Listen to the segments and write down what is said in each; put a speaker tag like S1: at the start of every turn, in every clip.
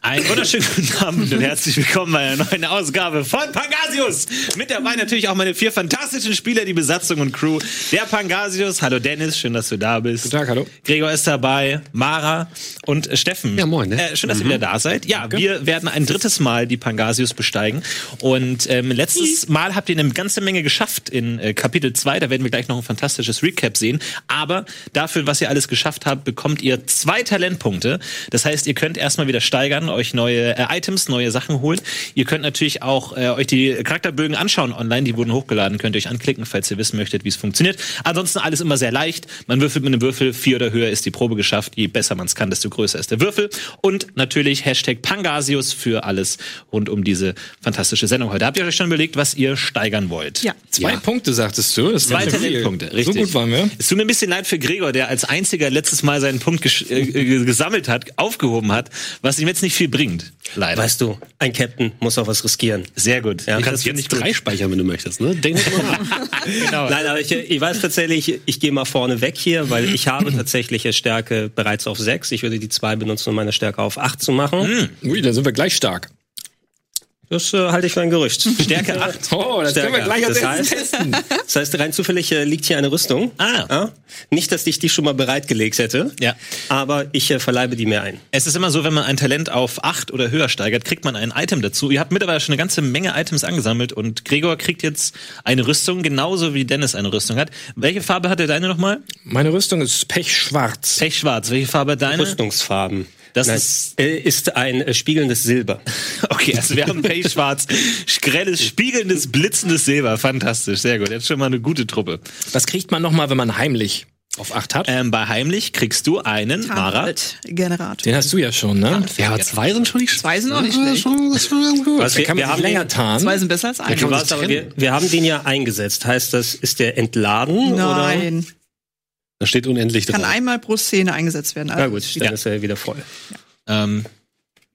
S1: Einen wunderschönen guten Abend und herzlich willkommen bei einer neuen Ausgabe von Pangasius. Mit dabei natürlich auch meine vier fantastischen Spieler, die Besatzung und Crew. Der Pangasius, hallo Dennis, schön, dass du da bist.
S2: Guten Tag, hallo.
S1: Gregor ist dabei, Mara und äh, Steffen.
S2: Ja, moin, ne?
S1: Äh, schön, dass ihr wieder da seid. Ja, wir werden ein drittes Mal die Pangasius besteigen. Und ähm, letztes Mal habt ihr eine ganze Menge geschafft in äh, Kapitel 2. Da werden wir gleich noch ein fantastisches Recap sehen. Aber dafür, was ihr alles geschafft habt, bekommt ihr zwei Talentpunkte. Das heißt, ihr könnt erstmal wieder steigern, euch neue äh, Items, neue Sachen holen. Ihr könnt natürlich auch äh, euch die Charakterbögen anschauen online. Die wurden hochgeladen. Könnt ihr euch anklicken, falls ihr wissen möchtet, wie es funktioniert. Ansonsten alles immer sehr leicht. Man würfelt mit einem Würfel. Vier oder höher ist die Probe geschafft. Je besser man es kann, desto größer ist der Würfel. Und natürlich Hashtag Pangasius für alles rund um diese fantastische Sendung heute. Habt ihr euch schon überlegt, was ihr steigern wollt?
S3: Ja.
S2: Zwei Punkte, sagtest du. Das
S1: Zwei
S2: ganz schön viel.
S1: Talentpunkte, richtig.
S2: So gut waren wir.
S1: Es tut mir ein bisschen leid für Gregor, der als einziger letztes Mal seinen Punkt gesch- äh, äh, gesammelt hat, aufgehoben hat, was ihm jetzt nicht viel bringt. Leider.
S3: Weißt du, ein Captain muss auch was riskieren.
S1: Sehr gut.
S3: Ja.
S1: Ich-
S3: Kannst
S1: das finde
S3: jetzt
S1: ich gut.
S4: drei speichern, wenn du möchtest, ne? Denk mal nach.
S1: Genau.
S3: Nein, aber ich, ich weiß tatsächlich, ich gehe mal vorne weg hier, weil ich habe tatsächlich Stärke bereits auf sechs. Ich würde die zwei benutzen, um meine Stärke auf acht zu
S1: Hm.
S3: machen.
S2: Ui, da sind wir gleich stark.
S3: Das äh, halte ich für ein Gerücht.
S1: Stärke 8.
S2: Oh, das
S3: Stärker.
S2: können wir gleich als
S3: Das
S2: erstes
S3: heißt-
S2: testen.
S3: Das heißt, rein zufällig äh, liegt hier eine Rüstung.
S1: Ah.
S3: Ja? Nicht, dass ich die schon mal bereitgelegt hätte.
S1: Ja.
S3: Aber ich äh, verleibe die mir ein.
S1: Es ist immer so, wenn man ein Talent auf 8 oder höher steigert, kriegt man ein Item dazu. Ihr habt mittlerweile schon eine ganze Menge Items angesammelt und Gregor kriegt jetzt eine Rüstung, genauso wie Dennis eine Rüstung hat. Welche Farbe hatte deine nochmal?
S2: Meine Rüstung ist pechschwarz.
S1: Pechschwarz. Welche Farbe hat deine?
S3: Rüstungsfarben.
S1: Das
S3: Nein,
S1: ist-
S3: äh, ist ein äh, spiegelndes Silber.
S1: Okay, also wir haben pechschwarz, grelles, spiegelndes, blitzendes Silber. Fantastisch, sehr gut. Jetzt schon mal eine gute Truppe.
S2: Was kriegt man nochmal, wenn man heimlich auf acht hat?
S1: Ähm, bei Heimlich kriegst du einen, Mara.
S5: Generator.
S2: Den hast du ja schon, ne?
S4: Ja, aber zwei sind schon nicht
S5: Zwei sind auch nicht
S4: Ja,
S5: schlecht.
S4: Schon, das ist schon ganz gut.
S3: Was
S2: Da kann man
S3: wir
S2: sich
S3: haben
S2: länger
S3: den-
S5: Zwei
S2: tarnen.
S5: sind besser als einer.
S4: kann
S3: Du
S4: man
S3: warst
S4: sich
S3: aber,
S4: trennen.
S3: wir, wir haben den ja eingesetzt. Heißt das, ist der entladen? Oder?
S5: Nein.
S4: Da steht unendlich
S5: Kann
S4: drauf.
S5: einmal pro Szene eingesetzt werden.
S3: Na
S5: Also,
S3: gut, dann ist er wieder voll.
S1: Ähm,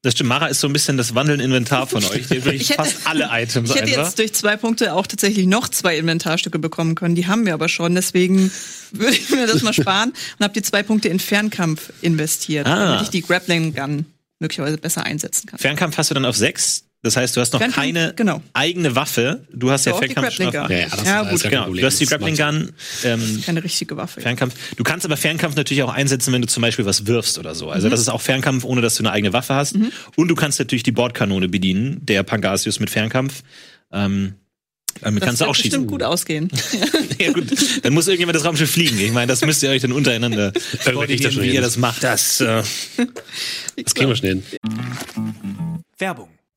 S1: das stimmt, Mara ist so ein bisschen das wandelnde Inventar von euch. Hier wirklich
S5: Ich hätte-
S1: fast alle Items
S5: ich hätte
S1: einfach.
S5: jetzt durch zwei Punkte auch tatsächlich noch zwei Inventarstücke bekommen können. Die haben wir aber schon. Deswegen würde ich mir das mal sparen und habe die zwei Punkte in Fernkampf investiert,
S1: Ah.
S5: damit ich die Grappling Gun möglicherweise besser einsetzen kann.
S1: Fernkampf hast du dann auf 6. Das heißt, du hast noch
S5: Fernkampf,
S1: keine
S5: genau.
S1: eigene Waffe. Du hast ja
S5: Doch, die
S1: Fernkampf schon auf
S5: Grappling
S1: acht.
S5: Gun.
S4: ja, ja, das
S5: Ja,
S4: ist,
S5: gut.
S4: ist ja kein
S1: Genau,
S4: Problem.
S1: du hast die
S4: Das
S1: Grappling
S4: macht-
S1: Gun. Ähm,
S5: Keine richtige Waffe.
S1: Fernkampf. Du kannst aber Fernkampf natürlich auch einsetzen, wenn du zum Beispiel was wirfst oder so.
S5: Mhm.
S1: Also das ist auch Fernkampf, ohne dass du eine eigene Waffe hast. Und du kannst natürlich die Bordkanone bedienen, der Pangasius mit Fernkampf. Ähm, damit
S5: das
S1: kannst du
S5: wird
S1: auch
S5: bestimmt
S1: schießen.
S5: gut ausgehen.
S1: Ja, gut. Dann muss irgendjemand das Raumschiff fliegen. Ich meine, das müsst ihr euch dann untereinander
S4: kriegt das
S1: koordinieren,
S4: schon
S1: wie ihr
S4: hin.
S1: das macht.
S3: Das äh,
S4: Das kriegen wir schnell hin.
S6: Werbung.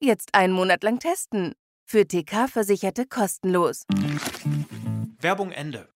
S7: Jetzt einen Monat lang testen. Für TK-Versicherte kostenlos.
S6: Werbung Ende.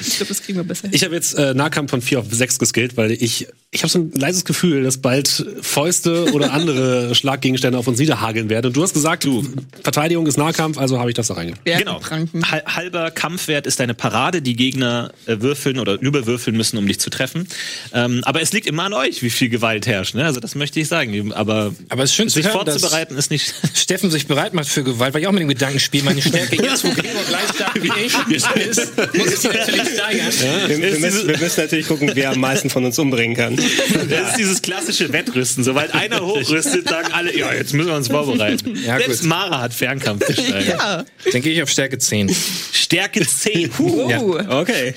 S5: Ich glaube, das kriegen wir besser. hin.
S4: Ich habe jetzt äh, Nahkampf von 4 auf 6 geskillt, weil ich ich habe so ein leises Gefühl, dass bald Fäuste oder andere Schlaggegenstände auf uns niederhageln werden. Und du hast gesagt, du, Verteidigung ist Nahkampf, also habe ich das da reingebracht.
S5: Bergen
S1: Genau.
S5: pranken.
S1: Hal- Halber Kampfwert ist deine Parade, die Gegner äh, würfeln oder überwürfeln müssen, um dich zu treffen. Ähm, aber es liegt immer an euch, wie viel Gewalt herrscht. Ne? Also das möchte ich sagen. Aber
S2: Aber es ist schön zu
S1: sich
S2: hören, dass
S1: vorzubereiten ist nicht.
S2: Steffen sich bereit macht für Gewalt, weil ich auch mit dem Gedankenspiel meine Stärke jetzt, wo Gregor gleich stark wie ich ist, muss ich sie natürlich steigern.
S3: wir, wir, müssen, wir müssen natürlich gucken, wer am meisten von uns umbringen kann.
S1: Das ist dieses klassische Wettrüsten. Sobald einer hochrüstet, sagen alle, ja, jetzt müssen wir uns vorbereiten.
S2: Ja, gut.
S1: Selbst Mara hat Fernkampf gesteigert.
S5: Ja.
S2: Dann gehe ich auf Stärke 10.
S1: Stärke 10.
S2: Uh.
S1: Huh.
S5: Oh,
S1: Okay.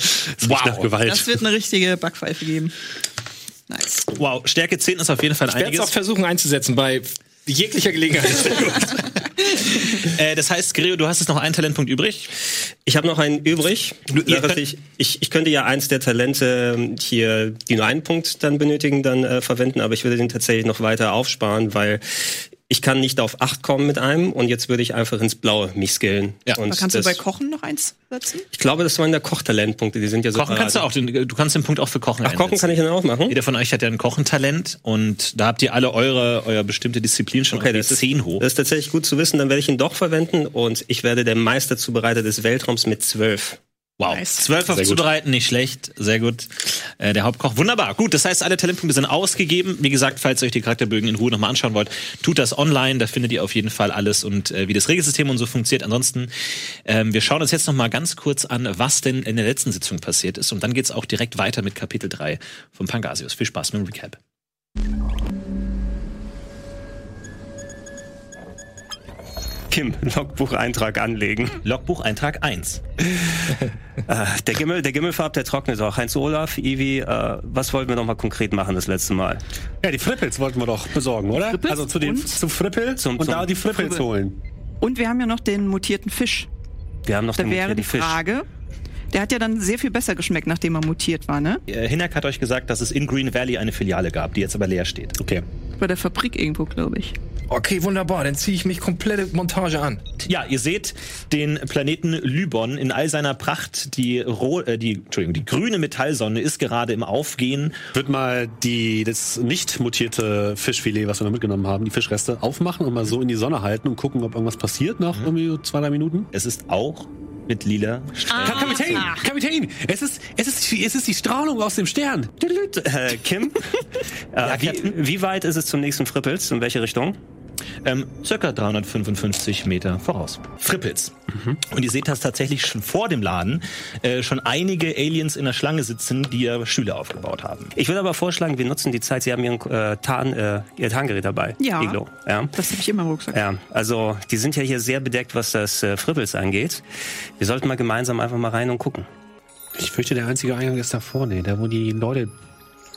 S4: Nach
S1: Wow.
S4: Gewalt.
S5: das wird eine richtige Backpfeife geben. Nice.
S1: wow. Stärke 10 ist auf jeden Fall
S2: Ich werde es auch
S1: einiges.
S2: versuchen einzusetzen bei jeglicher Gelegenheit.
S1: Äh, das heißt, Greo, du hast jetzt noch einen Talentpunkt übrig.
S3: Ich habe noch einen übrig.
S1: Du- ihr
S3: Sache ist,
S1: könnt-
S3: ich, ich, ich könnte ja eins der Talente ähm, hier, die nur einen Punkt dann benötigen, dann äh, verwenden, aber ich würde den tatsächlich noch weiter aufsparen, weil ich kann nicht auf acht kommen mit einem und jetzt würde ich einfach ins Blaue mich skillen.
S1: Ja.
S3: und
S5: Aber kannst du
S3: das,
S5: bei Kochen noch eins setzen?
S3: Ich glaube, das waren ja Kochtalentpunkte, die sind ja so. äh,
S1: Kochen kannst du auch, den, du kannst den Punkt auch für Kochen
S3: Ach, kochen
S1: einsetzen.
S3: kann ich dann auch machen?
S1: Jeder von euch hat ja ein Kochentalent und da habt ihr alle eure, euer bestimmte Disziplin schon auf die
S3: das ist-
S1: 10 hoch.
S3: Das ist tatsächlich gut zu wissen, dann werde ich ihn doch verwenden und ich werde der Meisterzubereiter des Weltraums mit zwölf.
S1: Wow.
S5: Nice.
S1: Zwölf auf
S4: Sehr gut.
S1: Zubereiten, nicht schlecht. Sehr gut. Äh, der Hauptkoch, wunderbar. Gut, das heißt, alle Talentpunkte sind ausgegeben. Wie gesagt, falls ihr euch die Charakterbögen in Ruhe nochmal anschauen wollt, tut das online. Da findet ihr auf jeden Fall alles und äh, wie das Regelsystem und so funktioniert. Ansonsten, ähm, wir schauen uns jetzt nochmal ganz kurz an, was denn in der letzten Sitzung passiert ist. Und dann geht's auch direkt weiter mit Kapitel 3 von Pangasius. Viel Spaß mit dem Recap.
S3: Kim, Logbucheintrag anlegen.
S1: Logbucheintrag 1.
S3: Äh, Der Gimmel, der Gimmelfarb, der trocknet auch. Heinz Olaf, Ivi, äh, was wollten wir nochmal konkret machen das letzte Mal?
S4: Ja, die Frippels wollten wir doch besorgen, oder? Also zu den zu Frippel
S3: Zum-
S4: und
S3: zum
S4: da die Frippels
S5: Frippel.
S4: holen.
S5: Und wir haben ja noch den mutierten Fisch.
S3: Wir haben noch
S5: Da
S3: den
S5: wäre die
S3: mutierten Fisch.
S5: Frage. Der hat ja dann sehr viel besser geschmeckt, nachdem er mutiert war, ne?
S1: Äh, Hinak hat euch gesagt, dass es in Green Valley eine Filiale gab, die jetzt aber leer steht.
S4: Okay.
S5: Bei der Fabrik irgendwo, glaube ich.
S2: Okay, wunderbar. Dann ziehe ich mich komplette Montage an.
S1: Ja, ihr seht den Planeten Lybon in all seiner Pracht. Die, ro äh, die, Entschuldigung, die grüne Metallsonne ist gerade im Aufgehen.
S4: Wird mal die, das nicht mutierte Fischfilet, was wir noch mitgenommen haben, die Fischreste aufmachen und mal so in die Sonne halten und gucken, ob irgendwas passiert nach irgendwie so zwei, drei Minuten?
S1: Es ist auch mit lila Streifen.
S4: Ka- Kapitän, Kapitän, es ist, es ist, es ist die Strahlung aus dem Stern.
S3: Düdelüt. Äh, Kim, äh, wie, wie weit ist es zum nächsten Frippels? In welche Richtung?
S1: ähm, circa 355 Meter voraus. Frippels. Und ihr seht das tatsächlich schon vor dem Laden äh, schon einige Aliens in der Schlange sitzen, die ja Stühle aufgebaut haben.
S3: Ich würde aber vorschlagen, wir nutzen die Zeit. Sie haben ihren, äh, Tarn, äh, ihr Tarngerät dabei.
S5: Ja.
S3: Iglo. ja.
S5: Das habe ich immer im Rucksack.
S3: Ja, also die sind ja hier sehr bedeckt, was das äh, Frippels angeht. Wir sollten mal gemeinsam einfach mal rein und gucken.
S4: Ich fürchte, der einzige Eingang ist da vorne, da wo die Leute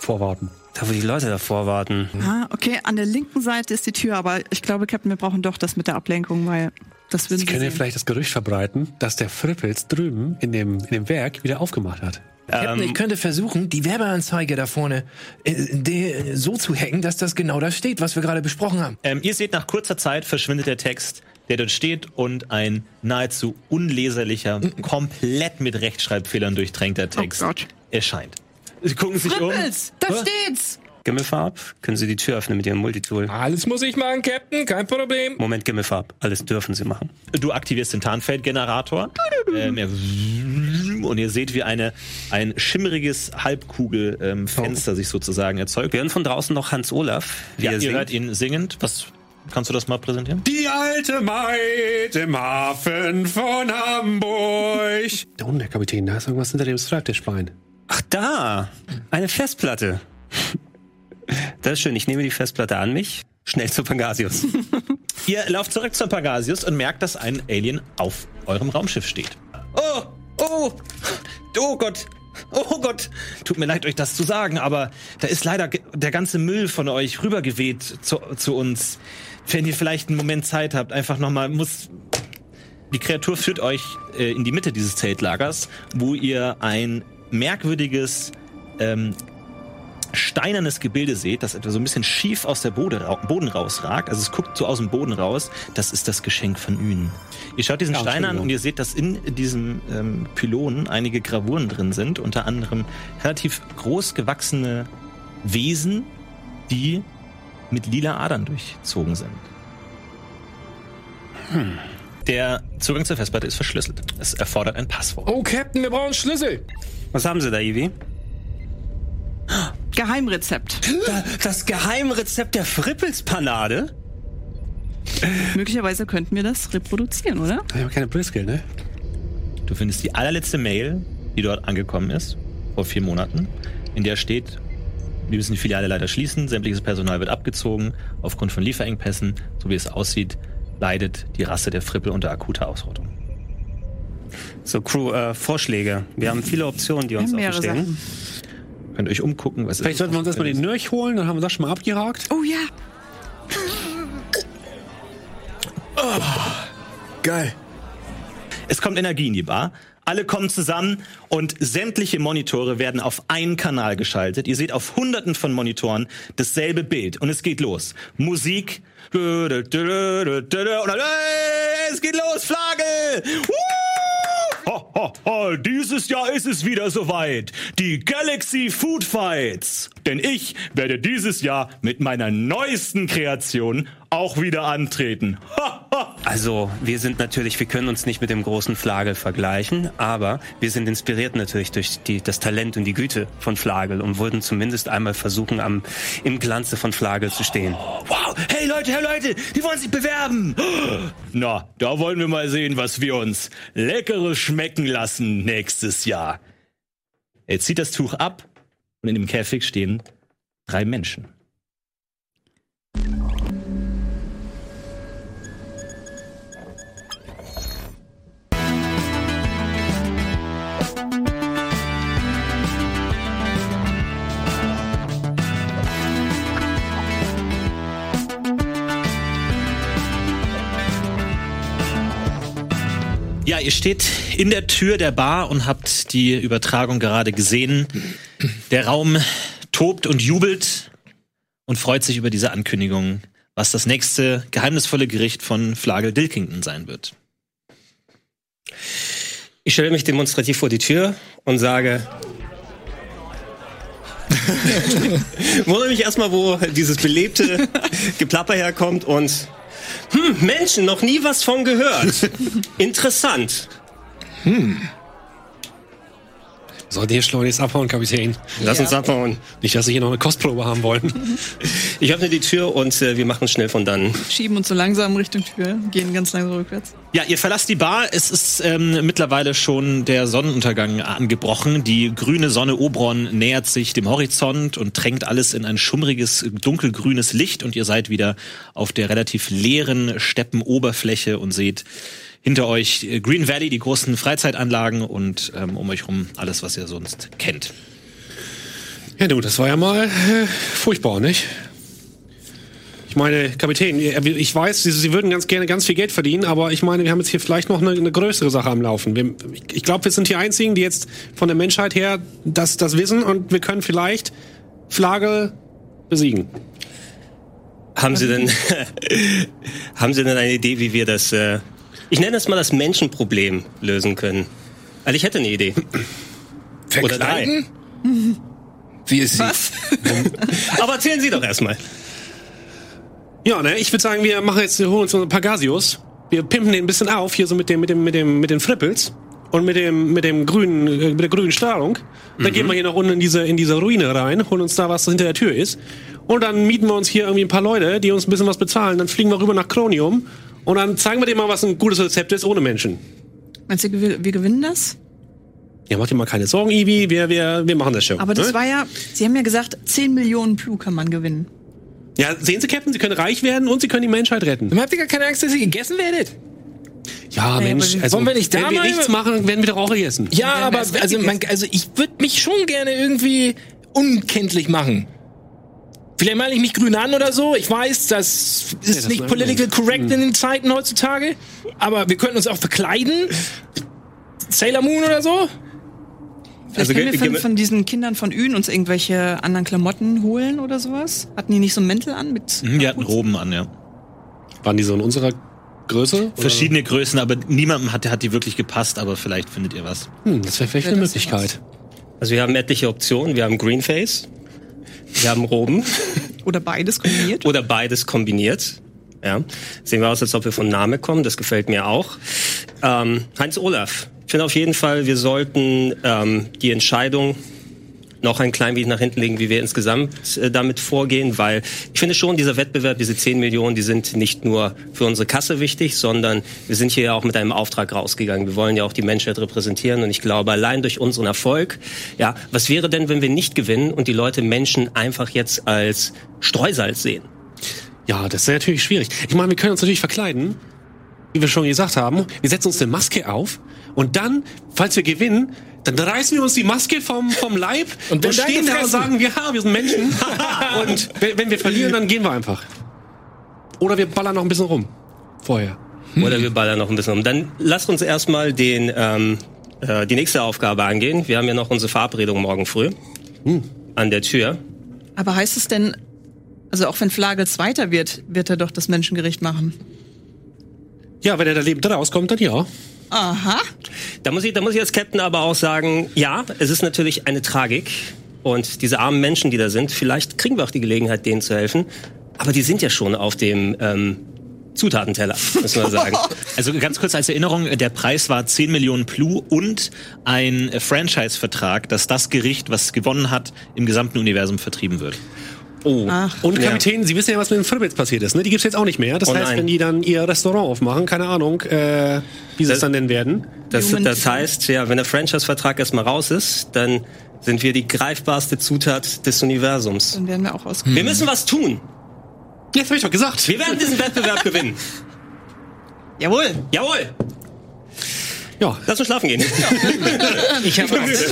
S4: vorwarten.
S3: Da, wo die Leute davor warten.
S5: Ah, okay, an der linken Seite ist die Tür, aber ich glaube, Captain, wir brauchen doch das mit der Ablenkung, weil das würden
S4: Sie
S5: Sie
S4: können ja
S5: sehen.
S4: vielleicht das Gerücht verbreiten, dass der Frippels drüben in dem, in dem Werk wieder aufgemacht hat.
S2: Captain, ich könnte versuchen, die Werbeanzeige da vorne äh, de, so zu hacken, dass das genau das steht, was wir gerade besprochen haben.
S1: Ähm, ihr seht, nach kurzer Zeit verschwindet der Text, der dort steht, und ein nahezu unleserlicher, komplett mit Rechtschreibfehlern durchtränkter Text
S5: Gott.
S1: erscheint. Sie gucken sich
S5: Frippels, da steht's!
S3: Gimmelfarb, können Sie die Tür öffnen mit Ihrem Multitool?
S2: Alles muss ich machen, Captain, kein Problem.
S3: Moment, Gimmelfarb, alles dürfen Sie machen.
S1: um. Du aktivierst den Tarnfeldgenerator. Ähm, er und ihr seht, wie eine, ein schimmeriges Halbkugelfenster ähm, Fenster sich sozusagen erzeugt.
S3: Wir hören von draußen noch Hans Olaf. Wie
S1: Ja,
S3: er
S1: ihr
S3: singt.
S1: hört ihn singend. Was kannst du das mal präsentieren?
S4: Die alte Maid im Hafen von Hamburg. Da unten, der Kapitän, da ist irgendwas hinter dem Schreibtischbein.
S3: Ach da, eine Festplatte. Das ist schön, ich nehme die Festplatte an mich. Schnell zu Pangasius.
S1: Ihr lauft zurück zum Pagasius und merkt, dass ein Alien auf eurem Raumschiff steht. Oh, oh, oh Gott, oh Gott. Tut mir leid, euch das zu sagen, aber da ist leider ge- der ganze Müll von euch rübergeweht zu, zu uns. Wenn ihr vielleicht einen Moment Zeit habt, einfach nochmal, muss... Die Kreatur führt euch äh, in die Mitte dieses Zeltlagers, wo ihr ein merkwürdiges ähm, steinernes Gebilde seht, das etwa so ein bisschen schief aus der Bode ra Boden rausragt, also es guckt so aus dem Boden raus, das ist das Geschenk von Ünen. Ihr schaut diesen
S4: Ah,
S1: Stein an
S4: Entschuldigung.
S1: und ihr seht, dass in diesem ähm, Pylonen einige Gravuren drin sind, unter anderem relativ groß gewachsene Wesen, die mit lila Adern durchzogen sind.
S4: Hm.
S1: Der Zugang zur Festplatte ist verschlüsselt. Es erfordert ein Passwort.
S2: Oh, Captain, wir brauchen Schlüssel.
S3: Was haben Sie da, Ivi?
S5: Geheimrezept.
S3: Das Geheimrezept der Frippelspanade?
S5: Möglicherweise könnten wir das reproduzieren, oder?
S4: Da haben wir keine Briskel, ne?
S1: Du findest die allerletzte Mail, die dort angekommen ist, vor vier Monaten, in der steht, wir müssen die Filiale leider schließen, sämtliches Personal wird abgezogen, aufgrund von Lieferengpässen, so wie es aussieht, leidet die Rasse der Frippel unter akuter Ausrottung.
S3: So, Crew, äh, Vorschläge. Wir haben viele Optionen, die
S5: Wir
S3: uns
S5: haben mehrere
S3: offenstehen.
S5: Sachen.
S1: Könnt ihr euch umgucken, was
S4: Vielleicht
S1: ist.
S4: sollten wir uns erstmal den Nürch holen, dann haben wir das schon mal abgehakt.
S5: Oh ja,
S8: Geil.
S1: Es kommt Energie in die Bar,
S9: Alle kommen zusammen und sämtliche Monitore werden auf einen Kanal geschaltet. Ihr seht auf hunderten von Monitoren dasselbe Bild und es geht los. Musik. Und dann, äh, es geht los, Flagge! Woo! Ho, ho, ho, dieses Jahr ist es wieder soweit. Die Galaxy Food Fights. Denn ich werde dieses Jahr mit meiner neuesten Kreation auch wieder antreten. Ha, ha.
S3: Also, wir sind natürlich, wir können uns nicht mit dem großen Flagel vergleichen, aber wir sind inspiriert natürlich durch die, das Talent und die Güte von Flagel und wollten zumindest einmal versuchen, am, im Glanze von Flagel zu stehen.
S9: Wow, hey Leute, hey Leute, die wollen sich bewerben. Na, da wollen wir mal sehen, was wir uns leckeres schmecken lassen nächstes Jahr. Er zieht das Tuch ab und in dem Käfig stehen drei Menschen.
S1: Ja, ihr steht in der Tür der Bar und habt die Übertragung gerade gesehen. Der Raum tobt und jubelt und freut sich über diese Ankündigung, was das nächste geheimnisvolle Gericht von Flagel Dilkington sein wird.
S3: Ich stelle mich demonstrativ vor die Tür und sage, wundere mich erstmal, wo dieses belebte Geplapper herkommt und hm, Menschen, noch nie was von gehört. Interessant.
S10: Hm. Sollten hier schleunigst abhauen, Kapitän.
S3: Lass uns abhauen.
S10: Nicht, dass Sie hier noch eine Kostprobe haben wollen.
S3: Ich öffne die Tür und äh, wir machen schnell von dann.
S5: Schieben uns so langsam Richtung Tür, gehen ganz langsam rückwärts.
S1: Ja, ihr verlasst die Bar. Es ist ähm, mittlerweile schon der Sonnenuntergang angebrochen. Die grüne Sonne Obron nähert sich dem Horizont und tränkt alles in ein schummriges, dunkelgrünes Licht. Und ihr seid wieder auf der relativ leeren Steppenoberfläche und seht hinter euch äh, Green Valley, die großen Freizeitanlagen und ähm, um euch rum alles, was ihr sonst kennt.
S10: Ja, du, das war ja mal äh, furchtbar, nicht? Ich meine, Kapitän, ihr- äh, ich weiß, Sie, Sie würden ganz gerne ganz viel Geld verdienen, aber ich meine, wir haben jetzt hier vielleicht noch eine, eine größere Sache am Laufen. Wir, ich- ich glaube, wir sind die Einzigen, die jetzt von der Menschheit her das, das wissen und wir können vielleicht Flagel besiegen.
S3: Haben Sie denn, haben Sie denn eine Idee, wie wir das, äh, ich nenne das mal das Menschenproblem lösen können? Also ich hätte eine Idee. Oder drei.
S2: Verkleiden? Wie ist sie?
S5: Was?
S3: Aber erzählen Sie doch erstmal.
S10: Ja, ne, ich würde sagen, wir machen jetzt, wir holen uns unseren Pagasius. Wir pimpen den ein bisschen auf, hier so mit dem, mit dem, mit dem, mit den Frippels und mit dem, mit dem grünen, äh, mit der grünen Strahlung. Dann gehen wir hier nach unten in diese, in diese Ruine rein, holen uns da was hinter der Tür ist. Und dann mieten wir uns hier irgendwie ein paar Leute, die uns ein bisschen was bezahlen. Dann fliegen wir rüber nach Kronium und dann zeigen wir denen mal, was ein gutes Rezept ist ohne Menschen.
S5: Meinst du, wir wir gewinnen das?
S10: Ja, mach dir mal keine Sorgen, Ibi, wir, wir, wir machen das schon.
S5: Aber das
S10: ne?
S5: war ja, Sie haben ja gesagt, 10 Millionen Blue kann man gewinnen.
S10: ja, sehen Sie, Captain, Sie können reich werden und Sie können die Menschheit retten.
S2: Habt ihr gar keine Angst, dass ihr gegessen werdet?
S10: Ja,
S5: Naja,
S10: Mensch,
S5: aber
S10: also,
S2: wollen wir nicht da
S10: wenn wir
S2: mal-
S10: nichts machen, werden wir doch auch gegessen.
S2: Ja, aber
S5: wär's
S2: also, man, also ich würde mich schon gerne irgendwie unkenntlich machen. Vielleicht male ich mich grün an oder so. Ich weiß, das ist
S10: das
S2: nicht
S10: machen
S2: political
S10: wir. Hm.
S2: correct in den Zeiten heutzutage. Aber wir könnten uns auch verkleiden. Sailor Moon oder so.
S5: Vielleicht
S3: Also,
S5: können
S3: ge-
S5: wir von,
S3: ge-
S5: von diesen Kindern von Ün uns irgendwelche anderen Klamotten holen oder sowas. Hatten die nicht so einen Mäntel an mit
S1: Hm, Die hatten Roben an, ja.
S10: Waren die so in unserer Größe?
S1: Verschiedene Größen, aber niemandem hat, hat die wirklich gepasst, aber vielleicht findet ihr was.
S10: Hm, das wäre vielleicht
S5: Wäre
S10: eine
S5: das
S10: Möglichkeit.
S3: Also wir haben etliche Optionen. Wir haben Greenface, wir haben Roben
S5: oder beides kombiniert?
S3: oder beides kombiniert. Ja. Sehen wir aus, als ob wir von Name kommen. Das gefällt mir auch. Ähm, Heinz Olaf. Ich finde auf jeden Fall, wir sollten ähm, die Entscheidung noch ein klein wenig nach hinten legen, wie wir insgesamt äh, damit vorgehen, weil ich finde schon, dieser Wettbewerb, diese 10 Millionen, die sind nicht nur für unsere Kasse wichtig, sondern wir sind hier ja auch mit einem Auftrag rausgegangen. Wir wollen ja auch die Menschheit repräsentieren und ich glaube, allein durch unseren Erfolg, ja, was wäre denn, wenn wir nicht gewinnen und die Leute Menschen einfach jetzt als Streusalz sehen?
S10: Ja, das ist natürlich schwierig. Ich meine, wir können uns natürlich verkleiden, wie wir schon gesagt haben. Wir setzen uns eine Maske auf und dann, falls wir gewinnen, dann reißen wir uns die Maske vom, vom Leib
S2: Und werden
S10: und,
S2: dann
S10: stehen da und
S2: gefressen.
S10: sagen, ja, wir sind Menschen. und wenn, wenn wir verlieren, dann gehen wir einfach. Oder wir ballern noch ein bisschen rum. Vorher.
S3: Oder wir ballern noch ein bisschen um. Dann lasst uns erstmal den ähm, äh, die nächste Aufgabe angehen. Wir haben ja noch unsere Verabredung morgen früh an der Tür.
S5: Aber heißt es denn, also auch wenn Flagel Zweiter wird, wird er doch das Menschengericht machen?
S4: Ja, wenn er da lebend rauskommt, dann ja.
S5: Aha.
S3: Da muss ich, da muss ich als Captain aber auch sagen, ja, es ist natürlich eine Tragik. Und diese armen Menschen, die da sind, vielleicht kriegen wir auch die Gelegenheit, denen zu helfen. Aber die sind ja schon auf dem ähm, Zutatenteller, müssen wir sagen.
S1: Also ganz kurz als Erinnerung, der Preis war 10 Millionen Plu und ein äh, Franchise-Vertrag, dass das Gericht, was gewonnen hat, im gesamten Universum vertrieben wird.
S3: Oh.
S4: Und Kapitän, Sie wissen ja, was mit den Fribbits passiert ist, ne? Die gibt's jetzt auch nicht mehr. Das
S3: Oh
S4: heißt,
S3: nein.
S4: wenn die dann ihr Restaurant aufmachen, keine Ahnung, äh, wie sie es
S3: Das-
S4: dann nennen werden.
S3: Das,
S5: Human
S3: das
S5: Design.
S3: heißt, ja, wenn der Franchise-Vertrag erstmal raus ist, dann sind wir die greifbarste Zutat des Universums.
S5: Dann werden wir auch ausgehen.
S10: Hm.
S3: Wir müssen was tun.
S4: Jetzt habe ich doch gesagt.
S3: Wir werden diesen Wettbewerb gewinnen.
S5: Jawohl.
S3: Jawohl.
S4: Ja.
S3: Lass uns schlafen gehen.
S2: Ich habe Angst.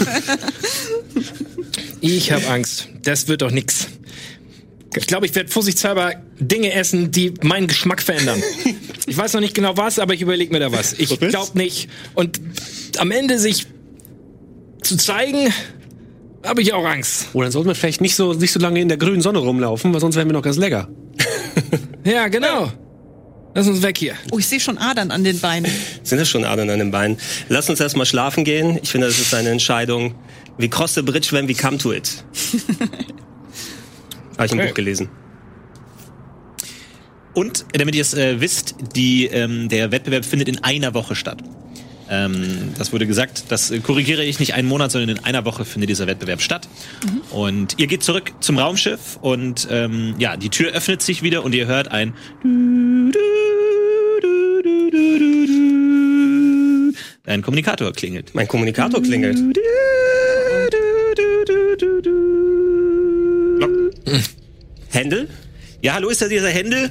S2: Ich habe Angst. Das wird doch nix. Ich glaube, ich werde vorsichtshalber Dinge essen, die meinen Geschmack verändern. Ich weiß noch nicht genau was, aber ich überlege mir da was. Ich glaube nicht. Und am Ende sich zu zeigen, habe ich auch Angst.
S10: oh,
S4: Oder dann sollten wir vielleicht nicht so, nicht so lange in der grünen Sonne rumlaufen, weil sonst wären wir noch ganz lecker.
S2: Ja, genau. Lass uns weg hier.
S5: Oh, ich sehe schon Adern an den Beinen.
S3: Sind das schon Adern an den Beinen? Lass uns erstmal schlafen gehen. Ich finde, das ist eine Entscheidung. We cross the bridge when we come to it. Habe ich im
S2: Okay.
S3: Buch gelesen.
S1: Und äh, damit ihr es äh, wisst, die, ähm, der Wettbewerb findet in einer Woche statt. Ähm, das wurde gesagt, das äh, korrigiere ich nicht einen Monat, sondern in einer Woche findet dieser Wettbewerb statt. Und ihr geht zurück zum Raumschiff und ähm, ja, die Tür öffnet sich wieder und ihr hört ein ein Kommunikator klingelt.
S3: Mein Kommunikator klingelt. Händel?
S1: Ja, hallo, ist da dieser Händel?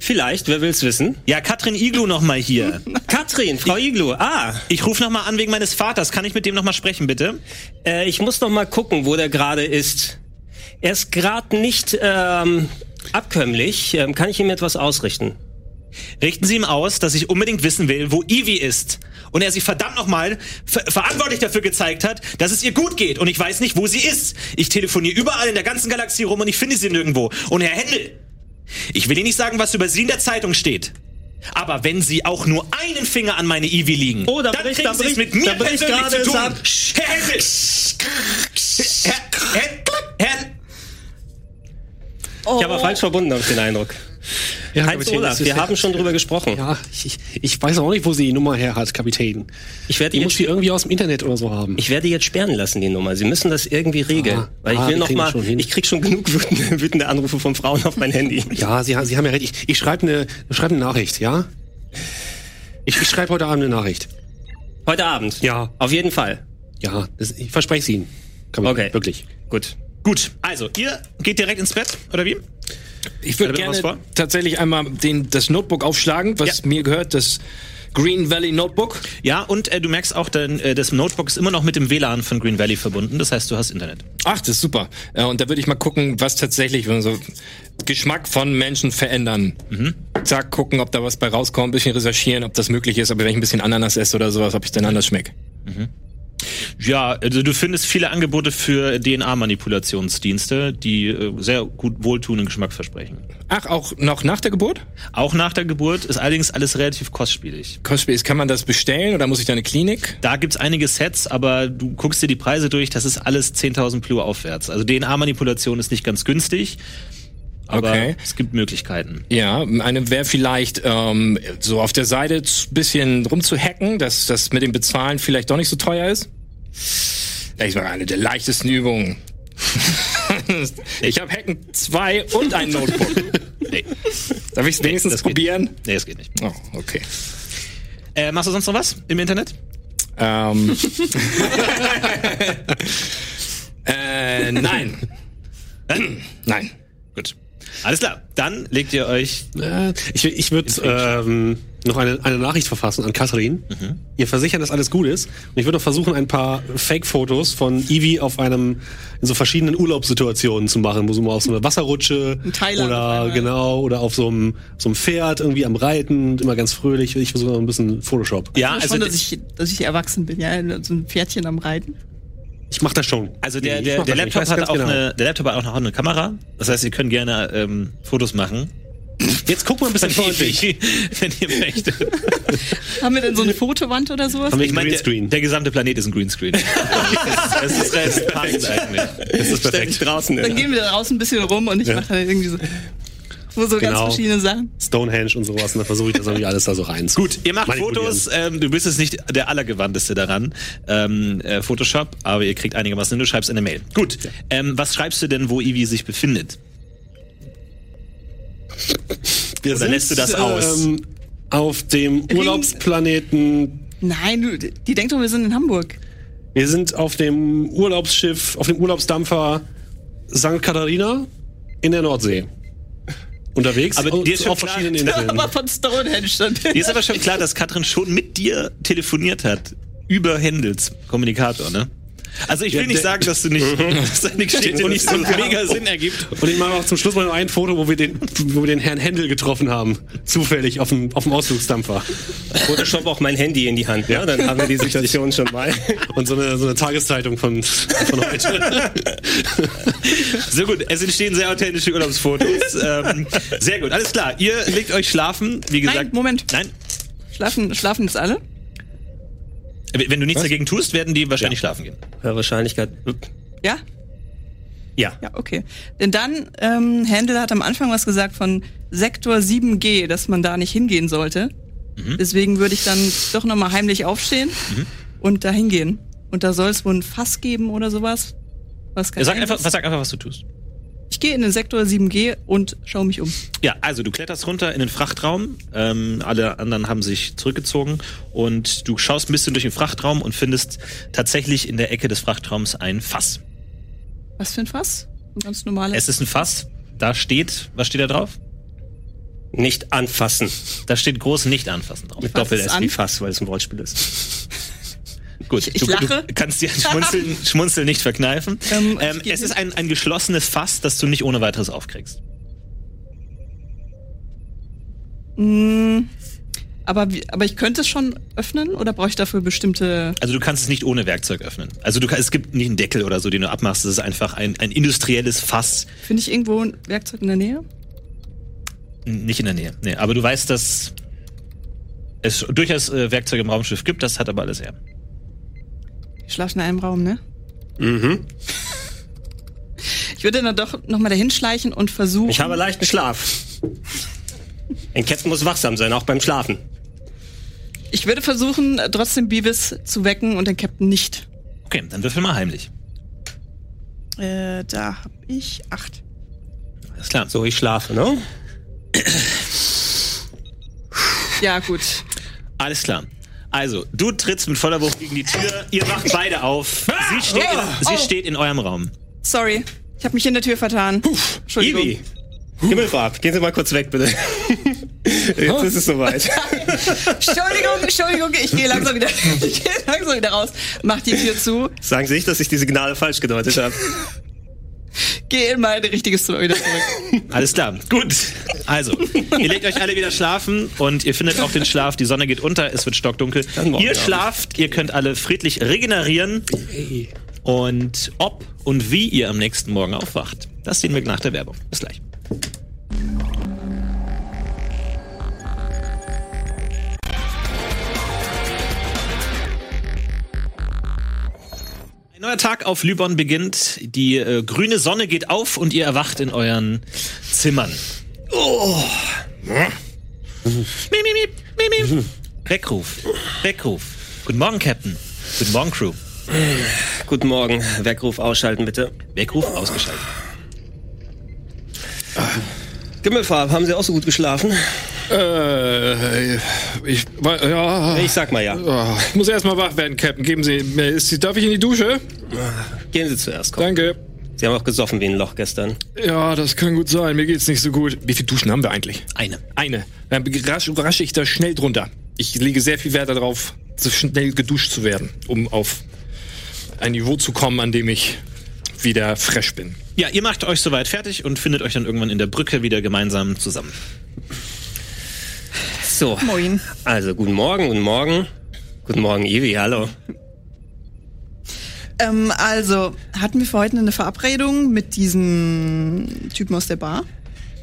S3: Vielleicht, wer will's wissen?
S1: Ja, Katrin Iglu nochmal hier.
S3: Katrin, Frau Iglu. Ah,
S1: Ich rufe nochmal an wegen meines Vaters. Kann ich mit dem nochmal sprechen, bitte?
S3: Äh, ich muss noch mal gucken, wo der gerade ist. Er ist gerade nicht ähm, abkömmlich. Ähm, kann ich ihm etwas ausrichten?
S1: Richten Sie ihm aus, dass ich unbedingt wissen will, wo Ivy ist. Und er sich verdammt nochmal ver verantwortlich dafür gezeigt hat, dass es ihr gut geht. Und ich weiß nicht, wo sie ist. Ich telefoniere überall in der ganzen Galaxie rum und ich finde sie nirgendwo. Und Herr Händel, ich will Ihnen nicht sagen, was über Sie in der Zeitung steht. Aber wenn Sie auch nur einen Finger an meine Ivy liegen,
S3: Oh, da
S1: dann
S3: bricht-
S1: kriegen
S3: da
S1: Sie es mit
S3: bricht-
S1: mir
S3: da bricht
S1: persönlich
S3: gerade
S1: zu
S3: es
S1: tun.
S3: ab.
S1: Herr Händel! Herr, Herr, Herr,
S3: Ich habe aber falsch verbunden, habe ich den Eindruck.
S4: Ja,
S3: Heinz Olaf, wir haben schon drüber gesprochen.
S4: Ja, ich, ich- ich weiß auch nicht, wo sie die Nummer her hat, Kapitän.
S3: Ich werde
S4: Die
S3: jetzt
S4: muss die irgendwie aus dem Internet oder so haben.
S3: Ich werde jetzt sperren lassen, die Nummer. Sie müssen das irgendwie regeln.
S4: Ah,
S3: weil ich
S4: ah,
S3: will
S4: wir
S3: noch
S4: kriegen
S3: mal,
S4: das schon hin.
S3: ich krieg schon genug wütende, wütende Anrufe von Frauen auf mein Handy.
S4: Ja, Sie, ha- Sie haben ja recht. Ich, ich schreibe eine schreib ne Nachricht, ja? Ich, ich schreibe heute Abend eine Nachricht.
S3: Heute Abend?
S4: Ja.
S3: Auf jeden Fall.
S4: Ja, das, ich verspreche es Ihnen. Kapitän,
S3: Okay.
S4: Wirklich.
S3: Gut.
S1: Gut, also ihr geht direkt ins Bett, oder wie?
S2: Ich würde
S1: Hat er noch was vor?
S2: gerne tatsächlich einmal den, das Notebook aufschlagen, was
S1: Ja.
S2: mir gehört, das Green Valley Notebook.
S1: Ja, und äh, du merkst auch, dein, äh, das Notebook ist immer noch mit dem WLAN von Green Valley verbunden. Das heißt, du hast Internet.
S2: Ach, das ist super. Äh, Und da würde ich mal gucken, was tatsächlich wenn so Geschmack von Menschen verändern. Zack, gucken, ob da was bei rauskommt, ein bisschen recherchieren, ob das möglich ist, aber wenn ich ein bisschen Ananas esse oder sowas, ob ich dann anders schmeck.
S1: Ja, also du findest viele Angebote für DNA-Manipulationsdienste, die äh, sehr gut wohltuenden Geschmack versprechen.
S2: Ach, auch noch nach der Geburt?
S1: Auch nach der Geburt ist allerdings alles relativ kostspielig.
S2: Cosby, ist- kann man das bestellen oder muss ich da eine Klinik?
S1: Da gibt's einige Sets, aber du guckst dir die Preise durch, das ist alles 10.000 Plu aufwärts. Also DNA-Manipulation ist nicht ganz günstig, aber
S2: Okay.
S1: es gibt Möglichkeiten.
S2: Ja, eine wäre vielleicht ähm, so auf der Seite ein bisschen rumzuhacken, dass das mit dem Bezahlen vielleicht doch nicht so teuer ist. Ich war eine der leichtesten Übungen. ich habe Hacken 2 und ein Notebook.
S1: Nee,
S2: Darf ich es wenigstens
S1: das geht.
S2: probieren?
S1: nee, das geht nicht.
S2: Oh, okay.
S1: Äh, machst du sonst noch was im Internet?
S2: Ähm. äh, nein. nein.
S1: Gut. Alles klar, dann legt ihr euch
S4: Äh, ich ich würde ähm,
S10: noch eine, eine Nachricht verfassen an Katrin.
S1: Mhm.
S10: Ihr versichern, dass alles gut ist. Und ich würde noch versuchen, ein paar Fake-Fotos von Ivy auf einem, in so verschiedenen Urlaubssituationen zu machen, wo sie mal auf so einer Wasserrutsche
S5: In Thailand auf
S10: oder
S5: einmal.
S10: genau, oder auf so einem, so einem Pferd irgendwie am Reiten, immer ganz fröhlich. Ich versuche noch ein bisschen Photoshop.
S1: Ja, also,
S5: also schon,
S1: der-
S5: dass ich, dass ich erwachsen bin, ja, so ein Pferdchen am Reiten.
S10: Ich mach das schon.
S1: also der,
S10: Ich
S1: der,
S10: mach
S1: der,
S10: das schon. Ich
S1: Laptop
S10: weiß
S1: hat
S10: ganz
S1: auch
S10: genau.
S1: eine, der Laptop hat auch noch eine Kamera. Das heißt, ihr könnt gerne ähm, Fotos machen.
S10: Jetzt guck mal ein bisschen freundlich.
S1: wenn ihr möchtet.
S5: Haben wir denn so eine Fotowand oder sowas?
S10: Haben wir
S1: Ich meine, der,
S10: Greenscreen.
S1: der gesamte Planet ist ein Greenscreen. Es ist, es ist passend eigentlich.
S3: Das ist perfekt. Draußen
S5: Dann gehen wir da draußen ein bisschen rum und ich mache dann irgendwie so, wo so ganz
S10: Genau.
S5: verschiedene Sachen.
S10: Stonehenge und sowas. Und dann versuche ich das irgendwie alles da so rein.
S1: Gut, ihr macht Fotos. Ähm, du bist jetzt nicht der Allergewandteste daran, ähm, äh, Photoshop, aber ihr kriegt einigermaßen hin. Du schreibst eine Mail. Gut, ähm, was schreibst du denn, wo Ivy sich befindet?
S10: Wir
S1: Oder lässt du das aus?
S10: Ähm, auf dem Urlaubsplaneten.
S5: Nein, du, die denkt doch, wir sind in Hamburg.
S10: Wir sind auf dem Urlaubsschiff, auf dem Urlaubsdampfer St. Katharina in der Nordsee. Unterwegs.
S1: Aber
S10: und
S1: dir ist schon
S10: auf
S1: klar-
S10: verschiedenen Inseln.
S5: Aber von Stonehenge stand.
S1: Dir ist aber schon klar, dass Katrin schon mit dir telefoniert hat. Über Händels Kommunikator, ne? Also ich will nicht
S10: der-
S1: sagen, dass du nicht, dass deine Geschichte nicht so mega
S3: Oh.
S1: Sinn ergibt.
S10: Und ich mache auch zum Schluss mal noch ein Foto, wo wir den, wo wir den Herrn Händel getroffen haben. Zufällig auf dem, auf dem Ausflugsdampfer.
S3: Photoshop auch mein Handy in die Hand. Ja, dann haben wir die Situation schon mal.
S10: Und so eine, so eine Tageszeitung von, von heute.
S1: So gut, es entstehen sehr authentische Urlaubsfotos. ähm, sehr gut, alles klar. Ihr legt euch schlafen, wie gesagt.
S5: Nein, Moment.
S1: Nein,
S5: Schlafen, schlafen jetzt alle?
S1: wenn du nichts dagegen tust, werden die wahrscheinlich schlafen gehen.
S3: Ja, Wahrscheinlichkeit.
S5: Ja?
S3: Ja.
S5: Ja, okay. Denn dann, ähm, Händel hat am Anfang was gesagt von Sektor 7G, dass man da nicht hingehen sollte.
S1: Mhm.
S5: Deswegen würde ich dann doch nochmal heimlich aufstehen und da hingehen. Und da soll es wohl ein Fass geben oder sowas. Was
S1: Sag
S5: geheim
S1: einfach,
S5: ist.
S1: was, sag einfach, was du tust.
S5: Ich gehe in den Sektor 7G und schaue mich um.
S1: Ja, also du kletterst runter in den Frachtraum. Ähm, alle anderen haben sich zurückgezogen und du schaust ein bisschen durch den Frachtraum und findest tatsächlich in der Ecke des Frachtraums ein Fass.
S5: Was für ein Fass? Ein ganz normales.
S1: Es ist ein Fass. Da steht, was steht da drauf?
S3: Nicht anfassen.
S1: Da steht groß nicht anfassen drauf.
S3: Mit
S5: fass es
S3: Doppel-S
S5: an.
S3: wie Fass, weil es ein Wortspiel ist.
S1: Gut,
S5: Ich- ich
S1: du,
S5: lache.
S1: du kannst dir ein Schmunzeln, Schmunzeln nicht verkneifen.
S5: Ähm,
S1: Ähm,
S5: ich geh
S1: es
S5: hin.
S1: ist ein, ein geschlossenes Fass, das du nicht ohne weiteres aufkriegst.
S5: Hm. Aber, wie, aber ich könnte es schon öffnen oder brauche ich dafür bestimmte.
S1: Also du kannst es nicht ohne Werkzeug öffnen. Also du kann, es gibt nicht einen Deckel oder so, den du abmachst. Es ist einfach ein, ein industrielles Fass,
S5: Finde ich irgendwo ein Werkzeug in der Nähe?
S1: N- nicht in der Nähe. Nee, aber du weißt, dass es durchaus äh, Werkzeuge im Raumschiff gibt. Das hat aber alles er.
S5: Wir schlafen in einem Raum, ne? Mhm. Ich würde dann doch nochmal dahin schleichen und versuchen.
S3: Ich habe leichten Schlaf. Ein Captain muss wachsam sein, auch beim Schlafen.
S5: ich würde versuchen, äh, trotzdem Beavis zu wecken und den Captain nicht.
S1: Okay, dann würfel mal heimlich.
S5: Äh, da habe ich acht.
S1: Alles klar.
S3: So, ich schlafe, ne?
S5: Ja, gut.
S1: Alles klar. Also, du trittst mit voller Wucht gegen die Tür. Ihr wacht beide auf.
S3: Ah!
S1: Sie steht, in,
S3: Oh!
S1: sie steht in eurem Raum.
S5: Sorry. Ich habe mich in der Tür vertan. Entschuldigung.
S3: Ibi, Himmel vorab, gehen Sie mal kurz weg, bitte. Jetzt ist es soweit.
S5: Entschuldigung, Entschuldigung, ich gehe langsam wieder, ich gehe langsam wieder raus, mach die Tür zu,
S3: Sagen Sie nicht, dass ich die Signale falsch gedeutet habe.
S5: gehe in mein richtiges Zimmer wieder zurück.
S1: Alles klar, gut. Also, ihr legt euch alle wieder schlafen und ihr findet auch den Schlaf. Die Sonne geht unter, es wird stockdunkel.
S3: Dann morgen
S1: Ihr
S3: Abend.
S1: schlaft, ihr könnt alle friedlich regenerieren. Und ob und wie ihr am nächsten Morgen aufwacht, das sehen wir nach der Werbung. Bis gleich. Ein neuer Tag auf Lübon beginnt. Die äh, grüne Sonne geht auf und ihr erwacht in euren Zimmern. Oh. Miep, miep, miep, miep, miep. Weckruf. Weckruf. Guten Morgen, Captain. Guten Morgen, Crew.
S3: Guten Morgen, Weckruf ausschalten, bitte.
S1: Weckruf ausgeschaltet.
S3: Gimmelfarb, haben Sie auch so gut geschlafen?
S2: Äh, ich, wa- ja.
S3: Ich sag mal ja.
S2: Ah, ich muss erstmal wach werden, Captain. Geben Sie mir. Ist, darf ich in die Dusche?
S3: Gehen Sie zuerst, komm.
S2: Danke.
S3: Sie haben auch gesoffen wie ein Loch gestern.
S2: Ja, das kann gut sein. Mir geht's nicht so gut. Wie viele Duschen haben wir eigentlich?
S1: Eine.
S2: Eine. Dann rasch, rasche ich da schnell drunter. Ich lege sehr viel Wert darauf, so schnell geduscht zu werden, um auf ein Niveau zu kommen, an dem ich wieder fresh bin.
S1: Ja, ihr macht euch soweit fertig und findet euch dann irgendwann in der Brücke wieder gemeinsam zusammen.
S3: So.
S5: Moin.
S3: Also, guten Morgen, guten Morgen. Guten Morgen, Ivi, hallo.
S5: Ähm, also, hatten wir für heute eine Verabredung mit diesem Typen aus der Bar?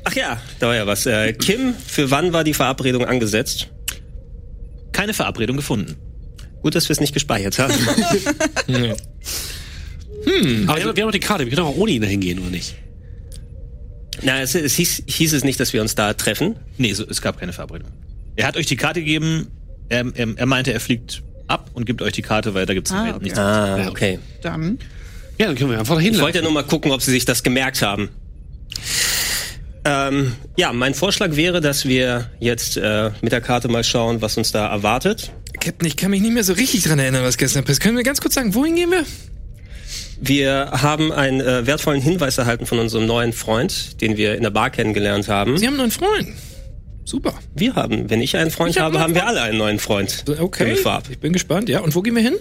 S3: Ach ja, da war ja was. Äh, Kim, für wann war die Verabredung angesetzt?
S1: Keine Verabredung gefunden.
S3: Gut, dass wir es nicht gespeichert haben.
S1: Hm.
S4: Aber wir haben- wir haben noch die Karte, wir können auch ohne ihn dahin gehen, oder nicht?
S3: Na, es, es hieß, hieß es nicht, dass wir uns da treffen.
S1: Nee, so, es gab keine Verabredung. Er hat euch die Karte gegeben. Er, er, er meinte, er fliegt ab und gibt euch die Karte, weil da gibt's
S5: Ah,
S1: nichts.
S5: okay.
S3: Ah, okay.
S5: Dann.
S4: Ja, dann können wir einfach dahin.
S3: Ich wollte ja nur mal gucken, ob Sie sich das gemerkt haben. Ähm, ja, mein Vorschlag wäre, dass wir jetzt äh, mit der Karte mal schauen, was uns da erwartet.
S2: Captain, ich kann mich nicht mehr so richtig dran erinnern, was gestern passiert. Können wir ganz kurz sagen, wohin gehen wir?
S3: Wir haben einen äh, wertvollen Hinweis erhalten von unserem neuen Freund, den wir in der Bar kennengelernt haben.
S2: Sie haben einen neuen Freund. Super.
S3: Wir haben, wenn ich einen Freund
S2: Ich hab
S3: habe,
S2: einen
S3: haben wir alle einen neuen Freund.
S2: Okay.
S3: Himmel Vorab.
S2: Ich bin gespannt, ja. Und wo gehen wir hin?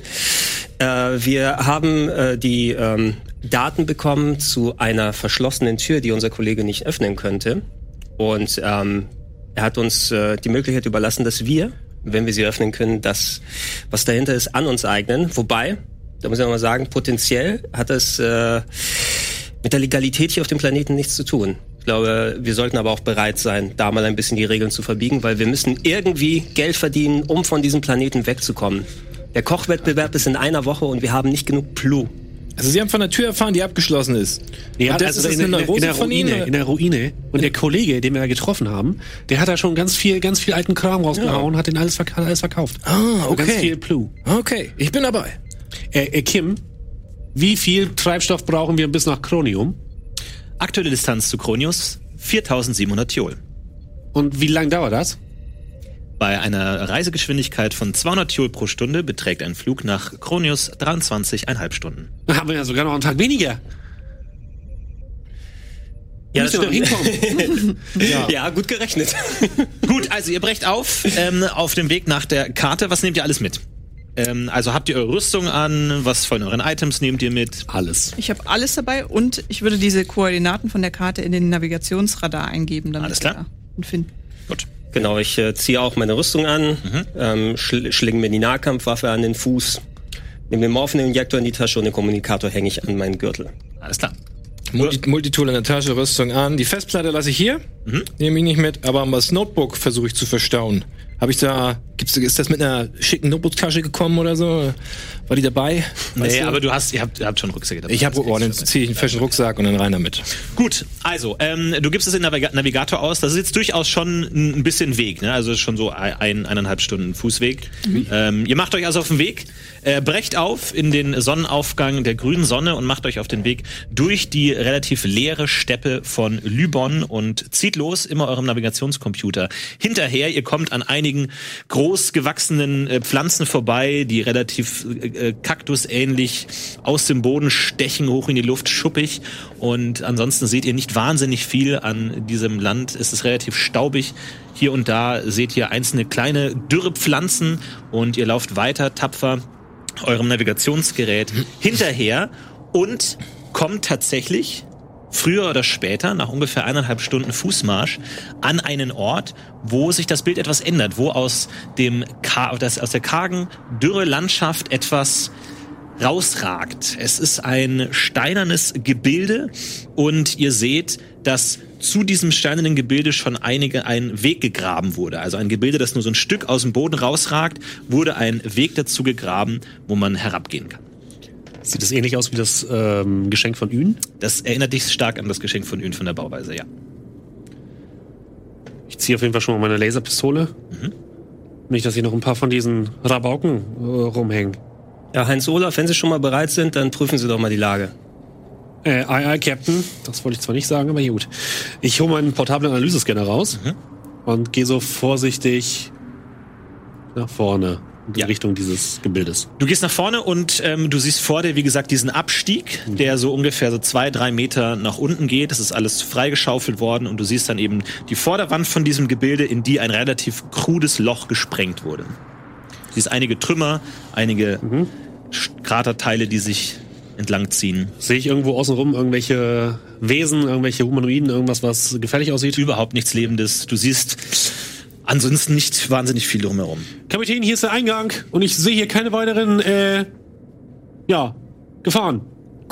S3: Äh, wir haben äh, die ähm, Daten bekommen zu einer verschlossenen Tür, die unser Kollege nicht öffnen könnte. Und ähm, er hat uns äh, die Möglichkeit überlassen, dass wir, wenn wir sie öffnen können, das, was dahinter ist, an uns eignen. Wobei, da muss ich nochmal sagen, potenziell hat es äh, mit der Legalität hier auf dem Planeten nichts zu tun. Ich glaube, wir sollten aber auch bereit sein, da mal ein bisschen die Regeln zu verbiegen, weil wir müssen irgendwie Geld verdienen, um von diesem Planeten wegzukommen. Der Kochwettbewerb ist in einer Woche und wir haben nicht genug Plu.
S2: Also Sie haben von der Tür erfahren, die abgeschlossen ist.
S4: Ja,
S2: Und das
S4: also
S2: ist
S4: in,
S2: eine
S4: in, in
S2: Neurose
S4: der
S2: von
S4: Ruine,
S2: Ihnen?
S4: in der Ruine. Und der Kollege, den wir da getroffen haben, der hat da schon ganz viel, ganz viel alten Kram rausgehauen, hat den alles, verk hat alles verkauft. Also
S2: Ah,
S4: Ganz
S2: okay.
S4: viel Plu.
S2: Okay, ich bin dabei.
S4: Äh, äh, Kim, wie viel Treibstoff brauchen wir bis nach Kronium?
S1: Aktuelle Distanz zu Kronius 4700 Tiol.
S4: Und wie lang dauert das?
S1: Bei einer Reisegeschwindigkeit von 200 Joule pro Stunde beträgt ein Flug nach Kronius 23,5 Stunden.
S4: Da haben wir ja sogar noch einen Tag weniger.
S3: Ja,
S4: Müssen wir noch hinkommen.
S3: ja. gut gerechnet.
S1: Gut, also ihr brecht auf ähm, auf dem Weg nach der Karte. Was nehmt ihr alles mit? Ähm, also habt ihr eure Rüstung an? Was von euren Items nehmt ihr mit?
S4: Alles.
S5: Ich habe alles dabei und ich würde diese Koordinaten von der Karte in den Navigationsradar eingeben. Damit
S1: Alles klar.
S5: wir da Und finden.
S1: Gut.
S3: Genau, ich äh, ziehe auch meine Rüstung an, ähm, schl schlinge mir die Nahkampfwaffe an den Fuß, nehme den Morpheninjektor in die Tasche und den Kommunikator hänge ich an meinen Gürtel.
S1: Alles klar.
S2: Multi Multitool in der Tasche, Rüstung an. Die Festplatte lasse ich hier. Nehme ich nicht mit, aber das Notebook versuche ich zu verstauen. Habe ich da, gibt's, ist das mit einer schicken Notebook-Tasche gekommen oder so? War die dabei? Weißt
S1: nee,
S2: du?
S1: aber du hast, ihr habt, ihr habt schon Rucksäcke dabei.
S2: Ich habe, oh, dann ziehe ich einen festen Rucksack und dann rein damit.
S1: Gut, also, ähm, du gibst es in Naviga Navigator aus. Das ist jetzt durchaus schon ein bisschen Weg, ne? Also schon so ein, eineinhalb Stunden Fußweg. Ähm, ihr macht euch also auf den Weg, äh, brecht auf in den Sonnenaufgang der grünen Sonne und macht euch auf den Weg durch die relativ leere Steppe von Lübon und zieht los, immer eurem Navigationscomputer hinterher. Ihr kommt an einigen groß gewachsenen äh, Pflanzen vorbei, die relativ äh, äh, kaktusähnlich aus dem Boden stechen, hoch in die Luft, schuppig. Und ansonsten seht ihr nicht wahnsinnig viel an diesem Land. Es ist relativ staubig. Hier und da seht ihr einzelne kleine, dürre Pflanzen und ihr lauft weiter tapfer eurem Navigationsgerät hinterher und kommt tatsächlich früher oder später, nach ungefähr eineinhalb Stunden Fußmarsch, an einen Ort, wo sich das Bild etwas ändert, wo aus dem Ka das, aus der kargen, dürre Landschaft etwas rausragt. Es ist ein steinernes Gebilde und ihr seht, dass zu diesem steinernen Gebilde schon einige ein Weg gegraben wurde. Also ein Gebilde, das nur so ein Stück aus dem Boden rausragt, wurde ein Weg dazu gegraben, wo man herabgehen kann.
S4: Sieht das ähnlich aus wie das ähm, Geschenk von Ün?
S1: Das erinnert dich stark an das Geschenk von Ün von der Bauweise, ja.
S4: Ich ziehe auf jeden Fall schon mal meine Laserpistole. Nicht, dass hier noch ein paar von diesen Rabauken äh, rumhängen.
S3: Ja, Heinz Olaf, wenn Sie schon mal bereit sind, dann prüfen Sie doch mal die Lage.
S4: Äh, aye, aye, Captain. Das wollte ich zwar nicht sagen, aber gut. Ich hole meinen portablen Mhm. Analysescanner raus und gehe so vorsichtig nach vorne. in die Richtung dieses Gebildes.
S1: Du gehst nach vorne und ähm, du siehst vor dir, wie gesagt, diesen Abstieg, der so ungefähr so zwei, drei Meter nach unten geht. Das ist alles freigeschaufelt worden und du siehst dann eben die Vorderwand von diesem Gebilde, in die ein relativ krudes Loch gesprengt wurde. Du siehst einige Trümmer, einige Sch- Kraterteile, die sich entlang ziehen.
S4: Sehe ich irgendwo außenrum irgendwelche Wesen, irgendwelche Humanoiden, irgendwas, was gefährlich aussieht?
S1: Überhaupt nichts Lebendes. Du siehst ansonsten nicht wahnsinnig viel drumherum.
S4: Kapitän, hier ist der Eingang und ich sehe hier keine weiteren, äh, ja, Gefahren.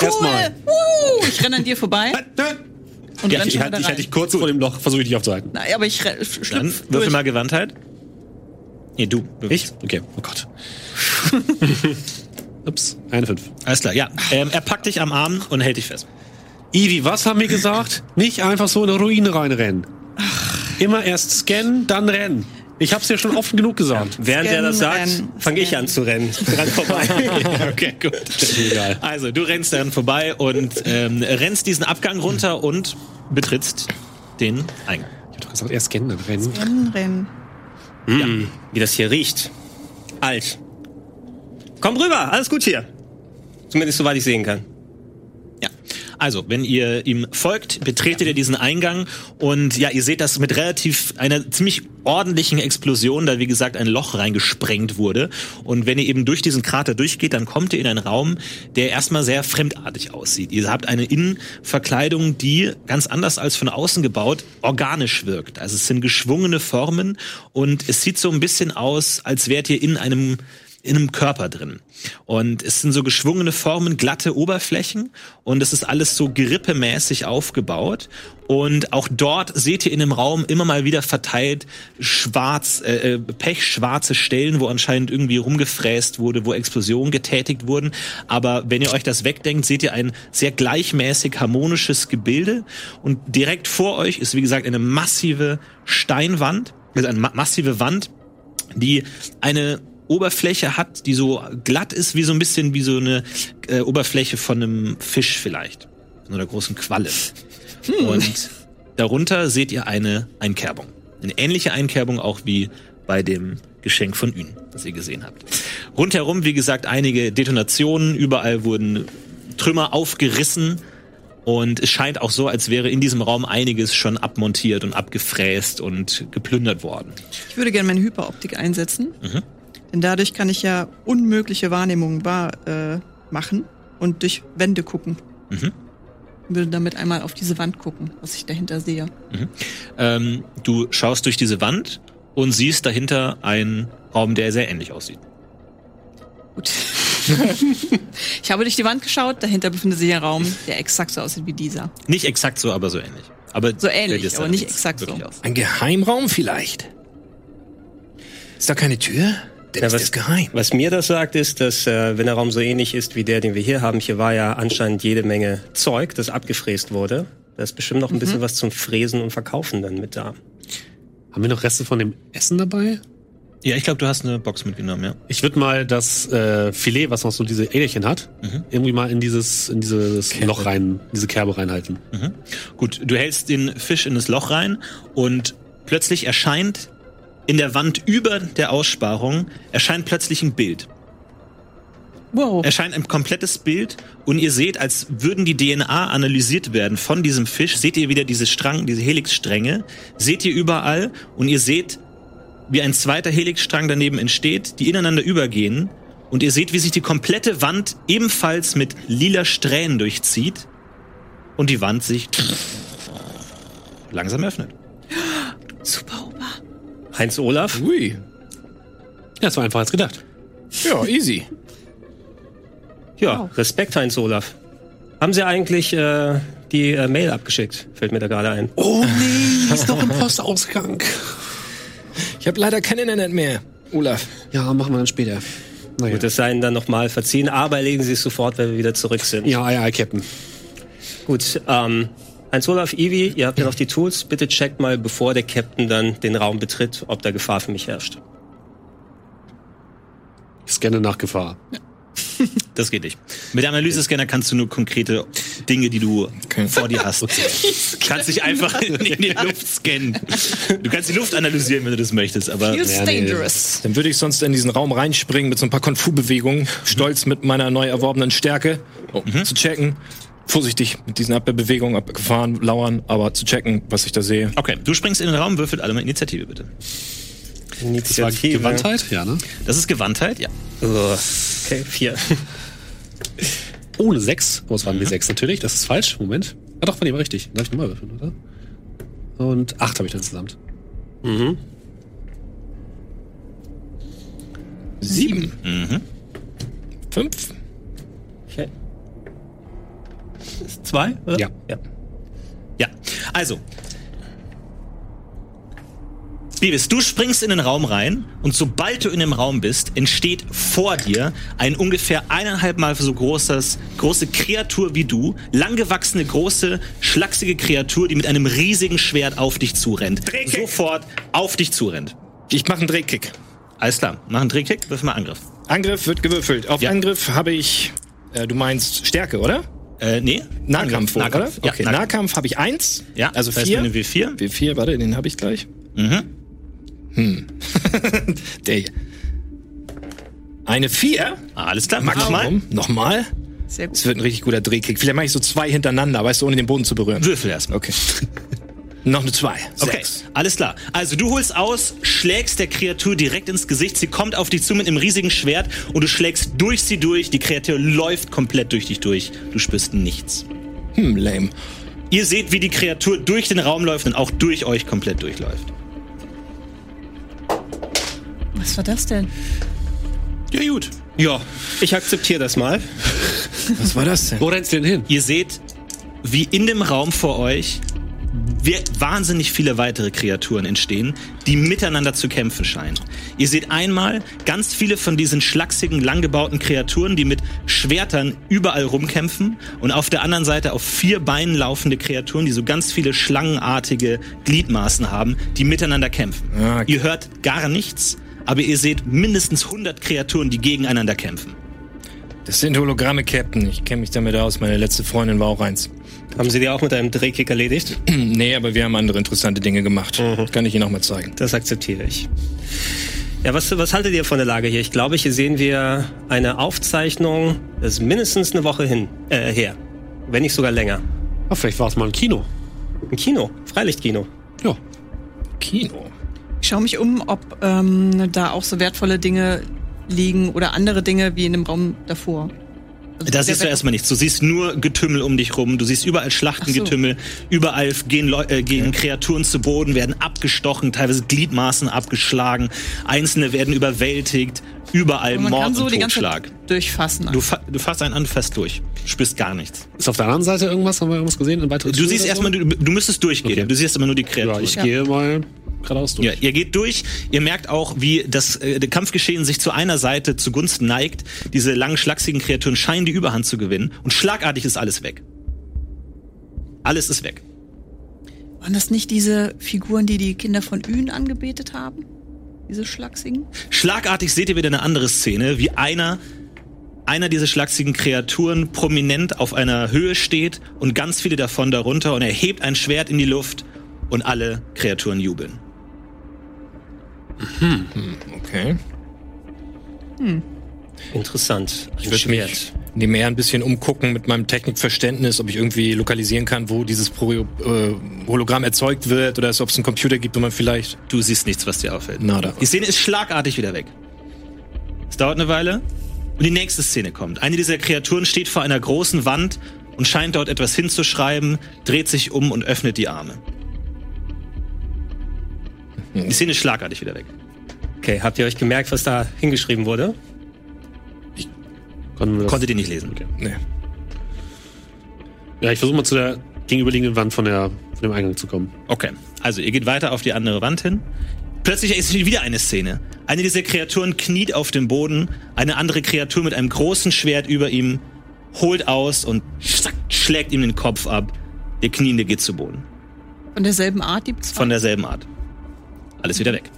S4: Erstmal.
S5: Wuhu! Ich renne an dir vorbei und
S1: Ja,
S5: renn
S1: ich-
S5: schon
S1: ich-
S5: wieder
S1: ich- halt
S5: rein.
S4: Ich kurz vor dem Loch versuche ich dich aufzuhalten.
S5: Na, aber ich re- sch-
S1: Dann
S5: schlüpf
S1: würfel
S5: durch.
S1: mal Gewandtheit. Nee, du.
S4: Ich? Okay. Oh Gott. Ups. Eine fünf.
S1: Alles klar, ja. Ähm, er packt dich am Arm und hält dich fest.
S4: Ivi, was haben wir gesagt? Nicht einfach so in eine Ruine reinrennen. Immer erst scannen, dann rennen. Ich hab's dir schon oft genug gesagt.
S3: Während er das sagt,
S5: Scannen,
S3: fange ich
S5: scannen.
S3: an zu rennen. Dran vorbei.
S1: okay, gut. Egal. Also, du rennst dann vorbei und ähm, rennst diesen Abgang runter und betrittst den Eingang.
S4: Ich hab doch gesagt, erst scannen, dann rennen.
S5: Hinrennen.
S3: Wie das hier riecht. Alt. Komm rüber, alles gut hier. Zumindest soweit ich sehen kann.
S1: Ja. Also, wenn ihr ihm folgt, betretet ihr diesen Eingang und ja, ihr seht, dass mit relativ einer ziemlich ordentlichen Explosion da, wie gesagt, ein Loch reingesprengt wurde. Und wenn ihr eben durch diesen Krater durchgeht, dann kommt ihr in einen Raum, der erstmal sehr fremdartig aussieht. Ihr habt eine Innenverkleidung, die ganz anders als von außen gebaut organisch wirkt. Also es sind geschwungene Formen und es sieht so ein bisschen aus, als wärt ihr in einem in einem Körper drin. Und es sind so geschwungene Formen, glatte Oberflächen und es ist alles so gerippemäßig aufgebaut. Und auch dort seht ihr in dem Raum immer mal wieder verteilt schwarz, äh, äh, pechschwarze Stellen, wo anscheinend irgendwie rumgefräst wurde, wo Explosionen getätigt wurden. Aber wenn ihr euch das wegdenkt, seht ihr ein sehr gleichmäßig harmonisches Gebilde. Und direkt vor euch ist, wie gesagt, eine massive Steinwand, also eine ma massive Wand, die eine Oberfläche hat, die so glatt ist, wie so ein bisschen wie so eine äh, Oberfläche von einem Fisch vielleicht. Von einer großen Qualle. Und darunter seht ihr eine Einkerbung. Eine ähnliche Einkerbung auch wie bei dem Geschenk von Ün, das ihr gesehen habt. Rundherum, wie gesagt, einige Detonationen, überall wurden Trümmer aufgerissen, und es scheint auch so, als wäre in diesem Raum einiges schon abmontiert und abgefräst und geplündert worden.
S5: Ich würde gerne meine Hyperoptik einsetzen.
S1: Mhm.
S5: Denn dadurch kann ich ja unmögliche Wahrnehmungen wahr äh, machen und durch Wände gucken.
S1: Mhm.
S5: Würde damit einmal auf diese Wand gucken, was ich dahinter sehe.
S1: Ähm, du schaust durch diese Wand und siehst dahinter einen Raum, der sehr ähnlich aussieht.
S5: Gut. ich habe durch die Wand geschaut, dahinter befindet sich ein Raum, der exakt so aussieht wie dieser.
S1: Nicht exakt so, aber so ähnlich. Aber
S5: So ähnlich,
S1: fällt jetzt
S5: aber
S1: da
S5: nicht
S1: nichts
S5: exakt so.
S1: wirklich aus.
S2: Ein Geheimraum vielleicht? Ist da keine Tür? Denn
S3: Ja,
S2: ist
S3: was-
S2: das geheim.
S3: Was mir das sagt, ist, dass äh, wenn der Raum so ähnlich ist wie der, den wir hier haben, hier war ja anscheinend jede Menge Zeug, das abgefräst wurde. Da ist bestimmt noch
S4: Mhm.
S3: ein bisschen was zum Fräsen und Verkaufen dann mit da.
S4: Haben wir noch Reste von dem Essen dabei?
S1: Ja, ich glaube, du hast eine Box mitgenommen, ja.
S4: Ich würde mal das äh, Filet, was noch so diese Äderchen hat, irgendwie mal in dieses, in dieses Loch rein, diese Kerbe reinhalten.
S1: Mhm. Gut, du hältst den Fisch in das Loch rein und plötzlich erscheint in der Wand über der Aussparung erscheint plötzlich ein Bild.
S5: Wow.
S1: erscheint ein komplettes Bild und ihr seht, als würden die DNA analysiert werden von diesem Fisch, seht ihr wieder diese Strang, diese Helixstränge, seht ihr überall und ihr seht, wie ein zweiter Helixstrang daneben entsteht, die ineinander übergehen und ihr seht, wie sich die komplette Wand ebenfalls mit lila Strähnen durchzieht und die Wand sich langsam öffnet.
S5: Super Opa.
S3: Heinz Olaf,
S4: Uh.
S2: Ui.
S4: Ja, das war einfach als gedacht.
S2: Ja, easy.
S3: ja, Respekt Heinz Olaf. Haben Sie eigentlich äh, die äh, Mail abgeschickt? Fällt mir da gerade ein.
S4: Oh nee, ist doch im Postausgang.
S2: Ich habe leider kein Internet mehr. Olaf.
S4: Ja, machen wir dann später. Naja.
S3: Wird es sein, dann nochmal verziehen, aber legen Sie es sofort, wenn wir wieder zurück sind.
S4: Ja, ja, Captain.
S3: Gut, ähm, Heinz Olaf, Ivi, ihr habt ja noch die Tools. Bitte checkt mal, bevor der Captain dann den Raum betritt, ob da Gefahr für mich herrscht.
S4: Ich scanne nach Gefahr.
S1: Das geht nicht. Mit der Analyse-Scanner kannst du nur konkrete Dinge, die du vor dir hast. Du kannst dich einfach in, in die Luft scannen. Du kannst die Luft analysieren, wenn du das möchtest, aber
S5: Feels dangerous.
S2: Dann würde ich sonst in diesen Raum reinspringen mit so ein paar Kung-Fu-Bewegungen,
S1: Mhm.
S2: stolz mit meiner neu erworbenen Stärke oh, zu checken. Vorsichtig mit diesen Abbewegungen, abgefahren, lauern, aber zu checken, was ich da sehe.
S1: Okay, du springst in den Raum, würfelt alle mal Initiative bitte.
S10: Das war Gewandtheit, ja, ne?
S1: Das ist Gewandtheit, ja.
S3: Okay, vier.
S10: Ohne 6. Oh, es waren W6 natürlich. Das ist falsch. Moment. Ah, doch, von dem war richtig. Darf ich nochmal würfeln, oder? Und 8 habe ich dann insgesamt.
S2: Sieben. Fünf.
S3: Okay.
S10: Zwei? Oder? Ja.
S1: Ja, also. Liebes, du springst in den Raum rein und sobald du in dem Raum bist, entsteht vor dir ein ungefähr eineinhalb Mal so großes, große Kreatur wie du, langgewachsene, große, schlachsige Kreatur, die mit einem riesigen Schwert auf dich zurennt. Sofort auf dich zurennt.
S2: Ich mache einen Drehkick.
S1: Alles klar, mach einen Trickkick, wirf mal Angriff.
S2: Angriff wird gewürfelt. Auf
S1: Ja.
S2: Angriff habe ich, äh, du meinst Stärke, oder?
S1: Äh, nee?
S2: Nahkampf, wohl,
S1: Nahkampf,
S2: oder?
S1: ja,
S2: Okay,
S1: Nahkampf.
S2: Nahkampf habe ich eins.
S1: Ja,
S2: also
S1: das heißt
S2: vier.
S1: mit einem W4.
S2: W4, warte, den habe ich gleich. Mhm. Hm. Der hier. Eine vier.
S1: Ah, alles klar, mach mal.
S2: Maximum. Nochmal.
S5: Sehr
S2: Das
S5: gut.
S2: wird ein richtig guter Drehkick. Vielleicht mache ich so zwei hintereinander, weißt du, ohne den Boden zu berühren.
S1: Würfel erstmal.
S2: Okay. Noch eine zwei.
S1: Okay,
S2: Sechs.
S1: alles klar. Also du holst aus, schlägst der Kreatur direkt ins Gesicht. Sie kommt auf dich zu mit einem riesigen Schwert und du schlägst durch sie durch. Die Kreatur läuft komplett durch dich durch. Du spürst nichts.
S2: Hm, lame.
S1: Ihr seht, wie die Kreatur durch den Raum läuft und auch durch euch komplett durchläuft.
S5: Was war das denn?
S1: Ja gut. Ja.
S3: Ich akzeptiere das mal.
S2: Was war das denn?
S10: Wo rennst du denn hin?
S1: Ihr seht, wie in dem Raum vor euch wir- wahnsinnig viele weitere Kreaturen entstehen, die miteinander zu kämpfen scheinen. Ihr seht einmal ganz viele von diesen schlachsigen, langgebauten Kreaturen, die mit Schwertern überall rumkämpfen und auf der anderen Seite auf vier Beinen laufende Kreaturen, die so ganz viele schlangenartige Gliedmaßen haben, die miteinander kämpfen.
S2: Ah, okay.
S1: Ihr hört gar nichts, aber ihr seht mindestens 100 Kreaturen, die gegeneinander kämpfen.
S2: Das sind Hologramme, Captain. Ich kenne mich damit aus. Meine letzte Freundin war auch eins. Hm,
S3: Haben sie dir auch mit einem Drehkick erledigt?
S2: Nee, aber wir haben andere interessante Dinge gemacht. Kann ich Ihnen auch mal zeigen.
S3: Das akzeptiere ich. Ja, was, was haltet ihr von der Lage hier? Ich glaube, hier sehen wir eine Aufzeichnung, das ist mindestens eine Woche hin, äh, her. Wenn nicht sogar länger.
S10: Ah, vielleicht war es mal ein Kino.
S3: Ein Kino, Freilichtkino.
S10: Ja.
S2: Kino.
S5: Ich schaue mich um, ob ähm, da auch so wertvolle Dinge liegen oder andere Dinge wie in dem Raum davor. Also
S1: Da
S5: der
S1: siehst du
S5: Weg-
S1: erstmal nichts. Du siehst nur Getümmel um dich rum. Du siehst überall Schlachtengetümmel. Überall gehen, Leu äh, gehen Kreaturen zu Boden, werden abgestochen, teilweise Gliedmaßen abgeschlagen. Einzelne werden überwältigt. Überall
S5: Man kann
S1: Mord
S5: so
S1: und
S5: die ganze
S1: Totschlag.
S5: Zeit durchfassen.
S1: Du, fa du fasst einen an, fest durch. Spürst gar nichts.
S10: Ist auf der anderen Seite irgendwas? Haben wir irgendwas gesehen? Eine weitere
S1: Du
S10: Tür
S1: siehst
S10: oder
S1: erstmal, du, du müsstest durchgehen.
S10: Okay.
S1: Du siehst immer nur die
S10: So?
S1: Kreaturen.
S10: Ja, ich gehe mal geradeaus durch.
S1: Ja, ihr geht durch, ihr merkt auch, wie das äh, der Kampfgeschehen sich zu einer Seite zugunsten neigt. Diese langen, schlachsigen Kreaturen scheinen die Überhand zu gewinnen und schlagartig ist alles weg. Alles ist weg.
S5: Waren das nicht diese Figuren, die die Kinder von Ün angebetet haben? Diese Schlachsigen?
S1: Schlagartig seht ihr wieder eine andere Szene, wie einer, einer dieser schlachsigen Kreaturen prominent auf einer Höhe steht und ganz viele davon darunter und er hebt ein Schwert in die Luft und alle Kreaturen jubeln.
S2: Okay.
S3: Interessant. Ein
S2: Ich würde mich nebenher ein bisschen umgucken mit meinem Technikverständnis, ob ich irgendwie lokalisieren kann, wo dieses Pro äh, Hologramm erzeugt wird oder ob es einen Computer gibt, wo man vielleicht.
S1: Du siehst nichts, was dir auffällt.
S2: Nada.
S1: Die Szene ist schlagartig wieder weg. Es dauert eine Weile und die nächste Szene kommt. Eine dieser Kreaturen steht vor einer großen Wand und scheint dort etwas hinzuschreiben, dreht sich um und öffnet die Arme. Die Szene ist schlagartig wieder weg.
S3: Okay, habt ihr euch gemerkt, was da hingeschrieben wurde?
S10: Konnten wir das-
S1: Konntet ihr nicht lesen.
S2: Nee.
S10: ja, ich versuche mal zu der gegenüberliegenden Wand von, der, von dem Eingang zu kommen.
S1: Okay, also ihr geht weiter auf die andere Wand hin. Plötzlich ist wieder eine Szene. Eine dieser Kreaturen kniet auf dem Boden, eine andere Kreatur mit einem großen Schwert über ihm holt aus und zack, schlägt ihm den Kopf ab. Der Kniende geht zu Boden.
S5: Von derselben Art, die zwei.
S1: Von derselben Art. Alles wieder weg.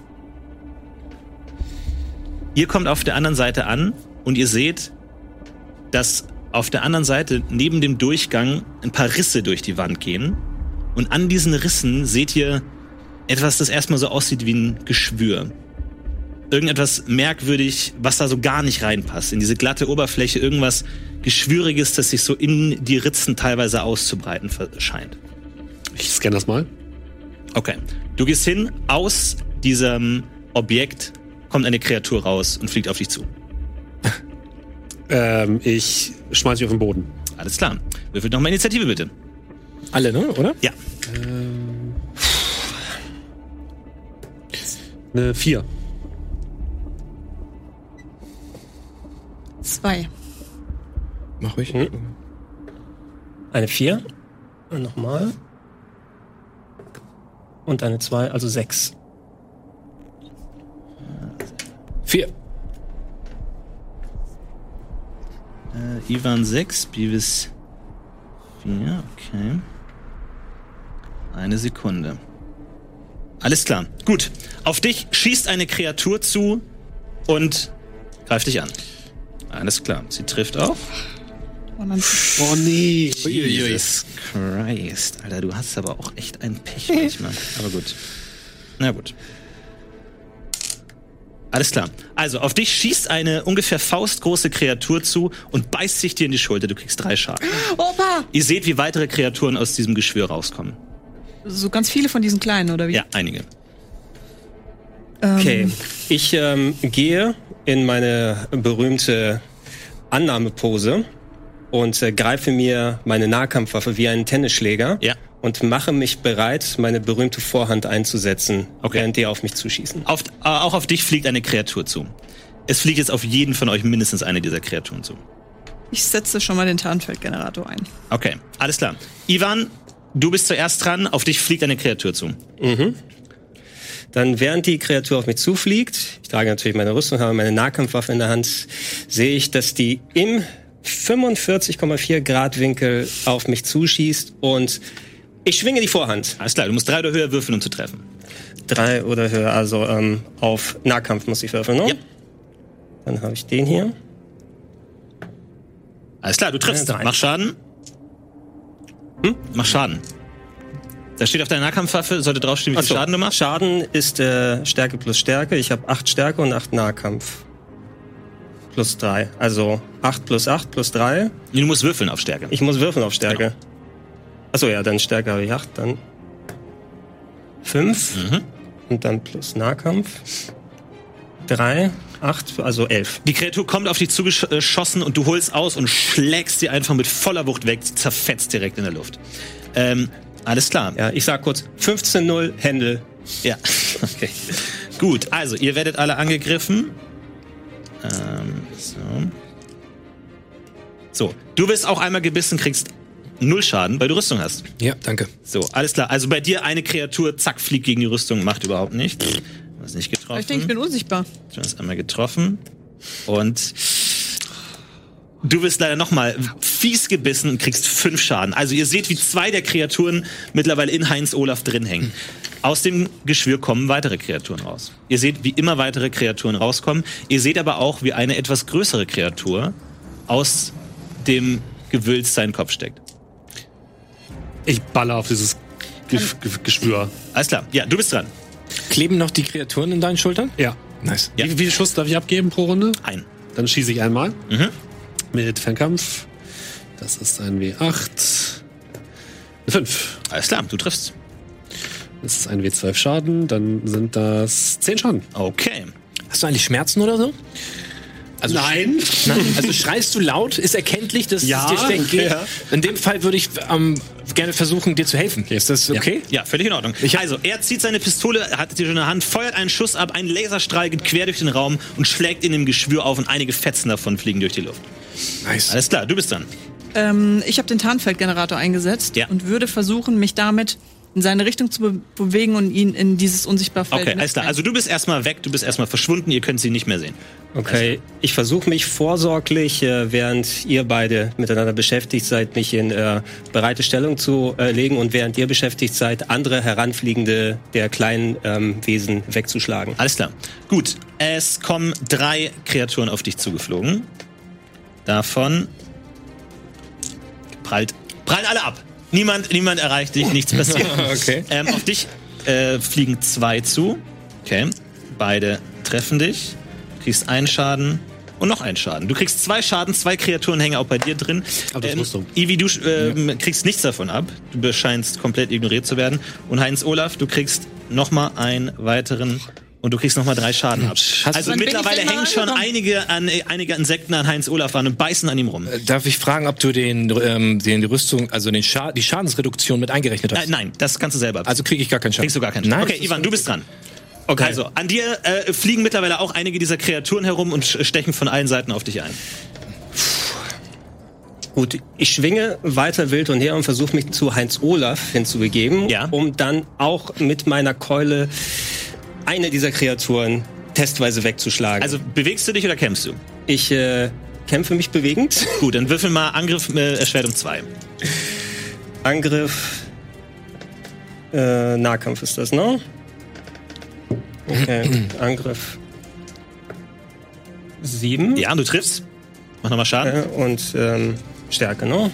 S1: Ihr kommt auf der anderen Seite an und ihr seht, dass auf der anderen Seite neben dem Durchgang ein paar Risse durch die Wand gehen. Und an diesen Rissen seht ihr etwas, das erstmal so aussieht wie ein Geschwür. Irgendetwas merkwürdig, was da so gar nicht reinpasst. In diese glatte Oberfläche irgendwas Geschwüriges, das sich so in die Ritzen teilweise auszubreiten ver- scheint.
S10: Ich scanne das mal.
S1: Okay. Du gehst hin, aus diesem Objekt kommt eine Kreatur raus und fliegt auf dich zu.
S10: Ähm, ich schmeiß mich auf den Boden.
S1: Alles klar. Würfel nochmal Initiative bitte.
S2: Alle, ne? Oder?
S1: Ja.
S3: Ähm,
S10: Eine vier.
S5: Zwei.
S2: Mach ruhig.
S3: Eine 4. Nochmal. Und eine 2, also 6.
S2: Vier.
S1: Äh, Ivan 6, Beavis 4, okay. Eine Sekunde. Alles klar. Gut. Auf dich schießt eine Kreatur zu und greift dich an. Alles klar. Sie trifft auch.
S5: Und dann
S10: Oh nee.
S1: Jesus Christ. Alter, du hast aber auch echt ein Pech manchmal. Aber gut. Na gut. Alles klar. Also, auf dich schießt eine ungefähr faustgroße Kreatur zu und beißt sich dir in die Schulter. Du kriegst drei Schaden.
S5: Opa!
S1: Ihr seht, wie weitere Kreaturen aus diesem Geschwür rauskommen.
S5: So ganz viele von diesen kleinen, oder wie?
S1: Ja, einige.
S3: Okay. Ich ähm, gehe in meine berühmte Annahmepose und äh, greife mir meine Nahkampfwaffe wie einen Tennisschläger
S1: Ja.
S3: und mache mich bereit, meine berühmte Vorhand einzusetzen,
S1: Okay.
S3: während die auf mich zuschießen.
S1: Auf, äh, auch auf dich fliegt eine Kreatur zu. Es fliegt jetzt auf jeden von euch mindestens eine dieser Kreaturen zu.
S5: Ich setze schon mal den Tarnfeldgenerator ein.
S1: Okay, alles klar. Ivan, du bist zuerst dran. Auf dich fliegt eine Kreatur zu.
S3: Dann, während die Kreatur auf mich zufliegt, ich trage natürlich meine Rüstung, habe meine Nahkampfwaffe in der Hand, sehe ich, dass die im 45,4 Grad Winkel auf mich zuschießt und ich schwinge die Vorhand.
S1: Alles klar, du musst drei oder höher würfeln, um zu treffen.
S3: Drei oder höher, also ähm, auf Nahkampf muss ich würfeln, ne?
S1: Ja.
S3: Dann habe ich den hier.
S1: Alles klar, du triffst.
S3: Ja, drei.
S1: Mach Schaden. Hm? Mach Schaden. Da steht auf deiner Nahkampfwaffe, sollte draufstehen, wie viel
S3: Ach so.
S1: Schaden du machst.
S3: Schaden ist äh, Stärke plus Stärke. Ich habe acht Stärke und acht Nahkampf. Plus drei. Also acht plus acht plus drei.
S1: Nee, Du musst würfeln auf Stärke.
S3: Ich muss würfeln auf Stärke. Achso, ja, dann Stärke habe ich 8, dann 5 und dann plus Nahkampf. 3, 8, also 11.
S1: Die Kreatur kommt auf dich zugeschossen und du holst aus und schlägst sie einfach mit voller Wucht weg. Sie zerfetzt direkt in der Luft. Ähm, alles klar.
S3: Ja, ich sag kurz 15-0 Händel.
S1: Ja, okay. Gut, also ihr werdet alle angegriffen. Ähm, so. So, du wirst auch einmal gebissen, kriegst null Schaden, weil du Rüstung hast.
S2: Ja, danke.
S1: So, alles klar. Also bei dir eine Kreatur, zack, fliegt gegen die Rüstung, macht überhaupt nichts. Du hast nicht getroffen.
S5: Ich denke, ich bin unsichtbar.
S1: Du hast einmal getroffen und du wirst leider nochmal fies gebissen und kriegst fünf Schaden. Also ihr seht, wie zwei der Kreaturen mittlerweile in Heinz Olaf drin hängen. Aus dem Geschwür kommen weitere Kreaturen raus. Ihr seht, wie immer weitere Kreaturen rauskommen. Ihr seht aber auch, wie eine etwas größere Kreatur aus dem Gewülz seinen Kopf steckt.
S10: Ich baller auf dieses Ge Ge Geschwür.
S1: Alles klar. Ja, du bist dran.
S2: Kleben noch die Kreaturen in deinen Schultern?
S10: Ja.
S2: Nice.
S1: Ja.
S10: Wie, wie viel Schuss darf ich abgeben pro Runde?
S1: Ein.
S10: Dann schieße ich einmal. Mit Fernkampf. Das ist ein W8. Eine 5.
S1: Alles klar, du triffst.
S10: Das ist ein W12 Schaden. Dann sind das 10 Schaden.
S1: Okay.
S2: Hast du eigentlich Schmerzen oder so? Also
S10: Nein.
S2: Nein, also schreist du laut, ist erkenntlich, dass es dir schlecht geht. In dem Fall würde ich ähm, gerne versuchen, dir zu helfen. Ist das okay?
S1: Ja, völlig in Ordnung. also, er zieht seine Pistole, er hat sie schon in der Hand, feuert einen Schuss ab, ein Laserstrahl geht quer durch den Raum und schlägt in dem Geschwür auf und einige Fetzen davon fliegen durch die Luft.
S2: Nice.
S1: Alles klar, du bist dran.
S5: Ähm, ich habe den Tarnfeldgenerator eingesetzt
S1: Ja.
S5: und würde versuchen, mich damit in seine Richtung zu be bewegen und ihn in dieses unsichtbare Feld.
S1: Okay, alles klar.
S5: mitzunehmen.
S1: Also du bist erstmal weg, du bist erstmal verschwunden, ihr könnt sie nicht mehr sehen.
S3: Okay, ich versuche mich vorsorglich, äh, während ihr beide miteinander beschäftigt seid, mich in äh, bereite Stellung zu äh, legen und während ihr beschäftigt seid, andere heranfliegende der kleinen ähm, Wesen wegzuschlagen.
S1: Alles klar. Gut, es kommen drei Kreaturen auf dich zugeflogen. Davon prallt. Prallen alle ab. Niemand, niemand erreicht dich, nichts passiert.
S2: Okay.
S1: Ähm, auf dich äh, fliegen zwei zu. Okay. Beide treffen dich. Du kriegst einen Schaden und noch einen Schaden. Du kriegst zwei Schaden, zwei Kreaturen hängen auch bei dir drin.
S10: Aber das musst du.
S1: Ivi, du ähm, kriegst nichts davon ab. Du scheinst komplett ignoriert zu werden. Und Heinz Olaf, du kriegst nochmal einen weiteren und du kriegst nochmal drei Schaden ab. also
S5: Wann bin ich
S1: mittlerweile
S5: denn mal
S1: hängen schon
S5: angekommen?
S1: einige, an, äh, einige Insekten an Heinz Olaf an und beißen an ihm rum.
S2: Darf ich fragen, ob du den, ähm, den die Rüstung, also den Scha die Schadensreduktion mit eingerechnet
S1: Äh,
S2: hast?
S1: nein, das kannst du selber. ab.
S2: Also kriege ich gar keinen Schaden.
S1: Kriegst du gar keinen
S2: Nein,
S1: Okay, Ivan, du bist dran. Okay. Also, an dir äh, fliegen mittlerweile auch einige dieser Kreaturen herum und sch- stechen von allen Seiten auf dich ein.
S3: Gut, ich schwinge weiter wild und her und versuche mich zu Heinz Olaf hinzubegeben,
S1: Ja.
S3: um dann auch mit meiner Keule eine dieser Kreaturen testweise wegzuschlagen.
S1: Also, bewegst du dich oder kämpfst du?
S3: ich äh, kämpfe mich bewegend.
S1: Gut, dann würfel mal Angriff äh, erschwert um zwei.
S3: Angriff. Äh, Nahkampf ist das, ne? Okay, Angriff. Sieben.
S1: Ja, du triffst. Mach nochmal Schaden.
S3: Äh, und ähm, Stärke, ne?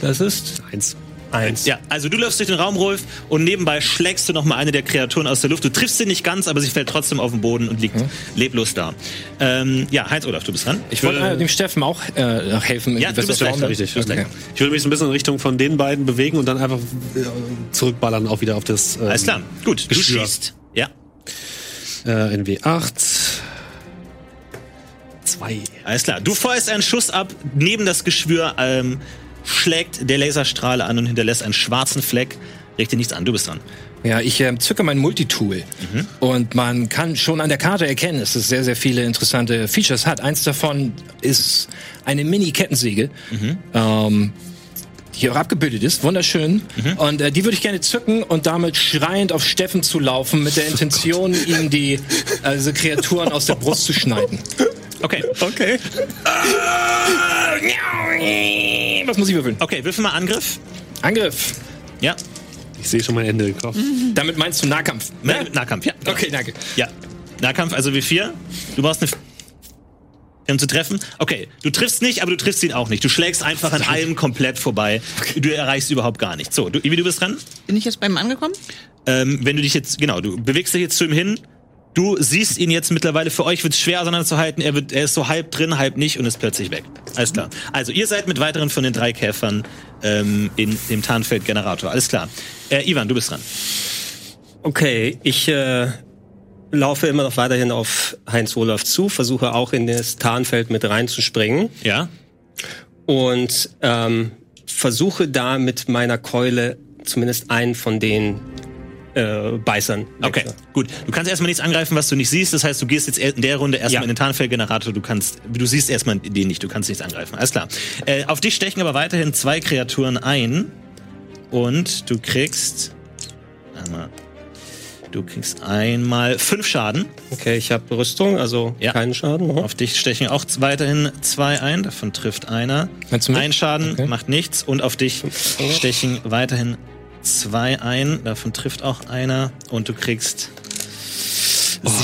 S3: Das ist
S10: Eins.
S3: eins.
S1: Ja, also du läufst durch den Raum, Rolf, und nebenbei schlägst du nochmal eine der Kreaturen aus der Luft. Du triffst sie nicht ganz, aber sie fällt trotzdem auf den Boden und
S2: Hm.
S1: liegt leblos da. Ähm, ja, Heinz-Olaf, du bist dran.
S2: Ich wollte äh, dem Steffen auch äh, noch helfen.
S1: Ja, du bist
S2: das
S1: gleich dran. Du bist
S2: okay.
S1: gleich.
S4: Ich würde mich so ein bisschen in Richtung von den beiden bewegen und dann einfach
S10: äh, Zurückballern auch wieder auf das. Ähm,
S1: Alles klar, gut, du
S10: Geschwür.
S1: schießt. Ja,
S10: Äh, NW8. Zwei.
S1: Alles klar. Du feuerst einen Schuss ab, neben das Geschwür ähm, schlägt der Laserstrahl an und hinterlässt einen schwarzen Fleck. Richte nichts an, du bist dran.
S2: Ja, ich ähm, zücke mein Multitool und man kann schon an der Karte erkennen, dass es sehr, sehr viele interessante Features hat. Eins davon ist eine Mini-Kettensäge, ähm, die hier auch abgebildet ist, wunderschön. Und äh, die würde ich gerne zücken und damit schreiend auf Steffen zu laufen, mit der Intention, ihm die also Kreaturen aus der Brust zu schneiden.
S1: Okay.
S3: Okay.
S2: Was muss ich würfeln?
S1: Okay, würfel mal Angriff.
S2: Angriff.
S1: Ja.
S10: Ich sehe schon mein Ende im Kopf.
S2: Damit meinst du Nahkampf.
S1: Na- Nahkampf, ja.
S2: Okay, danke.
S1: Ja. Nahkampf, also wie vier. Du brauchst eine. F- Um zu treffen. Okay, du triffst nicht, aber du triffst ihn auch nicht. Du schlägst einfach an allem komplett vorbei. Du erreichst überhaupt gar nichts. So, du, Ibi, du bist dran.
S5: Bin ich jetzt bei ihm angekommen?
S1: Ähm, wenn du dich jetzt, genau, du bewegst dich jetzt zu ihm hin. Du siehst ihn jetzt mittlerweile, für euch wird es schwer auseinanderzuhalten. Er, wird, er ist so halb drin, halb nicht und ist plötzlich weg. Alles klar. Also, ihr seid mit weiteren von den drei Käfern ähm, in dem Tarnfeld-Generator. Alles klar. Äh, Ivan, du bist dran.
S3: Okay, ich äh, laufe immer noch weiterhin auf Heinz Olaf zu, versuche auch in das Tarnfeld mit reinzuspringen
S1: Ja?
S3: und ähm, versuche da mit meiner Keule zumindest einen von den äh, Beißern.
S1: Okay,
S3: wegzu-
S1: gut. Du kannst erstmal nichts angreifen, was du nicht siehst. Das heißt, du gehst jetzt in der Runde erstmal
S3: Ja.
S1: in den Tarnfeldgenerator. Du kannst, du siehst erstmal den nicht. Du kannst nichts angreifen. Alles klar. Äh, auf dich stechen aber weiterhin zwei Kreaturen ein. Und du kriegst, einmal, du kriegst einmal fünf Schaden.
S3: Okay, ich habe Rüstung, also
S1: Ja.
S3: keinen Schaden. ne?
S1: Auf dich stechen auch z- weiterhin zwei ein. Davon trifft einer.
S2: Meinst du mich?
S1: Ein Schaden
S2: Okay.
S1: macht nichts. Und auf dich stechen weiterhin zwei ein. Davon trifft auch einer. Und du kriegst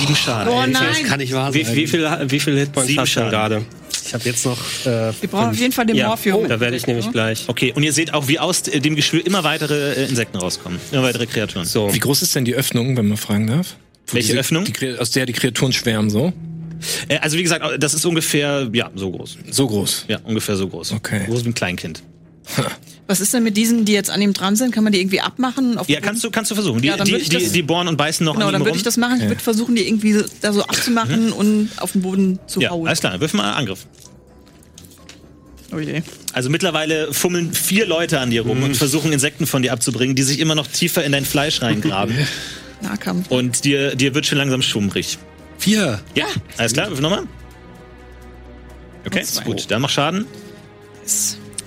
S1: sieben Schaden.
S5: Oh
S10: Das
S5: nein!
S10: kann nicht wahr
S3: Wie,
S10: sein.
S3: wie viel, wie viel Hitpoints
S1: Sieben
S3: hast du
S1: Schaden.
S3: denn gerade? Oh,
S10: Ich habe jetzt noch. Äh,
S5: Wir brauchen auf jeden Fall den Morphium.
S1: Oh,
S5: ne?
S3: da werde ich nämlich gleich.
S1: Okay, und ihr seht auch, wie aus äh, dem Geschwür immer weitere äh, Insekten rauskommen. Immer weitere Kreaturen.
S3: So,
S2: Wie groß ist denn die Öffnung, wenn man fragen darf? Wo
S1: Welche
S2: diese-
S1: Öffnung?
S2: Die, Kre- aus der die Kreaturen schwärmen, so?
S1: Äh, also wie gesagt, das ist ungefähr, ja, so groß.
S2: So groß.
S1: Ja, ungefähr so groß.
S2: Okay.
S1: Groß wie ein Kleinkind.
S5: Was ist denn mit diesen, die jetzt an ihm dran sind? Kann man die irgendwie abmachen? Auf
S1: Ja, kannst du, kannst du versuchen. Die,
S5: Ja, dann
S1: die,
S5: würd ich
S1: die,
S5: das-
S1: die bohren und beißen noch
S5: Genau,
S1: an ihm
S5: dann würde
S1: rum.
S5: ich das machen. Ich würde versuchen, die irgendwie so- da so abzumachen und auf den Boden zu
S1: Mhm. ja,
S5: hauen.
S1: alles klar, wirf mal einen Angriff.
S5: Oh je.
S1: Also mittlerweile fummeln vier Leute an dir rum
S5: Mhm.
S1: und versuchen Insekten von dir abzubringen, die sich immer noch tiefer in dein Fleisch reingraben.
S5: Nahkampf.
S1: und dir, dir wird schon langsam schummrig.
S10: vier.
S1: Ja, alles klar, wirf nochmal. Okay, ist gut, dann mach Schaden.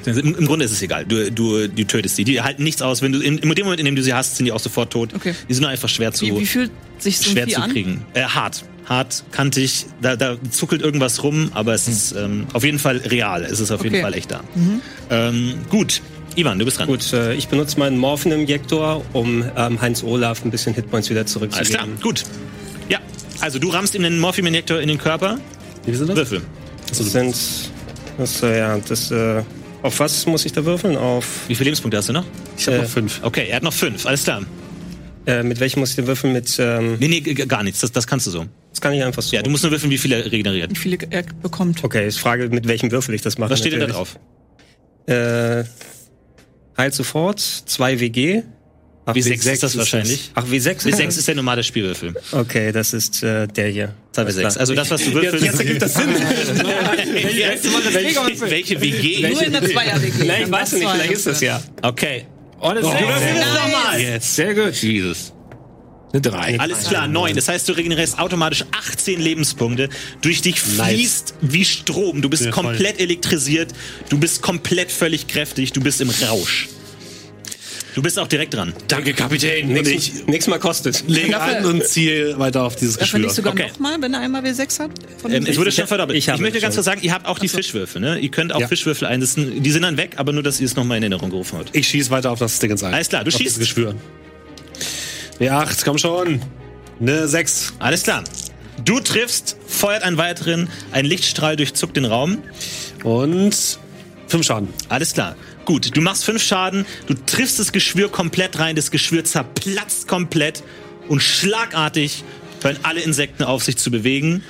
S1: Im, Im Grunde ist es egal. Du, du, du tötest sie. Die halten nichts aus. Wenn du in, in dem Moment, in dem du sie hast, sind die auch sofort tot.
S5: Okay.
S1: Die sind nur einfach schwer zu,
S5: Wie, wie fühlt sich so ein
S1: schwer
S5: Vieh
S1: zu
S5: an?
S1: kriegen. Äh, hart. Hart, kantig. Da, da zuckelt irgendwas rum, aber es ist ähm, auf jeden Fall real. Es ist auf jeden
S5: Hm. Okay. Mhm.
S1: Fall echt da. Ähm, gut. Ivan, du bist dran.
S3: gut, äh, ich benutze meinen Morphin-Injektor, um ähm, Heinz Olaf ein bisschen Hitpoints wieder
S1: Alles klar,
S3: zurückzugeben.
S1: gut. Ja, also du rammst ihm den Morphium-Injektor in den Körper.
S10: Wie viel sind das?
S1: Würfel.
S3: Das sind. Das, äh, ja, das äh, Auf was muss ich da würfeln? Auf
S1: Wie viele Lebenspunkte hast du noch?
S10: Ich habe noch fünf.
S1: Okay, er hat noch fünf, alles klar.
S3: äh, mit welchem muss ich denn würfeln? Mit ähm,
S1: Nee, nee, g- gar nichts, das, das kannst du so.
S3: das kann ich einfach so.
S1: Ja, du musst nur wissen, wie viel er regeneriert.
S5: wie viele er bekommt.
S3: okay, ist Frage, mit welchem Würfel ich das mache.
S1: Was steht denn da
S3: natürlich.
S1: drauf?
S3: Äh, heilt sofort, 2 WG. Ach,
S1: W6 ist das wahrscheinlich.
S3: Ach, W6?
S1: Bis sechs ist der normale Spielwürfel.
S3: Okay, das ist äh, der hier.
S1: Zwei bis sechs. Also das, was du würfelst. Jetzt ergibt das Sinn. welche, welche WG?
S5: Nur in der Zweier-WG.
S3: Nein, ich weiß
S5: Dann war's
S3: nicht,
S5: zwei.
S3: vielleicht ist das ja.
S1: Okay.
S2: Honest
S10: Sehr gut. Jesus.
S2: äh, Eine 3.
S1: Alles klar, neun. Das heißt, du regenerierst automatisch 18 Lebenspunkte. Durch dich fließt wie Strom. Du bist
S10: Ja, voll.
S1: komplett elektrisiert. Du bist komplett völlig kräftig. Du bist im Rausch. Du bist auch direkt dran.
S4: Danke, Kapitän. Und ich
S3: Nächstes, nächstes Mal kostet.
S10: Lege an und ziehe weiter auf dieses
S5: Darf er
S10: Geschwür.
S5: nicht sogar
S1: Okay.
S5: nochmal, wenn er einmal W6 hat? Von
S1: Ähm, es wurde schon verdoppelt.
S3: ich
S1: Ich,
S3: habe
S1: möchte ganz
S3: schon.
S1: kurz sagen, ihr habt auch die Fischwürfel. Ne? Ihr könnt auch
S10: Ja.
S1: Fischwürfel einsetzen. Die sind dann weg, aber nur, dass ihr es nochmal in Erinnerung gerufen habt.
S10: Ich schieße weiter auf das Ding ins Ei.
S1: Alles klar, du
S10: auf
S1: schießt.
S10: Das Geschwür. Ne, acht, komm schon. Ne, sechs.
S1: Alles klar. Du triffst, feuert einen weiteren, ein Lichtstrahl durchzuckt den Raum.
S10: Und fünf Schaden.
S1: Alles klar. Gut, du machst fünf Schaden, du triffst das Geschwür komplett rein, das Geschwür zerplatzt komplett und schlagartig hören alle Insekten auf, sich zu bewegen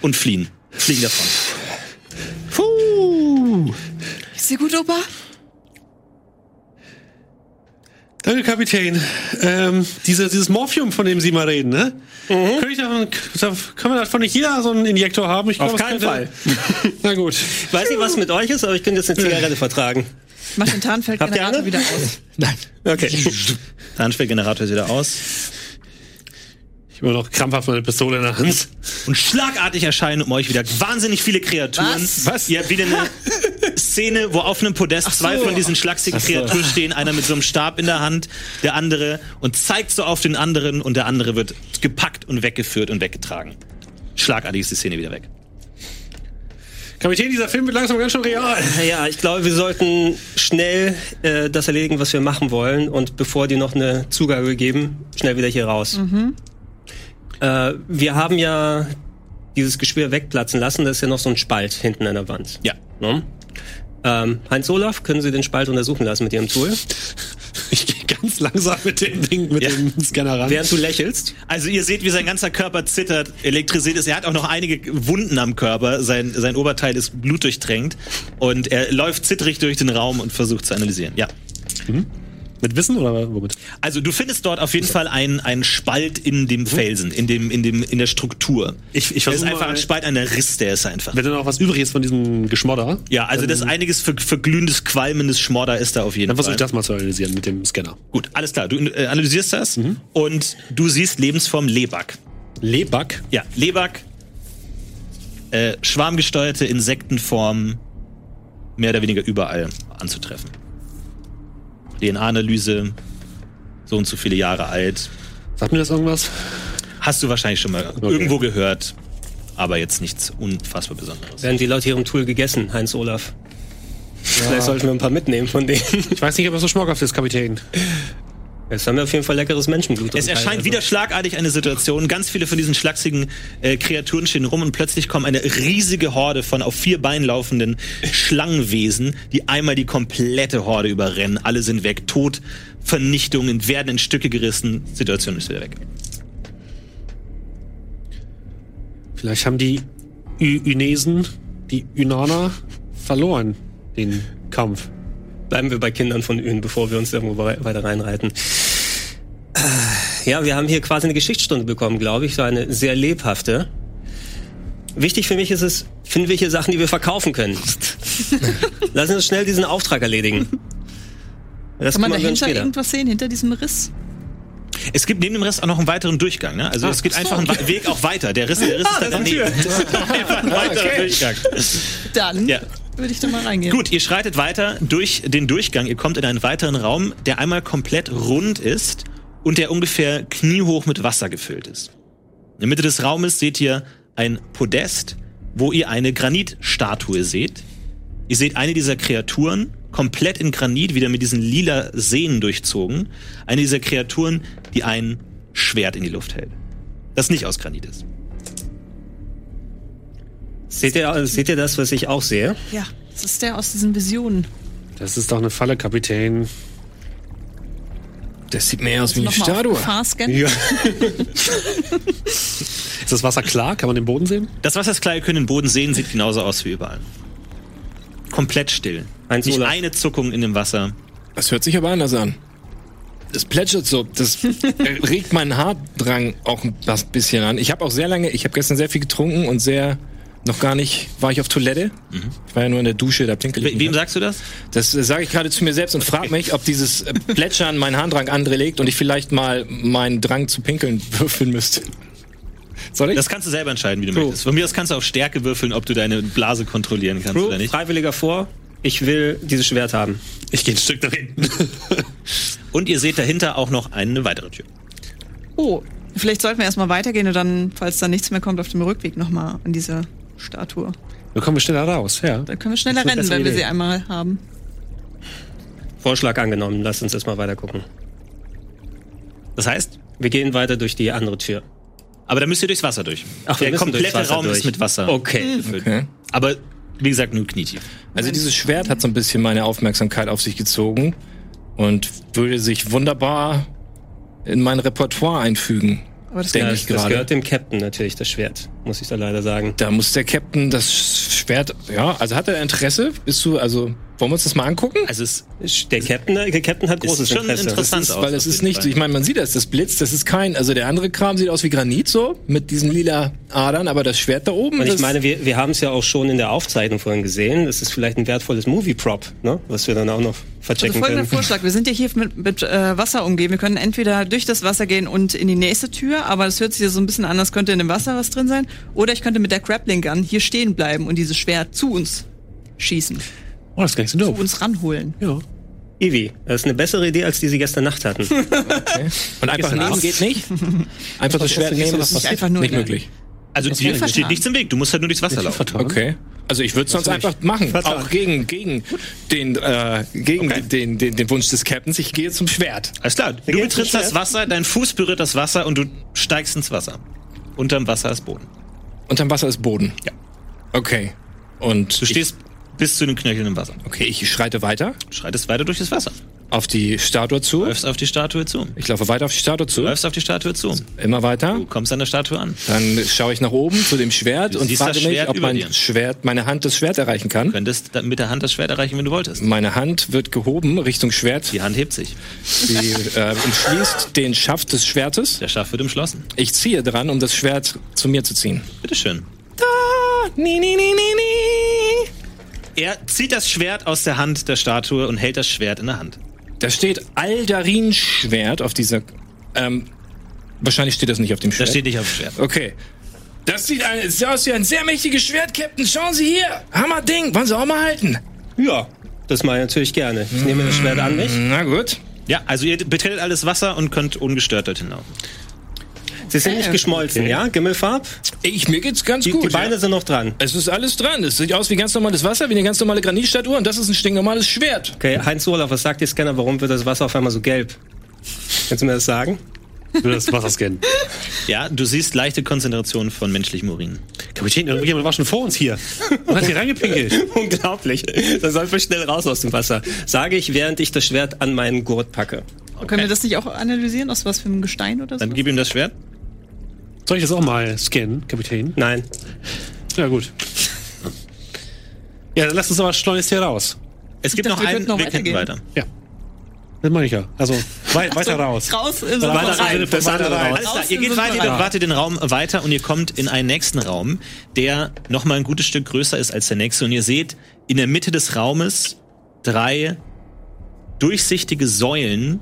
S1: und fliehen. Fliegen davon.
S5: Ist dir gut, Opa?
S4: Danke, Kapitän. Ähm, diese, dieses Morphium, von dem Sie mal reden, ne?
S1: Mhm.
S4: Könnte ich davon, kann man davon nicht jeder so einen Injektor haben? Ich glaub,
S3: Auf
S4: das
S3: keinen
S4: könnte- Na gut.
S3: Weiß nicht, was mit euch ist, aber ich könnte jetzt eine Zigarette vertragen.
S5: Mach den Tarnfeldgenerator
S3: alle?
S5: wieder aus.
S3: Okay.
S1: Der Anspielgenerator ist wieder aus.
S10: Ich habe immer noch krampfhaft meine Pistole in der Hand.
S1: Und schlagartig erscheinen um euch wieder wahnsinnig viele Kreaturen.
S5: Was?
S1: Was? Ihr habt wieder eine Szene, wo auf einem Podest zwei von diesen schlachsigen Kreaturen stehen. Einer mit so einem Stab in der Hand, der andere und zeigt so auf den anderen und der andere wird gepackt und weggeführt und weggetragen. Schlagartig ist die Szene wieder weg.
S4: Kapitän, dieser Film wird langsam ganz schön real.
S3: Ja, ich glaube, wir sollten schnell äh, das erledigen, was wir machen wollen. Und bevor die noch eine Zugabe geben, schnell wieder hier raus. Äh, wir haben ja dieses Geschwür wegplatzen lassen. Da ist ja noch so ein Spalt hinten an der Wand.
S1: Ja.
S3: Ne? Ähm, Heinz Olaf, können Sie den Spalt untersuchen lassen mit Ihrem Tool?
S10: Ich gehe ganz langsam mit dem Ding, mit dem Scanner ran.
S3: Während du lächelst.
S1: Also ihr seht, wie sein ganzer Körper zittert, elektrisiert ist. Er hat auch noch einige Wunden am Körper. Sein, sein Oberteil ist blutdurchtränkt. Und er läuft zitterig durch den Raum und versucht zu analysieren. Ja.
S10: Mit Wissen oder womit?
S1: Also du findest dort auf jeden Fall einen, einen Spalt in dem Felsen, in, dem, in, dem, in der Struktur.
S10: Mhm. Ich- ich
S1: das ist
S10: versuch
S1: einfach
S10: mal-
S1: ein Spalt, ein Riss, der ist einfach.
S10: Wenn da noch was übrig ist von diesem Geschmodder,
S1: Ja, also das einiges ver- verglühendes, qualmendes Schmodder ist da auf jeden
S10: dann versuche
S1: Fall.
S10: ich das mal zu analysieren mit dem Scanner.
S1: Gut, alles klar. Du äh, analysierst das
S10: Mhm.
S1: und du siehst Lebensform Lebak.
S10: Lebak.
S1: Ja, Lebak, äh, schwarmgesteuerte Insektenform mehr oder weniger überall anzutreffen. DNA-Analyse, so und so viele Jahre alt.
S10: Sagt mir das irgendwas?
S1: Hast du wahrscheinlich schon mal irgendwo gehört, aber jetzt nichts unfassbar Besonderes.
S3: Werden die laut Ihrem Tool gegessen, Heinz Olaf? Vielleicht sollten wir ein paar mitnehmen von denen.
S10: Ich weiß nicht, ob das so schmackhaft ist, Kapitän.
S3: Jetzt haben wir auf jeden Fall leckeres Menschenblut. also.
S1: Es erscheint wieder schlagartig eine Situation. Ganz viele von diesen schlachsigen äh, Kreaturen stehen rum und plötzlich kommen eine riesige Horde von auf vier Beinen laufenden Schlangenwesen, die einmal die komplette Horde überrennen. Alle sind weg, tot, Vernichtungen werden in Stücke gerissen. Situation ist wieder weg.
S10: Vielleicht haben die Ü Ünesen, die Ünaner, verloren den Kampf.
S3: Bleiben wir bei Kindern von Ün, bevor wir uns irgendwo wei- weiter reinreiten. Äh, Ja, wir haben hier quasi eine Geschichtsstunde bekommen, glaube ich. So eine sehr lebhafte. Wichtig für mich ist es, finden wir hier Sachen, die wir verkaufen können. Lassen Sie uns schnell diesen Auftrag erledigen. Das
S5: Kann man
S3: kümmern wir uns
S5: dahinter
S3: später.
S5: irgendwas sehen, hinter diesem Riss?
S1: Es gibt neben dem Rest auch noch einen weiteren Durchgang. Ne? Also es gibt einfach einen Wa- Weg auch weiter. Der Riss, der Riss ist dann daneben. Ah, Das ist einfach ein weiterer Durchgang.
S5: Dann
S1: Ja.
S5: würde ich da mal reingehen.
S1: Gut, ihr schreitet weiter durch den Durchgang. Ihr kommt in einen weiteren Raum, der einmal komplett rund ist und der ungefähr kniehoch mit Wasser gefüllt ist. In der Mitte des Raumes seht ihr ein Podest, wo ihr eine Granitstatue seht. Ihr seht eine dieser Kreaturen komplett in Granit, wieder mit diesen lila Sehnen durchzogen. Eine dieser Kreaturen, die ein Schwert in die Luft hält. Das nicht aus Granit ist.
S3: äh, Seht ihr, seht ihr das, was ich auch sehe?
S5: Ja, Das ist der aus diesen Visionen.
S10: Das ist doch eine Falle, Kapitän.
S2: Das sieht mehr aus wie eine
S5: Nochmal auf
S2: Statue.
S5: Gefahr scannen.
S10: Ja. ist das Wasser klar? Kann man den Boden sehen?
S1: Das Wasserskleie können den Boden sehen, sieht genauso aus wie überall. Komplett still.
S3: Heinz
S1: Nicht
S3: Olaf.
S1: eine Zuckung in dem Wasser.
S2: Das hört sich aber anders an. Das plätschert so, das regt meinen Haardrang auch ein das bisschen an. Ich habe auch sehr lange, ich habe gestern sehr viel getrunken und sehr noch gar nicht, war ich auf Toilette.
S1: Mhm.
S2: Ich war ja nur in der Dusche, da pinkel ich.
S1: We
S2: nicht
S1: wem
S2: mehr.
S1: sagst du das?
S2: Das äh, sage ich gerade zu mir selbst und frage mich, ob dieses äh, Plätschern meinen Harndrang anregt und ich vielleicht mal meinen Drang zu pinkeln würfeln müsste. Soll ich?
S1: Das kannst du selber entscheiden, wie du möchtest. Von mir aus kannst du auf Stärke würfeln, ob du deine Blase kontrollieren kannst
S3: Crew,
S1: oder nicht.
S3: Freiwilliger vor. Ich will dieses Schwert haben.
S1: Ich gehe ein Stück nach hinten. Und ihr seht dahinter auch noch eine weitere Tür.
S5: Oh, vielleicht sollten wir erstmal weitergehen und dann, falls da nichts mehr kommt, auf dem Rückweg nochmal an diese Statue.
S10: Da kommen wir schneller raus, ja.
S5: Dann können wir schneller rennen, wenn wir sie einmal haben.
S3: Vorschlag angenommen. Lasst uns erstmal weiter gucken.
S1: Das heißt,
S3: Wir gehen weiter durch die andere Tür.
S1: aber da müsst ihr durchs Wasser durch.
S3: Ach, wir
S1: Der
S3: müssen
S1: komplette
S3: durchs Wasser
S1: Raum
S3: durch.
S1: ist mit Wasser.
S3: Okay.
S2: Okay.
S1: Aber wie gesagt, nur knietief.
S2: Also dieses Schwert hat so ein bisschen meine Aufmerksamkeit auf sich gezogen und würde sich wunderbar in mein Repertoire einfügen.
S5: Aber das
S2: denke
S3: Das,
S2: ich
S3: das
S2: gerade.
S3: gehört dem Captain natürlich, das Schwert. Muss ich da leider sagen.
S2: Da muss der Captain das Schwert. Ja, also hat er Interesse? Bist du also? Wollen wir uns das mal angucken?
S1: Also es
S3: Der Captain, der Captain hat großes
S1: ist schon
S3: Interesse.
S1: interessant aus.
S2: Weil es
S1: auf
S2: ist
S1: jeden
S2: nicht,
S1: Fall.
S2: ich meine, man sieht das, das Blitz, das ist kein, also der andere Kram sieht aus wie Granit so, mit diesen lila Adern, aber das Schwert da oben,
S3: Und
S2: das,
S3: ich meine, wir, wir haben es ja auch schon in der Aufzeichnung vorhin gesehen. Das ist vielleicht ein wertvolles Movie-Prop, ne? was wir dann auch noch
S5: Also
S3: verchecken
S5: folgender
S3: können.
S5: Vorschlag. Wir sind ja hier mit, mit äh, Wasser umgeben. Wir können entweder durch das Wasser gehen und in die nächste Tür, aber das hört sich ja so ein bisschen an, als könnte in dem Wasser was drin sein. Oder ich könnte mit der Grappling Gun hier stehen bleiben und dieses Schwert zu uns schießen,
S10: Oh, das ist gar nicht so
S5: zu
S10: doof.
S5: uns ranholen.
S10: Ja.
S3: Ivy, das ist eine bessere Idee, als die sie gestern Nacht hatten.
S2: und einfach
S10: gestern
S2: nehmen
S10: Abend.
S2: geht nicht. Einfach das Schwert nehmen, das ist
S5: einfach nur
S2: nicht
S5: gleich.
S2: möglich.
S1: Also
S5: war
S1: dir steht
S5: vertan.
S1: nichts im Weg. Du musst halt nur durchs Wasser laufen.
S2: Okay. Also ich würde es sonst einfach machen, auch gegen gegen den äh, gegen den, den den Wunsch des Captains. Ich gehe zum Schwert.
S1: Alles klar. Du
S3: Geld
S1: betrittst
S3: beschwert.
S1: das Wasser, dein Fuß berührt das Wasser und du steigst ins Wasser. Unterm Wasser ist Boden.
S2: Unterm Wasser ist Boden.
S1: Ja.
S2: Okay. Und
S1: Du stehst bis zu den Knöcheln im Wasser.
S2: Ich, okay, ich schreite weiter
S1: Du schreitest weiter durch das Wasser.
S2: auf die Statue zu.
S1: Läufst auf die Statue zu.
S2: Ich laufe weiter auf die Statue zu.
S1: Läufst auf die Statue zu.
S2: Immer weiter.
S1: Du kommst an der Statue an.
S2: Dann schaue ich nach oben zu dem Schwert und
S1: siehst das
S2: frage mich,
S1: Schwert
S2: ob
S1: über
S2: mein
S1: dir.
S2: Schwert, meine Hand das Schwert erreichen kann.
S1: Könntest dann mit der Hand das Schwert erreichen, wenn du wolltest.
S2: Meine Hand wird gehoben Richtung Schwert.
S1: Die Hand hebt sich.
S2: Sie äh, umschließt den Schaft des Schwertes.
S1: Der Schaft wird umschlossen.
S2: Ich ziehe dran, um das Schwert zu mir zu ziehen.
S1: Bitteschön.
S2: Nee, nee, nee, nee, nee.
S1: Er zieht das Schwert aus der Hand der Statue und hält das Schwert in der Hand.
S2: Da steht Aldarin-Schwert auf dieser. Ähm, wahrscheinlich steht das nicht auf dem
S1: Das
S2: Schwert.
S1: steht nicht auf dem Schwert.
S2: okay. Das sieht, ein, es sieht aus wie ein sehr mächtiges Schwert, Captain. Schauen Sie hier. Hammer-Ding. Wollen Sie auch mal halten?
S3: Ja, das mache ich natürlich gerne. Ich nehme das Schwert an mich.
S2: Na gut.
S1: Ja, also ihr betretet alles Wasser und könnt ungestört dorthin laufen.
S3: Sie sind nicht geschmolzen, ja? Gimmelfarb?
S2: Ich, mir geht's ganz
S3: Die,
S2: gut.
S3: die Beine
S2: ja.
S3: sind noch dran.
S2: Es ist alles dran. Es sieht aus wie ganz normales Wasser, wie eine ganz normale Granitstatue. Und das ist ein stinknormales Schwert.
S3: Okay, Heinz Olaf, was sagt ihr Scanner? Warum wird das Wasser auf einmal so gelb? Kannst du mir das sagen?
S10: Ich will das Wasser scannen.
S1: Ja, du siehst leichte Konzentration von menschlichem Urin.
S10: Kapitän, irgendjemand war schon vor uns hier. Und hat hier reingepinkelt.
S3: Unglaublich. Dann sollten wir schnell raus aus dem Wasser. Sage ich, während ich das Schwert an meinen Gurt packe.
S5: Können wir das nicht auch analysieren, aus was für einem Gestein oder so?
S1: Dann gib ihm das Schwert.
S10: Soll ich das auch mal scannen, Kapitän?
S3: Nein.
S10: Na gut. Ja, dann lass uns aber schleunigst hier raus.
S1: Es gibt
S5: dachte,
S1: noch
S5: wir
S1: einen,
S5: könnten noch
S1: wir könnten
S5: weitergehen.
S1: weiter.
S10: Ja. Das meine ich ja. Also, wei weiter raus.
S5: Raus im
S10: Weiter
S5: Sommer rein.
S10: rein. Weiter rein.
S1: Alles klar,
S5: Raus
S1: ihr
S5: in
S1: geht
S5: den
S1: weiter, ihr
S5: Sommer rein.
S1: bewartet den Raum weiter und ihr kommt in einen nächsten Raum, der nochmal ein gutes Stück größer ist als der nächste. Und ihr seht in der Mitte des Raumes drei durchsichtige Säulen,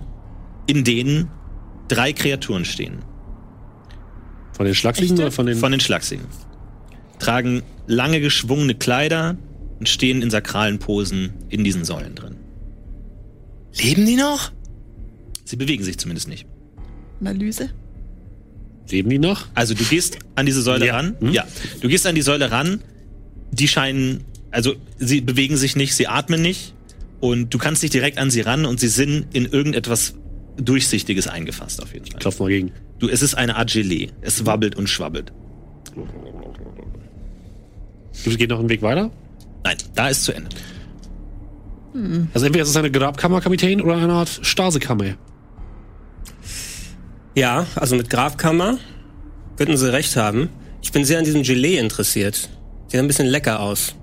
S1: in denen drei Kreaturen stehen.
S10: Von den Schlagfliegen oder von den.
S1: Von den Schlagsingen. Tragen lange geschwungene Kleider und stehen in sakralen Posen in diesen Säulen drin.
S2: Leben die noch?
S1: Sie bewegen sich zumindest nicht.
S5: Analyse.
S10: leben die noch?
S1: Also du gehst an diese Säule ran.
S10: Hm?
S1: Ja. Du gehst an die Säule ran. Die scheinen, also sie bewegen sich nicht, sie atmen nicht. Und du kannst dich direkt an sie ran und sie sind in irgendetwas Durchsichtiges eingefasst auf jeden Fall.
S10: Klopf mal gegen.
S1: Du, es ist eine Art Gelee. Es wabbelt und schwabbelt.
S10: Geht noch einen Weg weiter?
S1: Nein, da ist zu Ende.
S10: Also entweder ist es eine Grabkammer, Kapitän, oder eine Art Stasekammer.
S3: Ja, also mit Grabkammer könnten Sie recht haben. Ich bin sehr an diesem Gelee interessiert. Sieht ein bisschen lecker aus.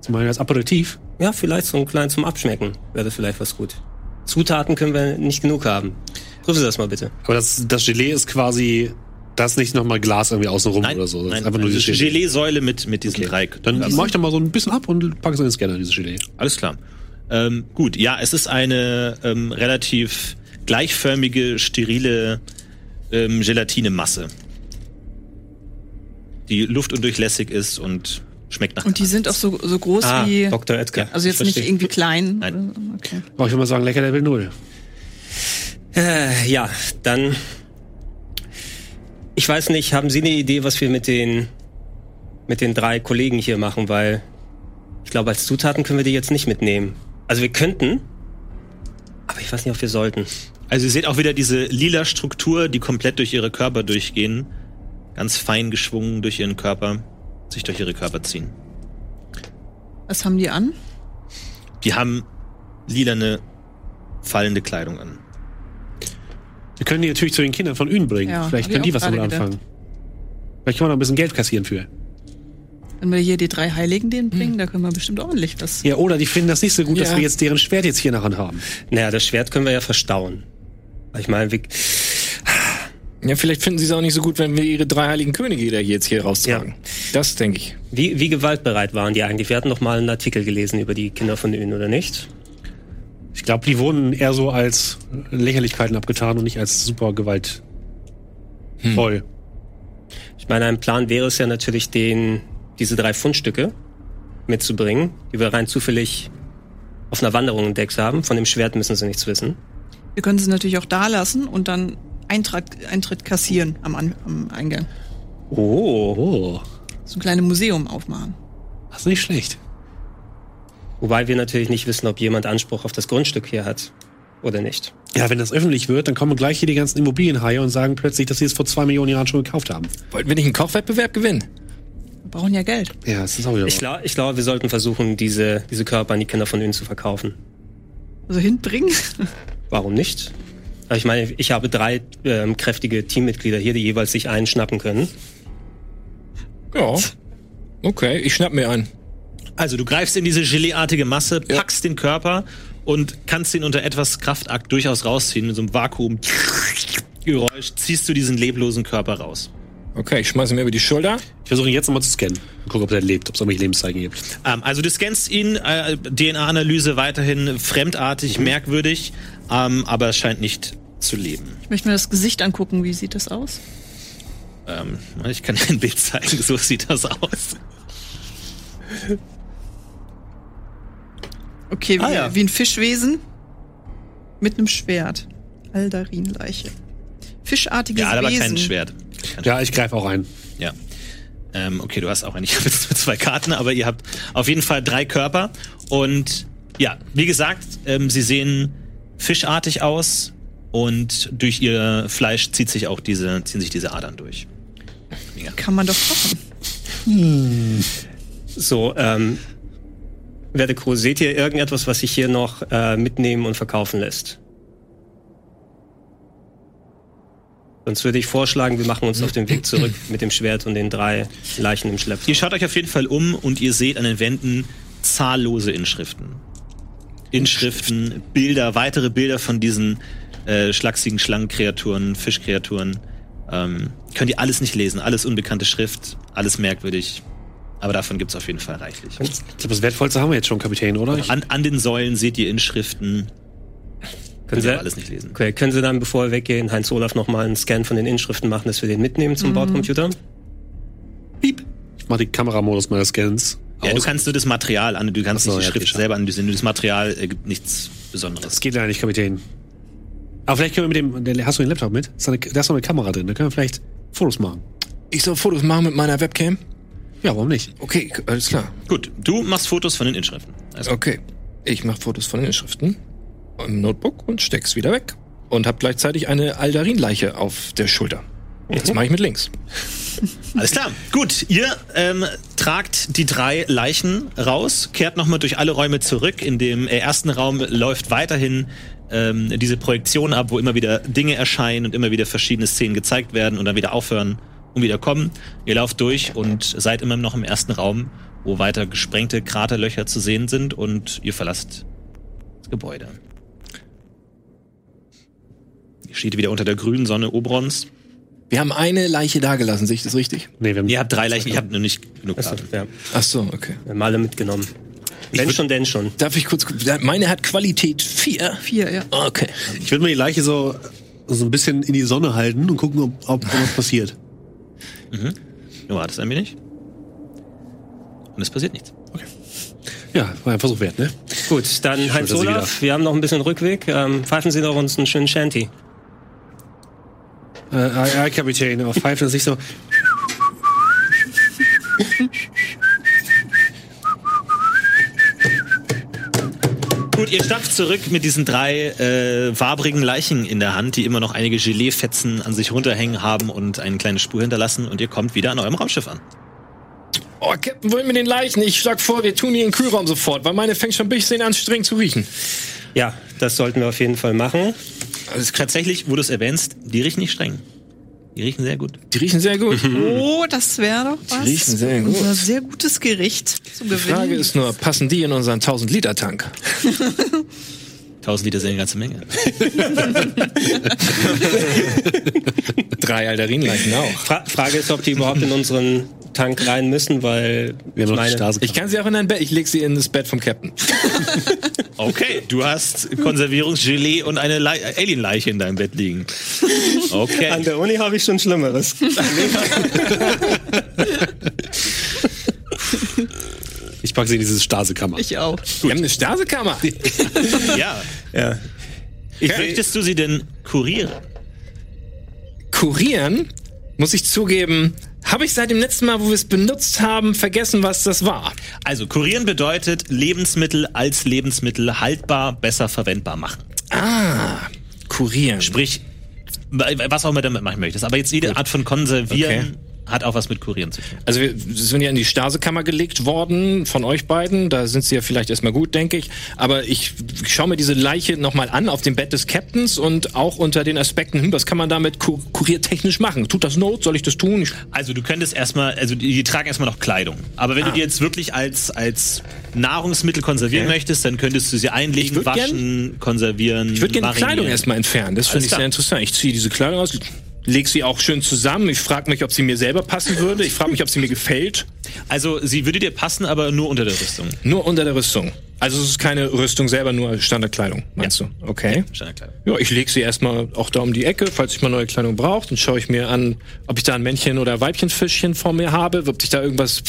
S10: Zum Beispiel als Aperitif.
S3: Ja, vielleicht so ein klein zum Abschmecken wäre vielleicht was gut. Zutaten können wir nicht genug haben. Prüfen Sie das mal bitte.
S10: Aber das, das Gelee ist quasi, da ist nicht nochmal Glas irgendwie außenrum
S1: Nein,
S10: oder so. Das
S1: nein,
S10: ist einfach nur
S1: also
S10: dieses Gelee.
S1: Gelee-Säule mit, mit diesem Dreieck.
S10: Dann mach ich da mal so ein bisschen ab und packe es in den Scanner, dieses Gelee.
S1: Alles klar. Ähm, gut, ja, es ist eine ähm, relativ gleichförmige, sterile ähm, Gelatinemasse, die luftundurchlässig ist und schmeckt nach
S5: Und die sind auch so, so groß
S10: Ah,
S5: wie.
S3: Dr. Edgar.
S5: Also jetzt nicht irgendwie klein.
S1: Nein.
S5: Okay.
S10: Aber ich würde mal sagen, lecker Level 0.
S3: Äh, ja, dann. Ich weiß nicht, haben Sie eine Idee, was wir mit den, mit den drei Kollegen hier machen? Weil ich glaube, als Zutaten können wir die jetzt nicht mitnehmen. Also wir könnten, aber ich weiß nicht, ob wir sollten.
S1: Also ihr seht auch wieder diese lila Struktur, die komplett durch ihre Körper durchgehen. Ganz fein geschwungen durch ihren Körper, sich durch ihre Körper ziehen.
S5: Was haben die an?
S1: Die haben lilane, fallende Kleidung an.
S10: Wir können die natürlich zu den Kindern von Ün bringen.
S5: Ja,
S10: Vielleicht
S5: hab
S10: können
S5: ich
S10: die
S5: auch
S10: was damit
S5: gerade
S10: anfangen. Vielleicht können wir noch ein bisschen Geld kassieren für.
S5: Wenn wir hier die drei Heiligen denen bringen, da können wir bestimmt ordentlich was.
S10: Hm. Ja, oder die finden das nicht so gut, dass
S2: Ja.
S10: wir jetzt deren Schwert jetzt hier in der Hand haben.
S3: Naja, das Schwert können wir ja verstauen. Ich meine, wir,
S2: Ja, vielleicht finden sie es auch nicht so gut, wenn wir ihre drei heiligen Könige da jetzt hier raustragen. Das denke ich.
S3: wie, wie gewaltbereit waren die eigentlich? Wir hatten doch mal einen Artikel gelesen über die Kinder von Ün, oder nicht?
S10: Ich glaube, die wurden eher so als Lächerlichkeiten abgetan und nicht als super Gewalt. Voll.
S3: Ich meine, ein Plan wäre es ja natürlich, den, diese drei Fundstücke mitzubringen, die wir rein zufällig auf einer Wanderung entdeckt haben. Von dem Schwert müssen sie nichts wissen.
S5: Wir können sie natürlich auch da lassen und dann Eintritt, Eintritt kassieren am, an am Eingang.
S3: Oh.
S10: Oh,
S5: So ein kleines Museum aufmachen.
S10: das ist nicht schlecht.
S3: Wobei wir natürlich nicht wissen, ob jemand Anspruch auf das Grundstück hier hat oder nicht.
S10: Ja, wenn das öffentlich wird, dann kommen gleich hier die ganzen Immobilienhaie und sagen plötzlich, dass sie es vor zwei Millionen Jahren schon gekauft haben.
S2: Wollten wir nicht einen Kochwettbewerb gewinnen?
S5: Wir brauchen ja Geld.
S10: Ja, das ist auch wieder.
S3: Ich, glaub, ich glaube, wir sollten versuchen, diese, diese Körper an die Kinder von Ihnen zu verkaufen.
S5: Also hinbringen.
S3: Warum nicht? Aber ich meine, ich habe drei ähm, kräftige Teammitglieder hier, die jeweils sich einen schnappen können.
S2: Ja. Okay, ich schnapp mir einen.
S1: Also du greifst in diese Geleeartige Masse, packst den Körper und kannst ihn unter etwas Kraftakt durchaus rausziehen. In so einem Vakuum-Geräusch ziehst du diesen leblosen Körper raus.
S2: Okay, ich schmeiße mir über die Schulter.
S10: Ich versuche ihn jetzt nochmal zu scannen. Und gucken, ob er lebt, ob es irgendwelche Lebenszeichen gibt.
S1: Ähm, also du scannst ihn, äh, DNA-Analyse weiterhin fremdartig, merkwürdig, ähm, aber es scheint nicht zu leben.
S5: Ich möchte mir das Gesicht angucken. Wie sieht das aus?
S1: Ähm, ich kann dir ein Bild zeigen, so sieht das aus.
S5: Okay, wie,
S1: Ah, ja.
S5: wie ein Fischwesen mit einem Schwert. Aldarin-Leiche. Fischartiges
S1: Ja, hat aber
S5: Wesen.
S1: kein Schwert. Kein
S10: Ja, ich greife auch ein.
S1: Ja. Ähm, okay, du hast auch eigentlich jetzt nur zwei Karten, aber ihr habt auf jeden Fall drei Körper. Und ja, wie gesagt, ähm, sie sehen fischartig aus und durch ihr Fleisch zieht sich auch diese, ziehen sich diese Adern durch.
S5: Kann man doch kochen.
S3: So, ähm, werte Crew, seht ihr irgendetwas, was sich hier noch äh, mitnehmen und verkaufen lässt? Sonst würde ich vorschlagen, wir machen uns auf den Weg zurück mit dem Schwert und den drei Leichen im Schlepp.
S1: Ihr schaut euch auf jeden Fall um und ihr seht an den Wänden zahllose Inschriften. Inschriften, Bilder, weitere Bilder von diesen äh, schlachsigen Schlangenkreaturen, Fischkreaturen. Ähm, könnt ihr alles nicht lesen, alles unbekannte Schrift, alles merkwürdig. Aber davon gibt's auf jeden Fall reichlich.
S10: Ich glaube, das Wertvollste haben wir jetzt schon, Kapitän, oder? Ich,
S1: An, an den Säulen seht ihr Inschriften.
S3: Können
S1: ihr
S3: Sie,
S1: aber alles nicht lesen.
S3: Okay, können Sie dann, bevor wir weggehen, Heinz Olaf nochmal einen Scan von den Inschriften machen, dass wir den mitnehmen
S10: Mhm.
S3: zum Bordcomputer?
S10: ich mache den Kameramodus meiner Scans.
S1: Ja, du
S10: aus.
S1: kannst nur das Material an, du kannst
S10: Ach so,
S1: nicht die
S10: ja,
S1: Schrift
S10: okay, schade.
S1: selber analysieren. Nur das Material äh, gibt nichts Besonderes.
S10: Das geht leider nicht, Kapitän. Aber vielleicht können wir mit dem. der- Hast du den Laptop mit? Ist da, eine, da ist noch eine Kamera drin. Da können wir vielleicht Fotos machen.
S2: Ich soll Fotos machen mit meiner Webcam?
S10: Ja, warum nicht?
S2: Okay, alles klar.
S1: Gut, du machst Fotos von den Inschriften. Also,
S2: Okay. Ich mache Fotos von den Inschriften im Notebook und steck's wieder weg. Und hab gleichzeitig eine Aldarin-Leiche auf der Schulter. Jetzt mache ich mit links.
S1: Alles klar. Gut, ihr ähm, tragt die drei Leichen raus, kehrt nochmal durch alle Räume zurück. In dem äh, ersten Raum läuft weiterhin ähm, diese Projektion ab, wo immer wieder Dinge erscheinen und immer wieder verschiedene Szenen gezeigt werden und dann wieder aufhören und wieder kommen. Ihr lauft durch und seid immer noch im ersten Raum, wo weiter gesprengte Kraterlöcher zu sehen sind und ihr verlasst das Gebäude. Ihr steht wieder unter der grünen Sonne Obrons.
S2: Wir haben eine Leiche dagelassen, sehe ich das richtig?
S10: Nee, wir haben
S1: Ihr habt drei Leichen, ich habe nur nicht genug Karten.
S3: Ja,
S2: Ach so, okay.
S3: wir haben alle mitgenommen. Wenn schon, denn schon.
S2: Darf ich kurz. Meine hat Qualität 4.
S5: Vier,
S1: Hm.
S5: ja.
S2: Okay.
S10: Ich würde mir die Leiche so, so ein bisschen in die Sonne halten und gucken, ob, ob was passiert.
S1: Du wartest ein wenig. Und es passiert nichts.
S10: Ja, war ein Versuch wert, ne?
S3: Gut, dann Heinz
S10: dass Sie
S3: Olaf, wir haben noch ein bisschen Rückweg. Ähm, pfeifen Sie doch uns einen schönen Shanty.
S10: Äh, ja, Kapitän, aber pfeifen ist nicht so.
S1: Gut, ihr stapft zurück mit diesen drei äh, wabrigen Leichen in der Hand, die immer noch einige Geleefetzen an sich runterhängen haben und eine kleine Spur hinterlassen und ihr kommt wieder an eurem Raumschiff an.
S2: Oh, Captain, wollen wir den Leichen? Ich schlag vor, wir tun die in den Kühlraum sofort, weil meine fängt schon ein bisschen an, streng zu riechen.
S3: Ja, das sollten wir auf jeden Fall machen.
S1: Also tatsächlich, wo du es erwähnst, die riechen nicht streng. Die riechen sehr gut.
S2: Die riechen sehr gut.
S5: Oh, das wäre doch was.
S2: riechen sehr gut.
S5: Unser sehr gutes Gericht zu
S2: Die Frage
S5: gewinnen.
S2: ist nur, passen die in unseren 1000-Liter-Tank?
S1: 1000 Liter sind eine ganze Menge.
S2: Drei Alderinleichen auch.
S3: Fra Frage ist, ob die überhaupt in unseren Tank rein müssen, weil
S10: Wir haben noch die Stase
S2: Ich kann sie auch in ein Bett, ich leg sie in das Bett vom Captain.
S1: Okay, du hast Konservierungsgelee und eine Lei- äh, Alien-Leiche in deinem Bett liegen. Okay.
S3: an der Uni habe ich schon Schlimmeres.
S10: Ich packe sie in diese Stasekammer.
S5: Ich auch.
S2: Wir haben eine Stasekammer.
S1: Ja.
S3: ja.
S1: Ich Möchtest du sie denn kurieren?
S2: Kurieren, muss ich zugeben, habe ich seit dem letzten Mal, wo wir es benutzt haben, vergessen, was das war.
S1: Also kurieren bedeutet Lebensmittel als Lebensmittel haltbar, besser verwendbar machen.
S2: Ah, kurieren.
S1: Sprich, was auch immer du damit machen möchtest. Aber jetzt jede Art von Konservieren hat auch was mit Kurieren zu tun.
S2: Also wir sind ja in die Stasekammer gelegt worden von euch beiden. Da sind sie ja vielleicht erstmal gut, denke ich. Aber ich schaue mir diese Leiche nochmal an auf dem Bett des Captains und auch unter den Aspekten, hm, was kann man damit ku- kuriertechnisch machen? Tut das Not? Soll ich das tun? Ich,
S1: Also du könntest erstmal, also die, die tragen erstmal noch Kleidung. Aber wenn du die jetzt wirklich als, als Nahrungsmittel konservieren möchtest, dann könntest du sie einlegen,
S2: würd gern-
S1: waschen, konservieren.
S2: ich würde gerne die
S1: marinieren.
S2: Kleidung erstmal entfernen. Das finde
S1: Alles
S2: ich
S1: klar.
S2: sehr interessant. Ich ziehe diese Kleidung aus, lege sie auch schön zusammen. Ich frage mich, ob sie mir selber passen würde. Ich frage mich, ob sie mir gefällt.
S1: Also sie würde dir passen, aber nur unter der Rüstung.
S2: Nur unter der Rüstung. Also es ist keine Rüstung selber, nur Standardkleidung, meinst
S1: Ja.
S2: du? Okay.
S1: Standardkleidung.
S2: Ja, ich lege sie erstmal auch da um die Ecke, falls ich mal neue Kleidung brauche. Dann schaue ich mir an, ob ich da ein Männchen oder Weibchenfischchen vor mir habe, ob ich da irgendwas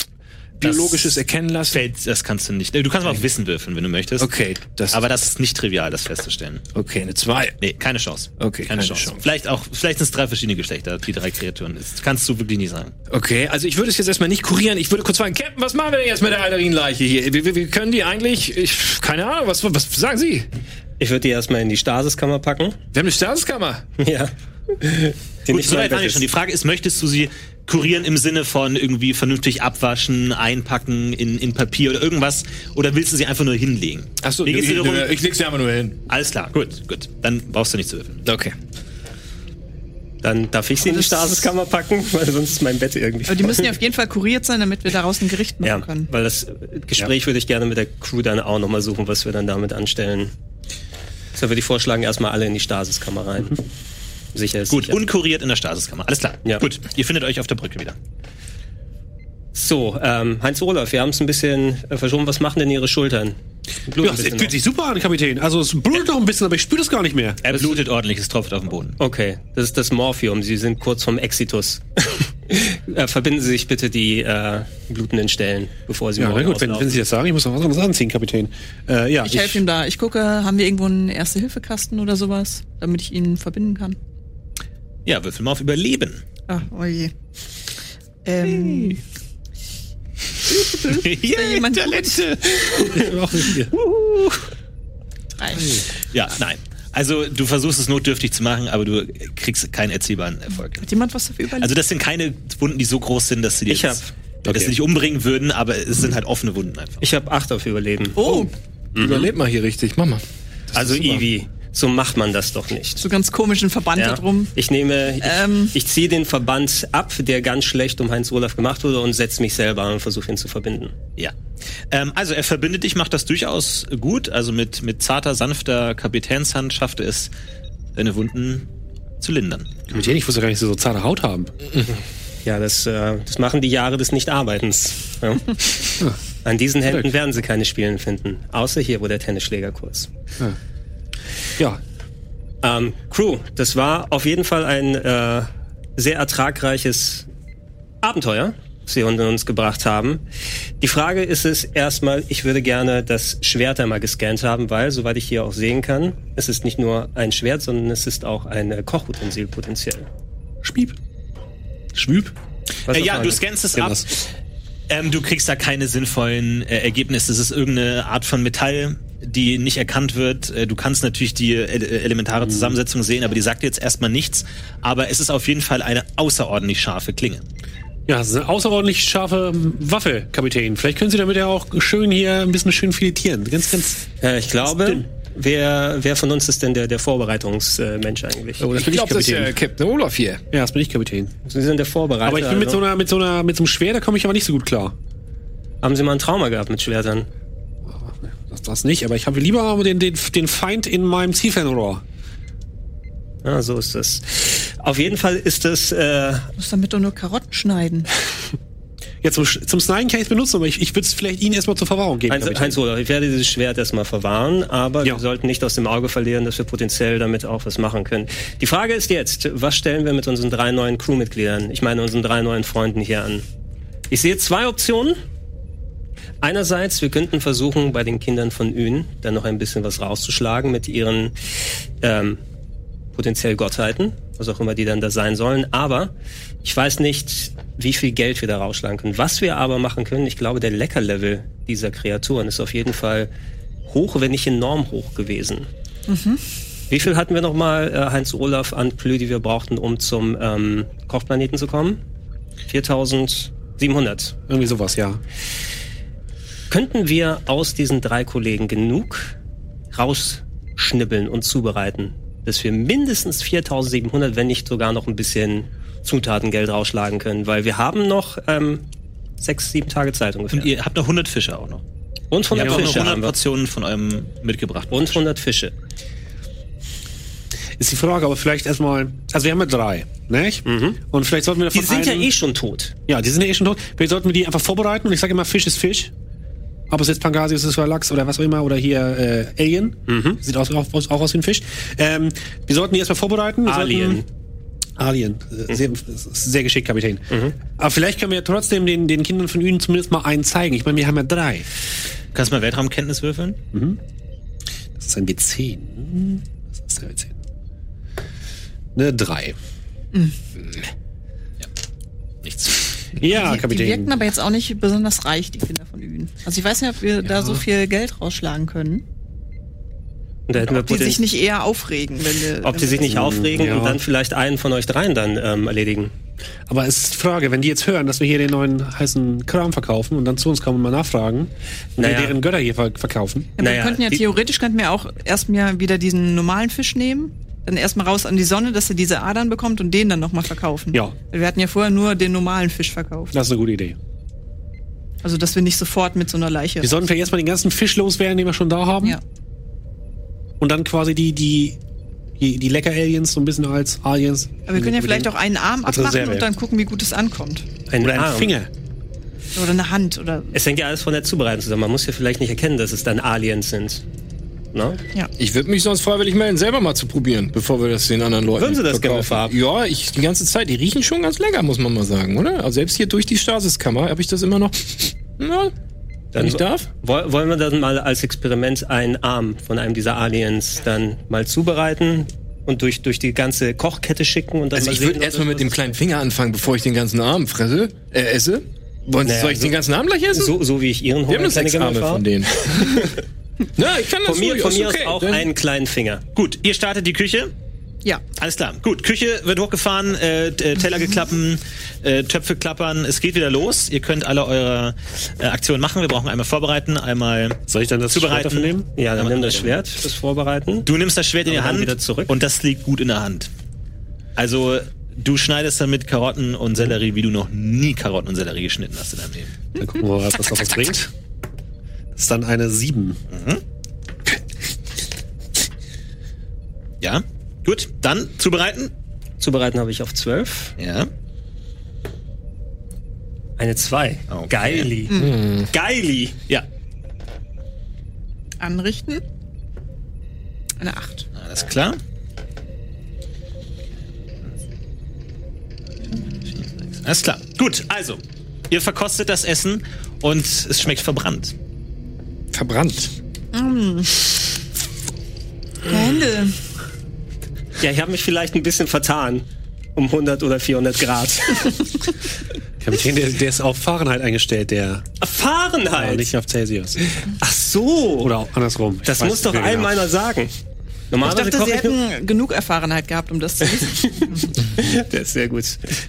S2: Biologisches erkennen lasse.
S1: Fällt, das kannst du nicht. Du kannst mal auf Wissen würfeln, wenn du möchtest.
S2: Okay, das-
S1: aber das ist nicht trivial, das festzustellen.
S2: Okay, eine zwei.
S1: Nee, keine Chance.
S2: Okay,
S1: keine,
S2: keine
S1: Chance.
S2: Chance.
S1: Vielleicht auch, vielleicht sind es drei verschiedene Geschlechter, die drei Kreaturen. Das kannst du wirklich nicht sagen.
S2: Okay, also ich würde es jetzt erstmal nicht kurieren. Ich würde kurz fragen, Captain, was machen wir denn jetzt mit der Alderinleiche hier? Wir, wir, wir können die eigentlich, ich, keine Ahnung, was, was sagen Sie?
S3: Ich würde die erstmal in die Stasiskammer packen.
S2: Wir haben eine Staatskammer.
S3: Ja. Die
S1: Gut,
S3: nicht
S1: so
S3: mein
S1: weit waren
S3: Bett
S1: wir
S3: ist.
S1: schon. Die Frage ist, möchtest du sie kurieren im Sinne von irgendwie vernünftig abwaschen, einpacken in, in Papier oder irgendwas? Oder willst du sie einfach nur hinlegen?
S2: Achso,
S1: Mir geht's
S2: ich,
S1: hier darum-
S2: ich leg sie einfach nur hin.
S1: Alles klar, gut, gut. Dann brauchst du nicht zu würfeln.
S2: Okay.
S3: Dann darf ich sie in die Stasiskammer packen, weil sonst ist mein Bett irgendwie.
S5: Aber die
S3: voll.
S5: müssen ja auf jeden Fall kuriert sein, damit wir daraus ein Gericht machen
S3: ja,
S5: können.
S3: weil das Gespräch würde ich gerne mit der Crew dann auch nochmal suchen, was wir dann damit anstellen. Deshalb würde ich vorschlagen, erstmal alle in die Stasiskammer rein.
S10: Mhm.
S3: Sicher ist
S1: Gut,
S3: sicher.
S1: unkuriert in der Stasiskammer. Alles klar.
S3: Ja.
S1: Gut, ihr findet euch auf der Brücke wieder.
S3: So, ähm, Heinz Olaf, wir haben es ein bisschen äh, verschoben. Was machen denn Ihre Schultern? Blut
S10: Ja,
S3: ein
S10: es
S3: bisschen
S10: fühlt sich super an, Kapitän. Also es blutet noch ein bisschen, aber ich spüre das gar nicht mehr.
S1: Er blutet ordentlich, es tropft auf den Boden.
S3: noch. okay, das ist das Morphium. Sie sind kurz vom Exitus. äh, verbinden Sie sich bitte die äh, blutenden Stellen, bevor Sie
S10: Ja, na
S3: morgen
S10: gut, wenn,
S3: auslaufen.
S10: wenn Sie das sagen, ich muss noch was anderes anziehen, Kapitän. Äh, ja,
S5: Ich helfe ihm da. Ich gucke, haben wir irgendwo einen Erste-Hilfe-Kasten oder sowas, damit ich ihn verbinden kann.
S1: Ja, würfel mal auf Überleben.
S5: Ah, oje. Ähm,
S1: Hier,
S5: jemand
S1: der
S5: gut?
S1: letzte.
S10: auch hier.
S5: drei.
S1: Ja, nein. Also du versuchst es notdürftig zu machen, aber du kriegst keinen erzielbaren Erfolg.
S5: Hat jemand was dafür überlegt?
S1: Also das sind keine Wunden, die so groß sind, dass sie dich
S3: Ich hab-
S1: dass
S3: okay.
S1: sie dich umbringen würden, aber es sind halt offene Wunden einfach.
S3: Ich habe acht auf Überleben.
S5: oh,
S10: Mhm.
S2: Überlebt mal hier richtig, mach mal.
S3: also Ivi, so macht man das doch nicht.
S5: so ganz komischen Verband da
S3: Ja.
S5: drum.
S3: Ich nehme, ich,
S5: Ähm.
S3: ich ziehe den Verband ab, der ganz schlecht um Heinz Olaf gemacht wurde und setze mich selber an und versuche ihn zu verbinden.
S1: Ja. Ähm, also er verbindet dich, macht das durchaus gut. Also mit, mit zarter, sanfter Kapitänshand schafft er es, deine Wunden zu lindern.
S10: Kapitän, ich wusste gar nicht, dass sie so zarte Haut haben.
S3: Ja, das, äh, das machen die Jahre des Nichtarbeitens. Ja. An diesen Händen werden sie keine Spielen finden. Außer hier, wo der Tennisschläger kurz.
S10: Ja.
S3: Ähm, Crew, das war auf jeden Fall ein äh, sehr ertragreiches Abenteuer, das Sie unter uns gebracht haben. Die Frage ist es erstmal, ich würde gerne das Schwert einmal gescannt haben, weil, soweit ich hier auch sehen kann, es ist nicht nur ein Schwert, sondern es ist auch ein äh, Kochutensil potenziell.
S10: Schwieb. Schwieb?
S3: Was
S1: Äh,
S3: auf
S1: ja,
S3: eine?
S1: du scannst es ab.
S10: Irgendwas.
S1: Ähm, du kriegst da keine sinnvollen äh, Ergebnisse. Es ist irgendeine Art von Metall, die nicht erkannt wird. Äh, du kannst natürlich die äh,
S3: Mhm.
S1: elementare Zusammensetzung sehen, aber die sagt dir jetzt erstmal nichts. Aber es ist auf jeden Fall eine außerordentlich scharfe Klinge.
S10: Ja, das ist eine außerordentlich scharfe ähm, Waffe, Kapitän. Vielleicht können Sie damit ja auch schön hier ein bisschen schön filetieren. Ganz, ganz.
S3: Äh, ich glaube, wer, wer von uns ist denn der, der Vorbereitungsmensch eigentlich?
S10: Oh, das
S2: Ich glaube, das ist
S10: Kapitän.
S2: äh, Captain Olaf hier.
S10: ja, das bin ich Kapitän.
S3: Sie sind der Vorbereiter.
S10: Aber ich bin mit so
S3: also.
S10: einer, mit so einer, mit so einem Schwert, da komme ich aber nicht so gut klar.
S3: Haben Sie mal ein Trauma gehabt mit Schwertern?
S10: Das, das nicht, aber ich habe lieber den, den, den Feind in meinem Zielfernrohr.
S3: Ja, so ist das. Auf jeden Fall ist das... Äh,
S5: Du musst damit doch nur Karotten schneiden.
S10: Ja, zum, Sch- zum Sniden kann ich es benutzen, aber ich, ich würde es vielleicht Ihnen erstmal zur Verwahrung geben.
S3: Heinz,
S10: Kapitän.
S3: Heinz Olaf, ich werde dieses Schwert erstmal verwahren, aber
S10: Ja.
S3: wir sollten nicht aus dem Auge verlieren, dass wir potenziell damit auch was machen können. Die Frage ist jetzt, was stellen wir mit unseren drei neuen Crewmitgliedern, ich meine unseren drei neuen Freunden hier an? Ich sehe zwei Optionen. Einerseits, wir könnten versuchen, bei den Kindern von Ün dann noch ein bisschen was rauszuschlagen mit ihren ähm, potenziell Gottheiten, was auch immer die dann da sein sollen. Aber ich weiß nicht, wie viel Geld wir da rausschlagen können. Was wir aber machen können, ich glaube, der Leckerlevel dieser Kreaturen ist auf jeden Fall hoch, wenn nicht enorm hoch gewesen. Wie viel hatten wir nochmal, äh, Heinz Olaf, an Plü, die wir brauchten, um zum ähm, Kochplaneten zu kommen? 4700.
S10: Irgendwie sowas, ja.
S3: Könnten wir aus diesen drei Kollegen genug rausschnibbeln und zubereiten, dass wir mindestens 4700, wenn nicht sogar noch ein bisschen Zutatengeld rausschlagen können? Weil wir haben noch ähm, sechs, sieben Tage Zeit ungefähr.
S1: Und ihr habt noch 100 Fische auch noch.
S3: Und
S1: Ihr
S3: 100
S1: habt auch noch
S3: Fische
S1: 100
S3: haben wir.
S1: Portionen von eurem mitgebracht.
S3: Und 100 Fische.
S10: Ist die Frage, aber vielleicht erstmal. Also wir haben ja drei, nicht? Und vielleicht sollten wir davon
S3: Mhm. Die sind ja
S10: einen-
S3: eh schon tot.
S10: Ja, die sind ja eh schon tot. Vielleicht sollten wir die einfach vorbereiten. Und ich sage immer, Fisch ist Fisch. Ob es jetzt Pangasius ist oder Lachs oder was auch immer. Oder hier äh, Alien.
S3: Mhm.
S10: Sieht aus, auch, aus- auch aus wie ein Fisch. Ähm, wir sollten die erstmal vorbereiten. Wir
S3: Alien. Mhm.
S10: Sollten, Alien. Äh, Sehr, sehr geschickt, Kapitän. Aber vielleicht können wir ja trotzdem den, den Kindern von Ihnen zumindest mal einen zeigen. Ich meine, wir haben ja drei.
S1: Kannst du mal Weltraumkenntnis würfeln?
S10: Das ist ein W10. Hm, Das ist der W10.
S5: Ne,
S10: Eine drei. Hm.
S1: Nichts.
S10: Ja,
S5: die, die
S10: Kapitän.
S5: wirkten aber jetzt auch nicht besonders reich, die Kinder von Ühen. Also ich weiß nicht, ob wir da so viel Geld rausschlagen können.
S3: Und da hätten wir
S5: Die sich
S3: poten-
S5: nicht eher aufregen, wenn wir.
S3: ob
S5: wenn
S3: die
S5: wir
S3: sich nicht aufregen
S10: ja.
S3: und dann vielleicht einen von euch dreien dann ähm, erledigen.
S10: Aber es ist die Frage, wenn die jetzt hören, dass wir hier den neuen heißen Kram verkaufen und dann zu uns kommen und mal nachfragen und
S3: Naja.
S10: wir deren Götter hier ver verkaufen.
S5: Ja, aber
S3: Naja,
S5: wir könnten ja
S3: die-
S5: theoretisch könnten wir auch erstmal wieder diesen normalen Fisch nehmen, dann erstmal raus an die Sonne, dass er diese Adern bekommt und den dann nochmal verkaufen.
S10: Ja.
S5: Weil Wir hatten ja vorher nur den normalen Fisch verkauft.
S10: Das ist eine gute Idee.
S5: Also dass wir nicht sofort mit so einer Leiche.
S10: Wir sollten vielleicht erstmal den ganzen Fisch loswerden, den wir schon da haben.
S5: ja.
S10: Und dann quasi die, die, die, die Lecker-Aliens so ein bisschen als Aliens.
S5: Aber
S3: Hm,
S5: wir können ja vielleicht auch einen Arm
S10: als
S5: abmachen
S10: Reserve.
S5: und dann gucken, wie gut es ankommt.
S3: Ein
S10: Oder einen
S3: Arm.
S10: Finger.
S5: Oder eine Hand oder
S3: Es hängt ja alles von der Zubereitung zusammen. Man muss ja vielleicht nicht erkennen, dass es dann Aliens sind. Ne?
S5: ja.
S2: Ich würde mich sonst freiwillig melden, selber mal zu probieren, bevor wir das den anderen Leuten
S3: Würden Sie das gerne
S2: verkaufen. Ja, ich die ganze Zeit. Die riechen schon ganz lecker, muss man mal sagen, oder? Also selbst hier durch die Stasiskammer habe ich das immer noch. Na, wenn ich
S3: so-
S2: darf.
S3: Woll- Wollen wir dann mal als Experiment einen Arm von einem dieser Aliens dann mal zubereiten und durch, durch die ganze Kochkette schicken und dann
S2: Also
S3: mal
S2: ich
S3: sehen,
S2: würde
S3: ob
S2: erstmal
S3: das
S2: mit dem
S3: was-
S2: kleinen Finger anfangen, bevor ich den ganzen Arm fresse, äh, esse. Wollen,
S3: Naja,
S2: soll ich
S3: so-
S2: den ganzen Arm gleich essen?
S3: so, so wie ich ihren
S2: wir haben nur sechs Arme von denen. Na, ich kann das
S3: Von mir,
S2: ruhig,
S3: von
S2: ist
S3: mir
S2: okay.
S3: aus auch
S2: Dann-
S3: einen kleinen Finger.
S1: Gut, ihr startet die Küche.
S5: Ja.
S1: Alles klar. Gut, Küche wird hochgefahren, äh, t- äh, Teller geklappen, äh, Töpfe klappern. Es geht wieder los. Ihr könnt alle eure äh, Aktionen machen. Wir brauchen einmal vorbereiten, einmal
S4: Soll ich dann das
S1: zubereiten.
S4: Schwert davon nehmen?
S3: Ja, dann nimm das Schwert, das Vorbereiten.
S1: Du nimmst das Schwert in die
S3: Aber dann
S1: Hand
S3: wieder zurück.
S1: und das liegt gut in der Hand. Also du schneidest damit Karotten und Sellerie, wie du noch nie Karotten und Sellerie geschnitten hast in deinem Leben.
S10: Dann gucken wir mal, was das noch was bringt. Das ist dann eine 7.
S1: Ja? Gut, dann zubereiten.
S3: Zubereiten habe ich auf 12.
S1: Ja.
S3: Eine 2.
S1: Okay.
S3: Geili. Geili.
S1: Ja,
S5: Anrichten. Eine Acht.
S1: alles klar. Alles klar. Gut, also, ihr verkostet das Essen und es schmeckt verbrannt.
S2: Verbrannt.
S5: Händel.
S3: Ja, ich habe mich vielleicht ein bisschen vertan. Um 100 oder 400 Grad.
S10: Kapitän, der, der ist auf Fahrenheit eingestellt, der. Aber
S3: Fahrenheit.
S10: nicht auf Celsius.
S3: Ach so.
S10: Oder auch andersrum. Ich
S3: das
S10: weiß
S3: muss
S10: nicht
S3: doch
S10: mehr
S3: einem
S10: genau.
S3: einer sagen.
S5: Ich
S3: Normalerweise
S5: dachte,
S3: koche
S5: sie
S3: ich nur...
S5: hätten genug Erfahrenheit gehabt, um das zu wissen.
S3: Das ist sehr gut.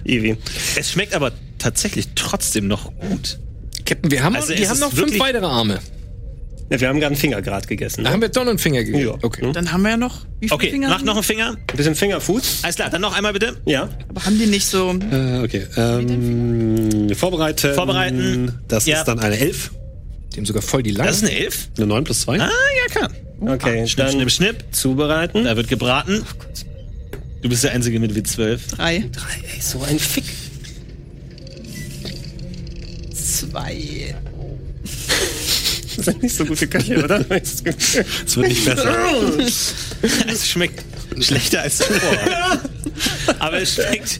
S3: Ivi.
S1: Es schmeckt aber tatsächlich trotzdem noch gut.
S2: Captain, wir haben,
S1: Also es
S2: wir haben
S1: ist
S2: noch fünf
S1: wirklich-
S2: weitere Arme.
S3: Ja, wir haben gerade einen Finger gerade gegessen.
S2: Da haben wir Don und Finger gegeben.
S3: Ja. Hm?
S2: Okay.
S5: Dann haben wir ja noch. Wie viele
S1: Okay,
S5: Finger?
S1: mach
S5: haben
S1: noch
S5: die?
S1: einen Finger.
S3: Ein bisschen Fingerfood.
S1: Alles klar, dann noch einmal bitte.
S3: Ja.
S5: Aber haben die nicht so.
S10: Äh, okay. Ähm, vorbereiten.
S1: Vorbereiten.
S10: Das
S1: Ja.
S10: ist dann eine 11.
S2: Die haben sogar voll die Lange.
S1: Das ist eine Elf.
S10: Eine 9 plus 2.
S1: Ah, ja, klar.
S3: Okay,
S1: Schnipp,
S3: dann
S1: schnipp, schnipp.
S3: zubereiten.
S1: Da wird gebraten. Du bist der Einzige mit W12.
S5: Drei.
S3: Ey, so ein Fick.
S5: Zwei.
S3: Das sind nicht so gute Köche, oder?
S10: Es wird nicht besser.
S1: Es schmeckt schlechter als davor. Aber es schmeckt,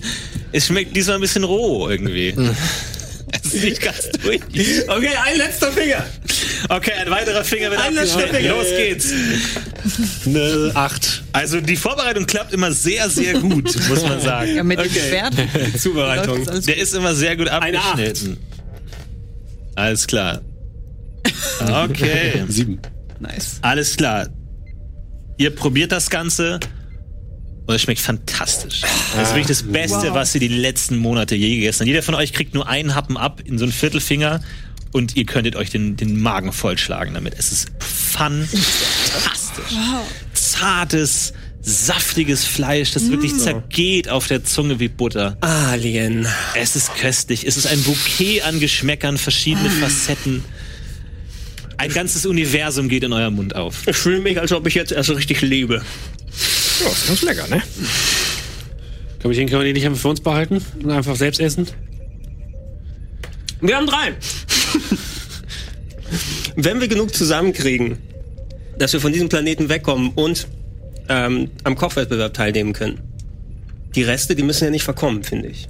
S1: es schmeckt diesmal ein bisschen roh irgendwie. Es ist nicht ganz durch.
S3: okay, ein letzter Finger.
S1: Okay, ein weiterer Finger wird
S3: Alles
S1: abgeschnitten.
S3: schmeckt-
S1: Los geht's.
S10: eine 8.
S1: Also die Vorbereitung klappt immer sehr, sehr gut, muss man
S5: Ja,
S1: sagen.
S5: mit dem Schwert.
S3: Zubereitung.
S5: Läuft das alles
S1: Der
S5: gut.
S1: ist immer sehr gut
S3: Eine Acht.
S1: abgeschnitten. Alles klar. Okay.
S10: 7.
S5: Nice.
S1: Alles klar. Ihr probiert das Ganze und es schmeckt fantastisch. Das ist wirklich das Beste,
S5: Wow.
S1: was ihr die letzten Monate je gegessen habt. Jeder von euch kriegt nur einen Happen ab in so einen Viertelfinger und ihr könntet euch den, den Magen vollschlagen damit. Es ist fantastisch. Zartes, saftiges Fleisch, das wirklich zergeht auf der Zunge wie Butter.
S3: Alien.
S1: Es ist köstlich. Es ist ein Bouquet an Geschmäckern, verschiedene Facetten. Ein ganzes Universum geht in euer Mund auf.
S3: Ich fühle mich, als ob ich jetzt erst richtig lebe.
S2: Ja, ist ganz lecker, ne?
S10: Kapitän, können wir die nicht einfach für uns behalten und einfach selbst essen?
S3: Wir haben drei. Wenn wir genug zusammenkriegen, dass wir von diesem Planeten wegkommen und ähm, am Kochwettbewerb teilnehmen können. Die Reste, die müssen ja nicht verkommen, finde ich.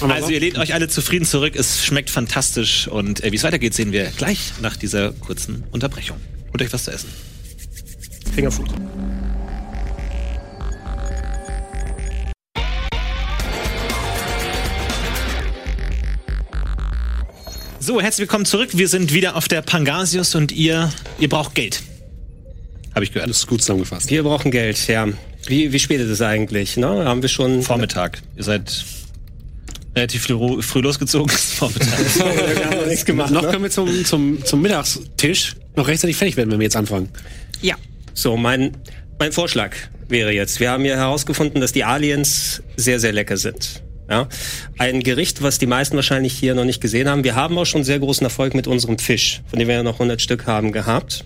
S1: Also ihr lehnt euch alle zufrieden zurück, es schmeckt fantastisch und äh, wie es weitergeht, sehen wir gleich nach dieser kurzen Unterbrechung. Holt euch was zu essen.
S3: Fingerfood.
S1: So, herzlich willkommen zurück. Wir sind wieder auf der Pangasius und ihr, ihr braucht Geld. Habe ich gehört.
S10: Das ist gut zusammengefasst.
S3: Wir brauchen Geld, ja. Wie, wie spät ist es eigentlich? Ne? Haben wir schon.
S1: Vormittag. Ihr seid relativ früh, ro- früh losgezogen. Vormittag.
S3: Wir haben noch nichts gemacht.
S10: Noch
S3: Ne?
S10: können wir zum, zum, zum Mittagstisch noch rechtzeitig fertig werden, wenn wir jetzt anfangen.
S5: Ja.
S3: So, mein, mein Vorschlag wäre jetzt, wir haben ja herausgefunden, dass die Aliens sehr, sehr lecker sind. Ja? Ein Gericht, was die meisten wahrscheinlich hier noch nicht gesehen haben. Wir haben auch schon sehr großen Erfolg mit unserem Fisch, von dem wir ja noch 100 Stück haben gehabt.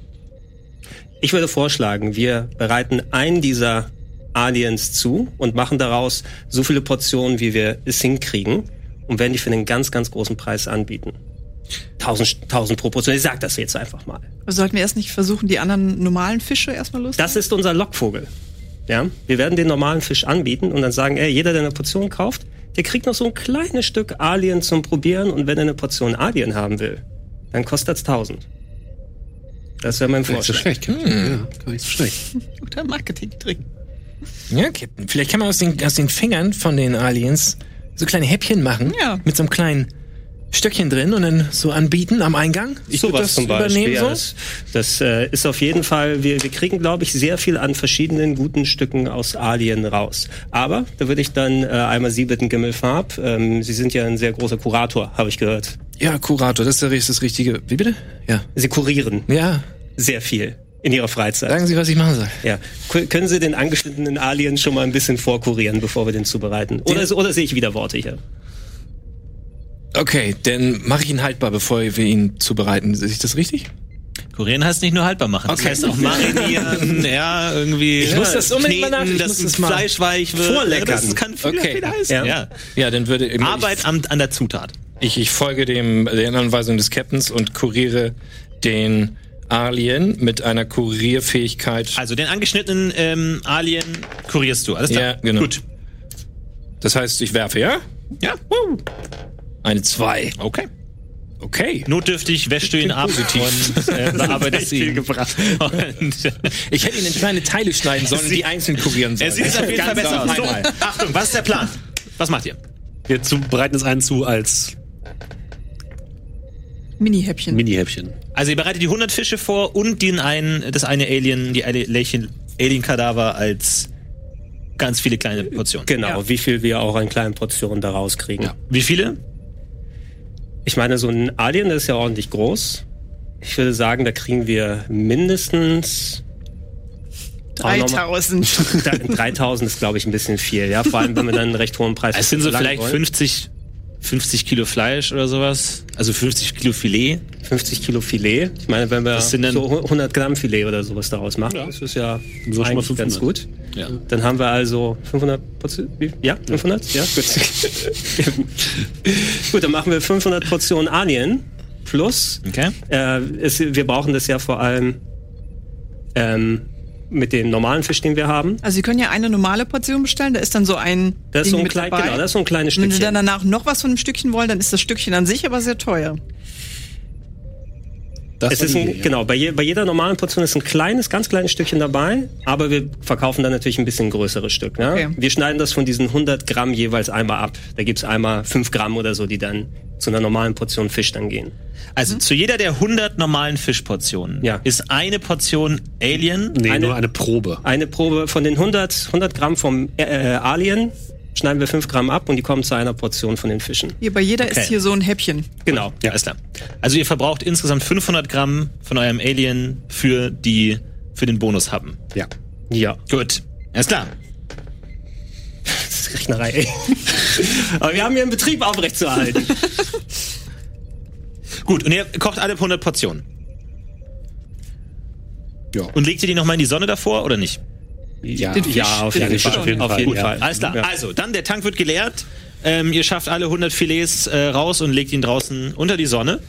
S3: Ich würde vorschlagen, wir bereiten einen dieser Aliens zu und machen daraus so viele Portionen, wie wir es hinkriegen und werden die für einen ganz, ganz großen Preis anbieten. 1000, 1000 pro Portion. Ich sag das jetzt einfach mal.
S5: Sollten wir erst nicht versuchen, die anderen normalen Fische erstmal los?
S3: Das ist unser Lockvogel. Ja, wir werden den normalen Fisch anbieten und dann sagen, ey, jeder, der eine Portion kauft, der kriegt noch so ein kleines Stück Alien zum Probieren und wenn er eine Portion Alien haben will, dann kostet's 1000. Das wäre mein Vorschlag.
S10: schlecht, Kapitän. Ja, gar nicht so schlecht.
S5: Guter Marketing-Trick.
S2: Hm. Ja, Captain. Vielleicht kann man aus den, aus den Fingern von den Aliens so kleine Häppchen machen.
S5: Ja.
S2: Mit so einem kleinen Stöckchen drin und dann so anbieten am Eingang. Ich würd
S3: Sowas
S2: das
S3: zum Beispiel.
S2: übernehmen
S3: ja,
S2: so.
S3: Das, das äh, ist auf jeden Fall, wir, wir kriegen, glaube ich, sehr viel an verschiedenen guten Stücken aus Alien raus. Aber da würde ich dann äh, einmal Sie bitten, Gimmelfarb. Ähm, Sie sind ja ein sehr großer Kurator, habe ich gehört.
S2: Ja, Kurator, das ist der- das Richtige. Wie bitte? Ja.
S3: Sie kurieren
S2: Ja,
S3: sehr viel in Ihrer Freizeit.
S2: sagen Sie, was ich machen soll.
S3: Ja. K- Können Sie den angeschnittenen Alien schon mal ein bisschen vorkurieren, bevor wir den zubereiten? Oder, oder sehe ich wieder Worte hier?
S2: Okay, dann mache ich ihn haltbar, bevor wir ihn zubereiten. Ist das richtig?
S1: Kurieren heißt nicht nur haltbar machen.
S2: Okay.
S1: Das heißt auch marinieren, ja, irgendwie. Ich
S2: muss das unbedingt mal
S1: kneten,
S2: nach- ich
S1: dass
S2: muss das mal-
S1: Fleisch weich wird.
S3: Vorleckern.
S1: Das kann viel,
S2: Okay.
S1: viel heißen.
S3: Ja.
S1: Ja.
S2: Ja, dann würde ich,
S1: Arbeit an, an der Zutat.
S2: ich, ich folge dem den Anweisungen des Captains und kuriere den Alien mit einer Kurierfähigkeit.
S1: Also den angeschnittenen ähm, Alien kurierst du. Alles klar.
S2: Ja, genau.
S1: Gut.
S2: Das heißt, ich werfe, ja?
S1: Ja.
S2: Eine zwei.
S1: Okay.
S2: Okay.
S1: Notdürftig wäschst du ihn ab und äh, bearbeitest ihn. Und, äh,
S2: Ich hätte ihn in kleine Teile schneiden sollen und die einzeln kurieren sollen.
S1: es ist auf jeden Fall
S2: Ganz
S1: besser.
S2: auf
S1: So,
S2: einmal.
S1: Achtung, was ist der Plan? Was macht ihr?
S4: Wir zu, bereiten es einen zu als
S5: Mini-Häppchen.
S4: Mini-Häppchen.
S1: Also ihr bereitet die 100 Fische vor und den einen, das eine Alien, die eine Alien- Alien-Kadaver als ganz viele kleine Portionen.
S3: Genau, wie viel wir auch in kleinen Portionen da rauskriegen.
S1: Wie viele?
S3: Ich meine, so ein Alien das ist ja ordentlich groß. Ich würde sagen, da kriegen wir mindestens auch noch mal-
S5: 3000.
S3: Da- 3000 ist, glaube ich, ein bisschen viel. Ja, vor allem, wenn wir dann einen recht hohen Preis
S1: Es sind so
S3: verlangen
S1: vielleicht
S3: wollen.
S1: 50, 50 Kilo Fleisch oder sowas. Also 50 Kilo Filet.
S3: 50 Kilo Filet. Ich meine, wenn wir
S1: Das sind dann-
S3: so 100 Gramm Filet oder sowas daraus machen, das ist ja
S4: So schon mal
S3: eigentlich ganz
S4: 500.
S3: gut.
S1: Ja.
S3: Dann haben wir also 500 Portionen. Ja, 500? Ja, gut. gut, dann machen wir 500 Portionen Alien plus
S1: Okay.
S3: äh, es, wir brauchen das ja vor allem ähm, mit dem normalen Fisch, den wir haben.
S5: Also Sie können ja eine normale Portion bestellen, da ist dann so ein
S3: Das ist
S5: Ding
S3: so ein,
S5: mit
S3: klein,
S5: dabei.
S3: genau, das ist so ein kleines
S5: Und wenn Sie
S3: Stückchen.
S5: dann danach noch was von dem Stückchen wollen, dann ist das Stückchen an sich aber sehr teuer.
S10: Das
S3: es ist ein, genau, bei, je, bei jeder normalen Portion ist ein kleines, ganz kleines Stückchen dabei, aber wir verkaufen dann natürlich ein bisschen größeres Stück. Ne?
S5: Okay.
S3: Wir schneiden das von diesen 100 Gramm jeweils einmal ab. Da gibt's einmal 5 Gramm oder so, die dann zu einer normalen Portion Fisch dann gehen.
S1: Also zu jeder der 100 normalen Fischportionen
S3: Ja.
S1: ist eine Portion Alien.
S4: Nee,
S3: Eine-
S4: nur eine Probe.
S3: Eine Probe von den 100, 100 Gramm vom äh, äh, Alien schneiden wir 5 Gramm ab und die kommen zu einer Portion von den Fischen.
S5: Hier bei jeder
S1: Okay.
S5: ist hier so ein Häppchen.
S1: Genau. Ja, alles klar. Also ihr verbraucht insgesamt 500 Gramm von eurem Alien für die für den Bonushappen.
S4: Ja.
S3: Ja.
S1: Gut. Alles klar.
S3: Das ist Rechnerei, ey. Aber wir haben hier einen Betrieb aufrechtzuerhalten.
S1: Gut, und ihr kocht alle 100 Portionen.
S10: Ja.
S1: Und legt ihr die nochmal in die Sonne davor oder nicht?
S10: Ja.
S3: ja, auf jeden
S4: Fisch
S3: Fall.
S4: auf jeden
S3: Auf
S4: Fall,
S3: jeden
S4: ja.
S3: Fall.
S1: Alles klar.
S3: Ja.
S1: Also, dann der Tank wird geleert. Ähm, ihr schafft alle 100 Filets äh, raus und legt ihn draußen unter die Sonne.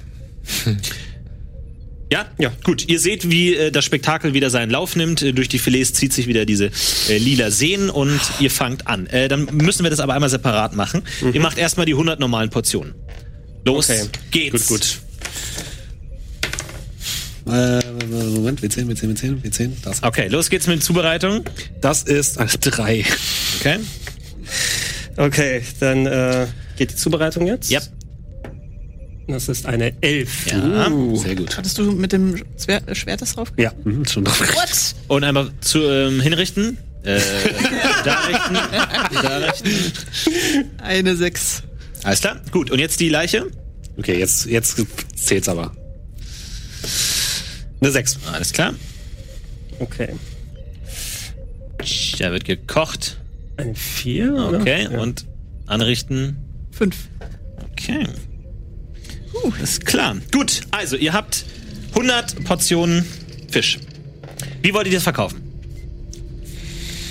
S1: Ja, ja, gut. Ihr seht, wie äh, das Spektakel wieder seinen Lauf nimmt. Äh, durch die Filets zieht sich wieder diese äh, lila Seen und ihr fangt an. Äh, dann müssen wir das aber einmal separat machen. Ihr macht erstmal die 100 normalen Portionen. Los
S3: Okay.
S1: geht's.
S4: Gut, gut.
S10: Äh, Moment, W10, W10, W10, W10. Das,
S1: Okay, los geht's mit Zubereitung.
S10: das ist eine 3.
S1: Okay.
S3: Okay, dann äh, geht die Zubereitung jetzt.
S1: Ja.
S3: Das ist eine Elf.
S1: ja.
S10: Uh. Sehr gut.
S5: Hattest du mit dem Zwer äh, Schwert das drauf?
S4: Ja, mhm, schon drauf.
S5: What?
S1: Und einmal zu ähm, hinrichten. Äh, da richten. Da richten.
S5: Eine Sechs.
S1: Alles klar. Gut, und jetzt die Leiche.
S10: Okay, jetzt, jetzt zählt's aber.
S1: Eine 6. Alles klar.
S3: Okay.
S1: Da wird gekocht.
S3: Eine Vier. oder?
S1: Okay, und anrichten.
S5: Fünf.
S1: Okay. Uh, das ist klar. Gut, also ihr habt 100 Portionen Fisch. Wie wollt ihr das verkaufen?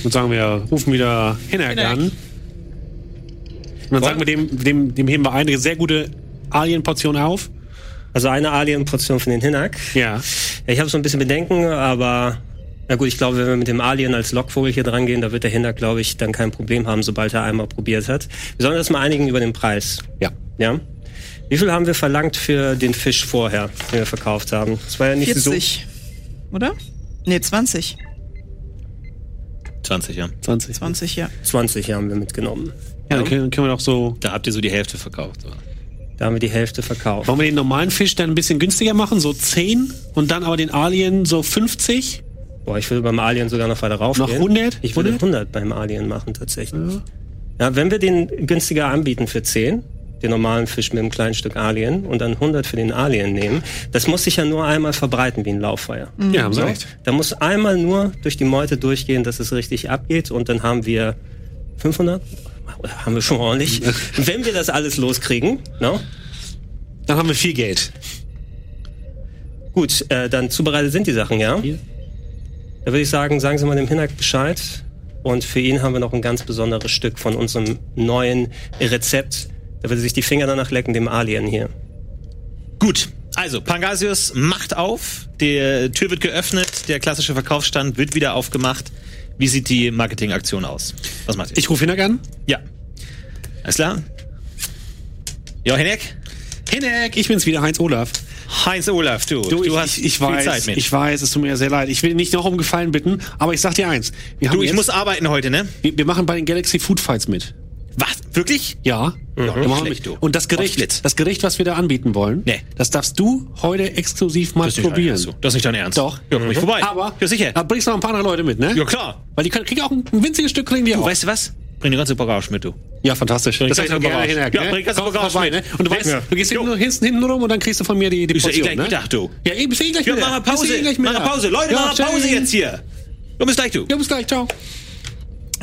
S4: Und sagen wir, rufen wieder Hinak
S5: Hinak.
S4: an. Und dann sagen wir dem, dem, dem heben wir eine sehr gute Alien-Portion auf.
S3: Also eine Alien-Portion von den Hinak.
S4: Ja.
S3: Ja, ich habe so ein bisschen Bedenken, aber na gut, ich glaube, wenn wir mit dem Alien als Lockvogel hier dran gehen, da wird der Hinak, glaube ich, dann kein Problem haben, sobald er einmal probiert hat. Wir sollen das mal einigen über den Preis.
S10: Ja.
S3: Ja. Wie viel haben wir verlangt für den Fisch vorher, den wir verkauft haben? Das war ja nicht so.
S5: 40. Oder? Nee, 20.
S1: 20, ja.
S4: 20.
S5: 20, ja.
S3: 20 haben wir mitgenommen.
S4: Ja, dann können, können wir doch so.
S1: Da habt ihr so die Hälfte verkauft. So.
S3: Da haben wir die Hälfte verkauft.
S10: Wollen wir den normalen Fisch dann ein bisschen günstiger machen, so 10 und dann aber den Alien so 50?
S3: Boah, ich würde beim Alien sogar noch weiter raufgehen.
S10: Noch 100?
S3: Ich würde 100 beim Alien machen, tatsächlich. Ja. wenn wir den günstiger anbieten für 10, den normalen Fisch mit einem kleinen Stück Alien, und dann 100 für den Alien nehmen, das muss sich ja nur einmal verbreiten wie ein Lauffeuer.
S10: Ja, haben Sie
S3: So,
S10: recht.
S3: da muss einmal nur durch die Meute durchgehen, dass es richtig abgeht, und dann haben wir 500? Haben wir schon ordentlich. wenn wir das alles loskriegen, ne?
S10: Dann haben wir viel Geld.
S3: Gut, äh, dann zubereitet sind die Sachen, ja? Da würde ich sagen, sagen Sie mal dem Hinak Bescheid. Und für ihn haben wir noch ein ganz besonderes Stück von unserem neuen Rezept. Da würde sich die Finger danach lecken, dem Alien hier.
S1: Gut. Also, Pangasius macht auf, die Tür wird geöffnet, der klassische Verkaufsstand wird wieder aufgemacht. Wie sieht die Marketingaktion aus? Was macht ihr?
S10: Ich rufe Hinak an.
S1: ja. Alles klar? Jo, Hennek?
S10: Hinak, ich bin's wieder, Heinz Olaf.
S1: Heinz Olaf, du. Du,
S10: ich,
S1: hast
S10: ich, ich
S1: viel
S10: weiß,
S1: Zeit mit.
S10: Ich weiß, es tut mir sehr leid. Ich will nicht noch um Gefallen bitten, aber ich sag dir eins. Wir, haben
S1: du, ich
S10: jetzt,
S1: muss arbeiten heute, ne?
S10: wir, wir machen bei den Galaxy Food Fights mit.
S1: Was? Wirklich?
S10: Ja. ja wir machen
S1: schlecht,
S10: mit.
S1: du.
S10: Und das
S1: Auf geht's.
S10: Gericht, das Gericht, was wir da anbieten wollen,
S1: Nee.
S10: das darfst du heute exklusiv mal
S1: nicht dein
S10: probieren.
S1: Ernst, du. Das ist nicht dein Ernst.
S10: Doch. Mhm.
S1: Ja, komm ich vorbei.
S10: Aber
S1: Ja, sicher.
S10: Da bringst du noch ein paar andere Leute mit, ne?
S1: Ja, klar.
S10: Weil die können, kriegen auch ein, ein winziges Stück kriegen die auch.
S1: Du, weißt du was? Bring die ganze Bagage mit, du.
S10: ja, fantastisch. Das
S1: ganze
S10: heißt, gerne
S1: Bagage.
S10: hin,
S1: Ja,
S10: ne?
S1: bring die ganze
S10: Kommst
S1: Bagage
S10: vorbei,
S1: mit.
S10: ne? Und du
S1: Denk
S10: weißt,
S1: mir.
S10: du gehst hinten, hinten, hinten rum und dann kriegst du von mir die, die
S1: Ist ja eh
S10: Portion,
S1: gleich
S10: ne?
S1: Mittag, du.
S10: Ja, eben, ist eh gleich
S1: Ja,
S10: wieder.
S1: mach mal Pause. Mach mal Pause. Leute,
S10: ja,
S1: mach mal Pause
S10: tschüss.
S1: jetzt hier. Du bis gleich, du.
S10: Ja, bis gleich, ciao.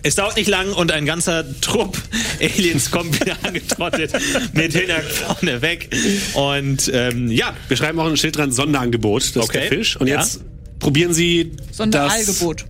S1: Es dauert nicht lang und ein ganzer Trupp Aliens kommt wieder angetrottet mit Hinak vorne weg. Und ähm, ja,
S10: Wir schreiben auch ein Schild dran, Sonderangebot, das
S1: Okay.
S10: ist der Fisch. Und
S1: Ja.
S10: jetzt probieren Sie
S5: Sonderangebot.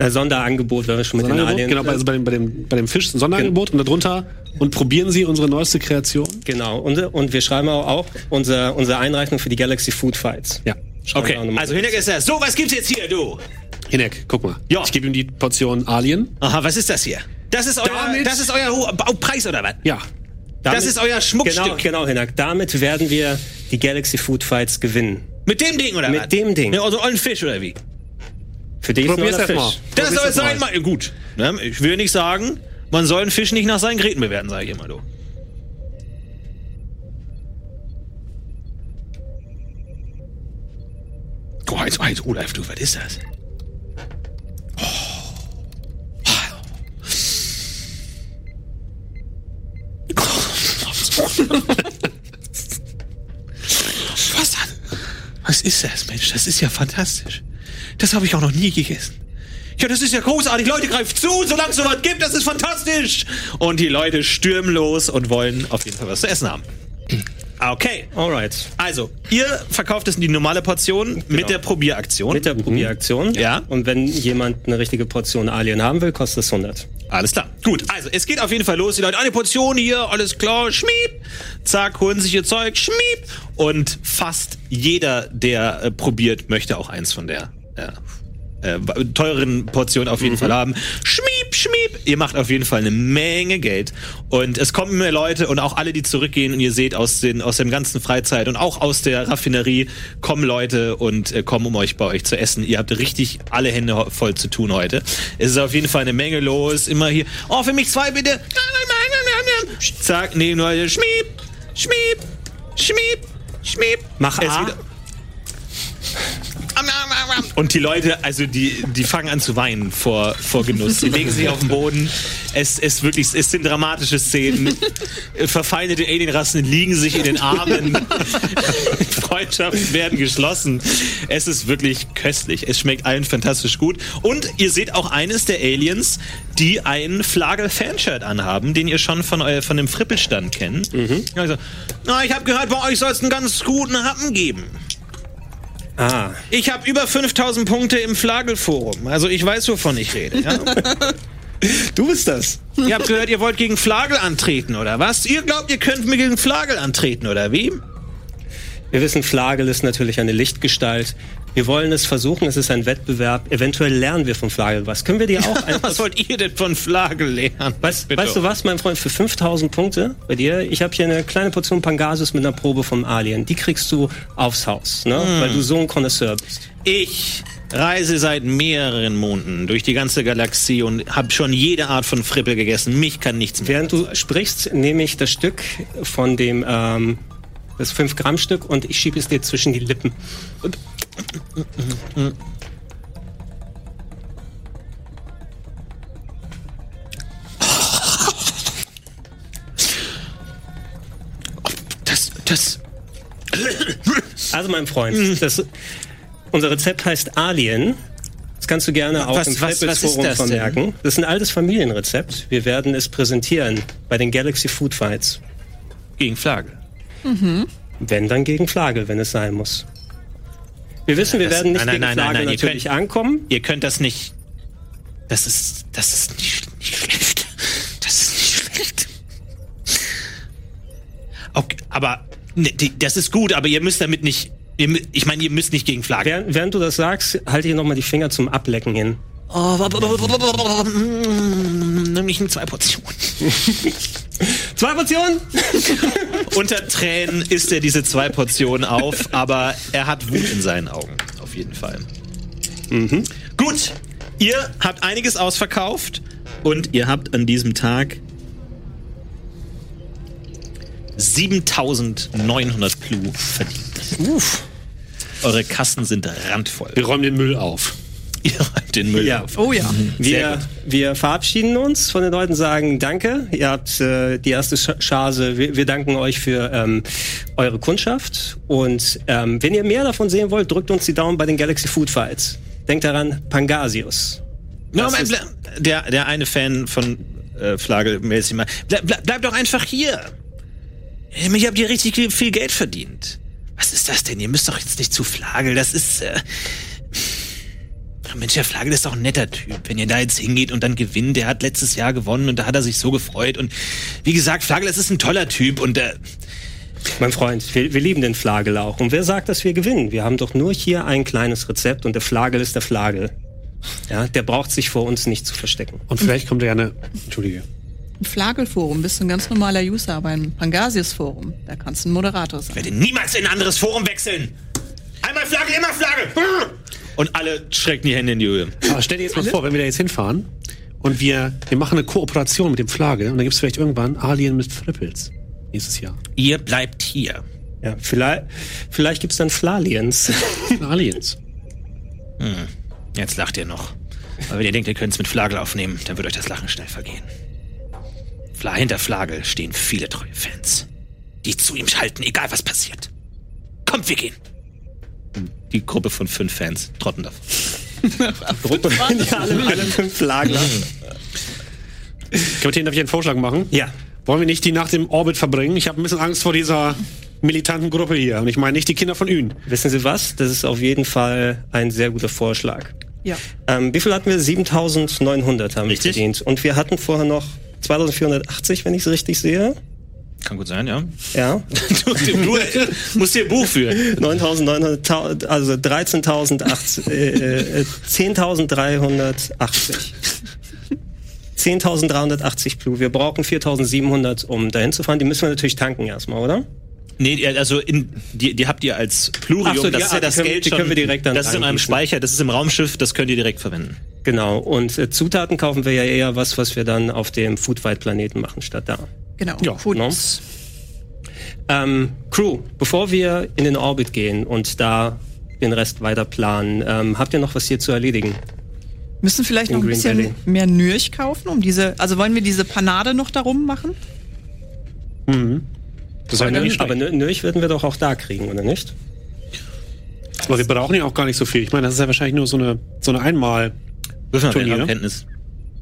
S3: Äh, Sonderangebot, wenn wir schon
S10: das
S3: mit den
S10: Sonderangebot.
S3: Alien.
S10: Genau, bei, also bei, dem, bei, dem, bei dem Fisch ein Sonderangebot und darunter und probieren Sie unsere neueste Kreation.
S3: genau. Und, und wir schreiben auch, auch unser, unsere Einreichung für die Galaxy Food Fights.
S10: Ja.
S3: Schreiben
S1: okay.
S3: wir auch nochmal.
S1: Also Hinak ist das. So, was gibt's jetzt hier, du?
S10: Hinek, guck mal.
S1: Ja.
S10: Ich gebe ihm die Portion Alien.
S1: Aha, was ist das hier? Das ist euer,
S10: Damit-
S1: das ist euer hoher Bau- Preis oder was?
S10: Ja.
S1: das ist euer Schmuckstück.
S3: Genau, genau, Hinak. Damit werden wir die Galaxy Food Fights gewinnen.
S1: Mit dem Ding oder
S3: Mit
S1: was?
S3: dem Ding.
S1: Mit unserem ollen Fisch oder wie?
S3: Für dich ist
S10: Probier's
S3: neuer
S10: erst mal.
S3: Fisch.
S1: Das
S10: Probier's
S1: soll
S10: doch mal.
S1: sein, mal. Gut. Ne? Ich will nicht sagen, man soll einen Fisch nicht nach seinen Gräten bewerten, sage ich immer, du. Guck mal, jetzt, jetzt, Olaf, du, was ist das? Was, hat, was ist das, Mensch? Das ist ja fantastisch. Das habe ich auch noch nie gegessen. Ja, das ist ja großartig. Leute, greift zu, solange es sowas gibt. Das ist fantastisch. Und die Leute stürmen los und wollen auf jeden Fall was zu essen haben.
S3: Mhm.
S1: Okay.
S3: Alright.
S1: Also, ihr verkauft es in die normale Portion mit der Probieraktion.
S3: Genau. Mit der
S10: Mhm.
S3: Probieraktion.
S1: Ja.
S3: Und wenn jemand eine richtige Portion Alien haben will, kostet es 100.
S1: Alles klar. Gut, also es geht auf jeden Fall los. Die Leute, eine Portion hier, alles klar, schmieb. Zack, holen sich ihr Zeug, schmieb. Und fast jeder, der äh, probiert, möchte auch eins von der äh, äh, teureren Portion auf jeden Fall haben. Schmieb, schmieb. Ihr macht auf jeden Fall eine Menge Geld. Und es kommen mehr Leute und auch alle, die zurückgehen und ihr seht aus, den, aus dem ganzen Freizeit und auch aus der Raffinerie kommen Leute und äh, kommen, um euch bei euch zu essen. Ihr habt richtig alle Hände ho- voll zu tun heute. Es ist auf jeden Fall eine Menge los. Immer hier, oh, für mich zwei bitte. Zack, nehmen Leute, schmieb, schmieb, schmieb, schmieb.
S3: Mach
S1: Es
S3: A.
S1: wieder- Am, am, am, am. Und die Leute, also die, die fangen an zu weinen vor, vor Genuss. Die legen sich auf den Boden. Es, es, wirklich, es sind dramatische Szenen. Äh, Verfeindete Alienrassen liegen sich in den Armen. Freundschaften werden geschlossen. Es ist wirklich köstlich. Es schmeckt allen fantastisch gut. Und ihr seht auch eines der Aliens, die ein Flagel-Fanshirt anhaben, den ihr schon von, eu- von dem Frippelstand kennt. Also, na, ich habe gehört, bei euch soll es einen ganz guten Happen geben.
S3: Ah,
S1: Ich habe über 5000 Punkte im Flagelforum. Also ich weiß, wovon ich rede. Ja?
S10: Du bist das.
S1: ihr habt gehört, ihr wollt gegen Flagel antreten, oder was? Ihr glaubt, ihr könnt mir gegen Flagel antreten, oder wie?
S3: wir wissen, Flagel ist natürlich eine Lichtgestalt. Wir wollen es versuchen, es ist ein Wettbewerb. Eventuell lernen wir von Flagel was. Können wir dir auch ein...
S1: Was wollt ihr denn von Flagel lernen?
S3: Weißt, weißt du was, mein Freund, für 5000 Punkte bei dir, ich habe hier eine kleine Portion Pangasus mit einer
S10: Hm.
S3: Probe vom Alien. Die kriegst du aufs Haus, ne? weil du so ein Connoisseur bist.
S1: Ich Reise seit mehreren Monaten durch die ganze Galaxie und habe schon jede Art von Frippel gegessen. Mich kann nichts mehr.
S3: Während du sprichst, nehme ich das Stück von dem, ähm, das 5-Gramm-Stück und ich schiebe es dir zwischen die Lippen. Und
S1: Das, das.
S3: Also, mein
S1: Mhm.
S3: Freund, das, unser Rezept heißt Alien. Das kannst du gerne auch
S1: Was-
S3: im
S1: was- was ist
S3: Freppels-Forum
S1: das denn?
S3: vermerken. Das ist ein altes Familienrezept. Wir werden es präsentieren bei den Galaxy Food Fights.
S1: Gegen Flagge.
S3: Wenn dann gegen Flagel, wenn es sein muss. Wir wissen, wir
S1: das-
S3: werden nicht
S1: nein, nein,
S3: gegen
S1: nein, nein,
S3: Flagel
S1: nein, ihr
S3: natürlich
S1: könnt-
S3: ankommen.
S1: Ihr könnt das nicht. Das ist. Das ist nicht, sch- nicht schlecht. Das ist nicht schlecht. Okay, aber. ne, die- Das ist gut, aber ihr müsst damit nicht. Ihr, mü- ich meine, ihr müsst nicht gegen Flagge.
S3: Während, während du das sagst, halte ich nochmal die Finger zum Ablecken hin.
S1: Oh, nämlich zwei Portionen.
S3: Zwei Portionen!
S1: Unter Tränen isst er diese zwei Portionen auf, aber er hat Wut in seinen Augen, auf jeden Fall. Gut, ihr habt einiges ausverkauft und ihr habt an diesem Tag 7900 Plu verdient.
S3: Uff.
S1: Eure Kassen sind randvoll.
S10: Wir räumen den Müll auf.
S1: Ihr räumt den Müll
S3: Ja.
S1: auf.
S5: Oh ja.
S1: Sehr
S3: Wir,
S1: gut.
S3: wir verabschieden uns von den Leuten, sagen Danke. Ihr habt äh, die erste Sch- Chance. Wir, wir danken euch für ähm, eure Kundschaft. Und ähm, wenn ihr mehr davon sehen wollt, drückt uns die Daumen bei den Galaxy Food Fights. Denkt daran, Pangasius.
S1: No,
S3: Das
S1: mein,
S3: ist-
S1: ble- der, der eine Fan von äh, Flagel meldet sich mal. Bleib, bleib, bleib doch einfach hier. Ähm, Ich habt hier richtig viel Geld verdient. Was ist das denn? Ihr müsst doch jetzt nicht zu Flagel. Das ist. Äh, Ach Mensch, der Flagel ist doch ein netter Typ. Wenn ihr da jetzt hingeht und dann gewinnt, der hat letztes Jahr gewonnen und da hat er sich so gefreut. Und wie gesagt, Flagel, das ist ein toller Typ und äh,
S3: Mein Freund, wir, wir lieben den Flagel auch. Und wer sagt, dass wir gewinnen? Wir haben doch nur hier ein kleines Rezept und der Flagel ist der Flagel. Ja, der braucht sich vor uns nicht zu verstecken.
S10: Und vielleicht kommt er gerne. Entschuldige.
S5: Im Flagelforum bist du ein ganz normaler User, aber im Pangasius-Forum, da kannst du ein Moderator sein.
S1: werde niemals in ein anderes Forum wechseln. Einmal Flagel, immer Flagel. Und alle schrecken die Hände in die Höhe.
S10: Aber stell dir jetzt mal vor, wenn wir da jetzt hinfahren und wir, wir machen eine Kooperation mit dem Flagge und dann gibt es vielleicht irgendwann Alien mit Frippels nächstes Jahr.
S1: Ihr bleibt hier.
S3: Ja, vielleicht, vielleicht gibt's dann Flaliens.
S10: Aliens.
S1: Jetzt lacht ihr noch. Aber wenn ihr denkt, ihr könnt es mit Flagel aufnehmen, dann wird euch das Lachen schnell vergehen. Fla hinter Flagel stehen viele treue Fans, die zu ihm halten, egal was passiert. Kommt, wir gehen. Die Gruppe von fünf Fans trotten davon.
S3: Gruppe, die alle, alle fünf Flagler.
S10: Kapitän, darf ich einen Vorschlag machen?
S3: Ja.
S10: Wollen wir nicht die Nacht im Orbit verbringen? Ich habe ein bisschen Angst vor dieser militanten Gruppe hier. Und ich meine nicht die Kinder von Ün.
S3: Wissen Sie was? Das ist auf jeden Fall ein sehr guter Vorschlag.
S5: Ja.
S3: Ähm, wie viel hatten wir? 7900 haben
S1: Richtig.
S3: wir verdient. Und wir hatten vorher noch 2480, wenn ich es richtig sehe.
S1: Kann gut sein, ja.
S3: Ja.
S1: du, du musst dir ein Buch führen.
S3: 9900, also 13.080, äh, äh, 10.380. 10.380 Blue. Wir brauchen 4.700, um dahin zu fahren. Die müssen wir natürlich tanken erstmal, oder?
S1: Nee, ihr- also in, die, die habt ihr als Plurium,
S3: Ach so, die-
S1: das ist ja
S3: ah, die
S1: das
S3: können-
S1: Geld
S3: die können
S1: schon-
S3: wir direkt dann
S1: Das ist in einem
S3: eingießen.
S1: Speicher, das ist im Raumschiff, das könnt ihr direkt verwenden.
S3: Genau. Und äh, Zutaten kaufen wir ja eher was, was wir dann auf dem Foodfight-Planeten machen, statt da.
S5: Genau.
S3: Ja, ne?
S5: Fotos.
S3: Ähm, Crew, bevor wir in den Orbit gehen und da den Rest weiter planen, ähm, habt ihr noch was hier zu erledigen?
S5: Müssen vielleicht
S3: In
S5: noch ein
S3: Green
S5: bisschen
S3: Valley.
S5: mehr Nürch kaufen, um diese. Also wollen wir diese Panade noch darum machen?
S10: Das war ja nicht
S3: Aber
S10: aber, ne.
S3: Nür- Nürch werden wir doch auch da kriegen, oder nicht?
S10: aber wir brauchen ja auch gar nicht so viel. Ich meine, das ist ja wahrscheinlich nur so eine, so eine Einmal.
S1: Wirf mal
S10: Turnier.
S1: Turnier. Kenntnis.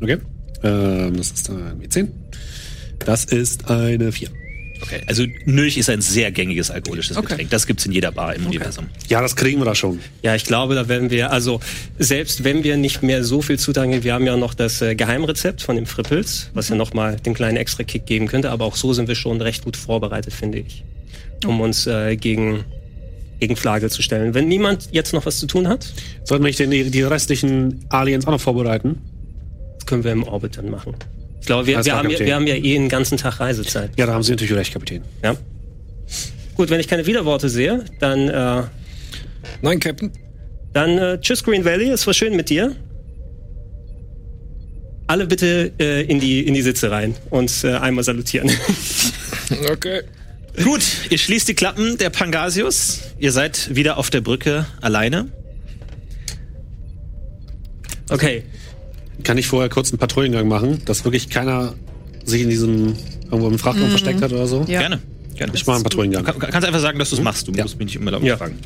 S10: Okay. Ähm, das ist ein W10. Das ist eine 4.
S1: Okay, also Nürch ist ein sehr gängiges alkoholisches
S5: Okay.
S1: Getränk. Das gibt's in jeder Bar im Universum.
S10: Ja, das kriegen wir da schon.
S3: Ja, ich glaube, da werden wir, also selbst wenn wir nicht mehr so viel Zutaten geben, wir haben ja noch das äh, Geheimrezept von dem Frippels, was
S10: Mhm.
S3: ja nochmal den kleinen extra Kick geben könnte, aber auch so sind wir schon recht gut vorbereitet, finde ich, um uns äh, gegen, gegen Flagel zu stellen. Wenn niemand jetzt noch was zu tun hat,
S10: Sollten wir nicht denn die, die restlichen Aliens auch noch vorbereiten?
S3: das können wir im Orbit dann machen. Ich glaube, wir,
S10: Alles
S3: wir,
S10: klar,
S3: haben, ja,
S10: Kapitän.
S3: wir haben ja eh den ganzen Tag Reisezeit.
S10: Ja, da haben Sie natürlich recht, Kapitän.
S3: Ja. Gut, wenn ich keine Widerworte sehe, dann, äh,
S2: Nein, Captain.
S3: Dann äh, tschüss Green Valley, es war schön mit dir. Alle bitte äh, in, die, in die Sitze rein und äh, einmal salutieren.
S2: Okay.
S1: Gut, ihr schließt die Klappen der Pangasius. Ihr seid wieder auf der Brücke alleine.
S3: Okay,
S10: Kann ich vorher kurz einen Patrouillengang machen, dass wirklich keiner sich in diesem irgendwo im Frachtraum versteckt hat oder so?
S5: Ja.
S1: Gerne. Gerne.
S10: Ich mache einen
S1: Du
S10: Patrouillengang.
S1: kann- kannst einfach sagen, dass du es machst. Du musst mich nicht immer darum
S3: Hm? Ja.
S1: fragen.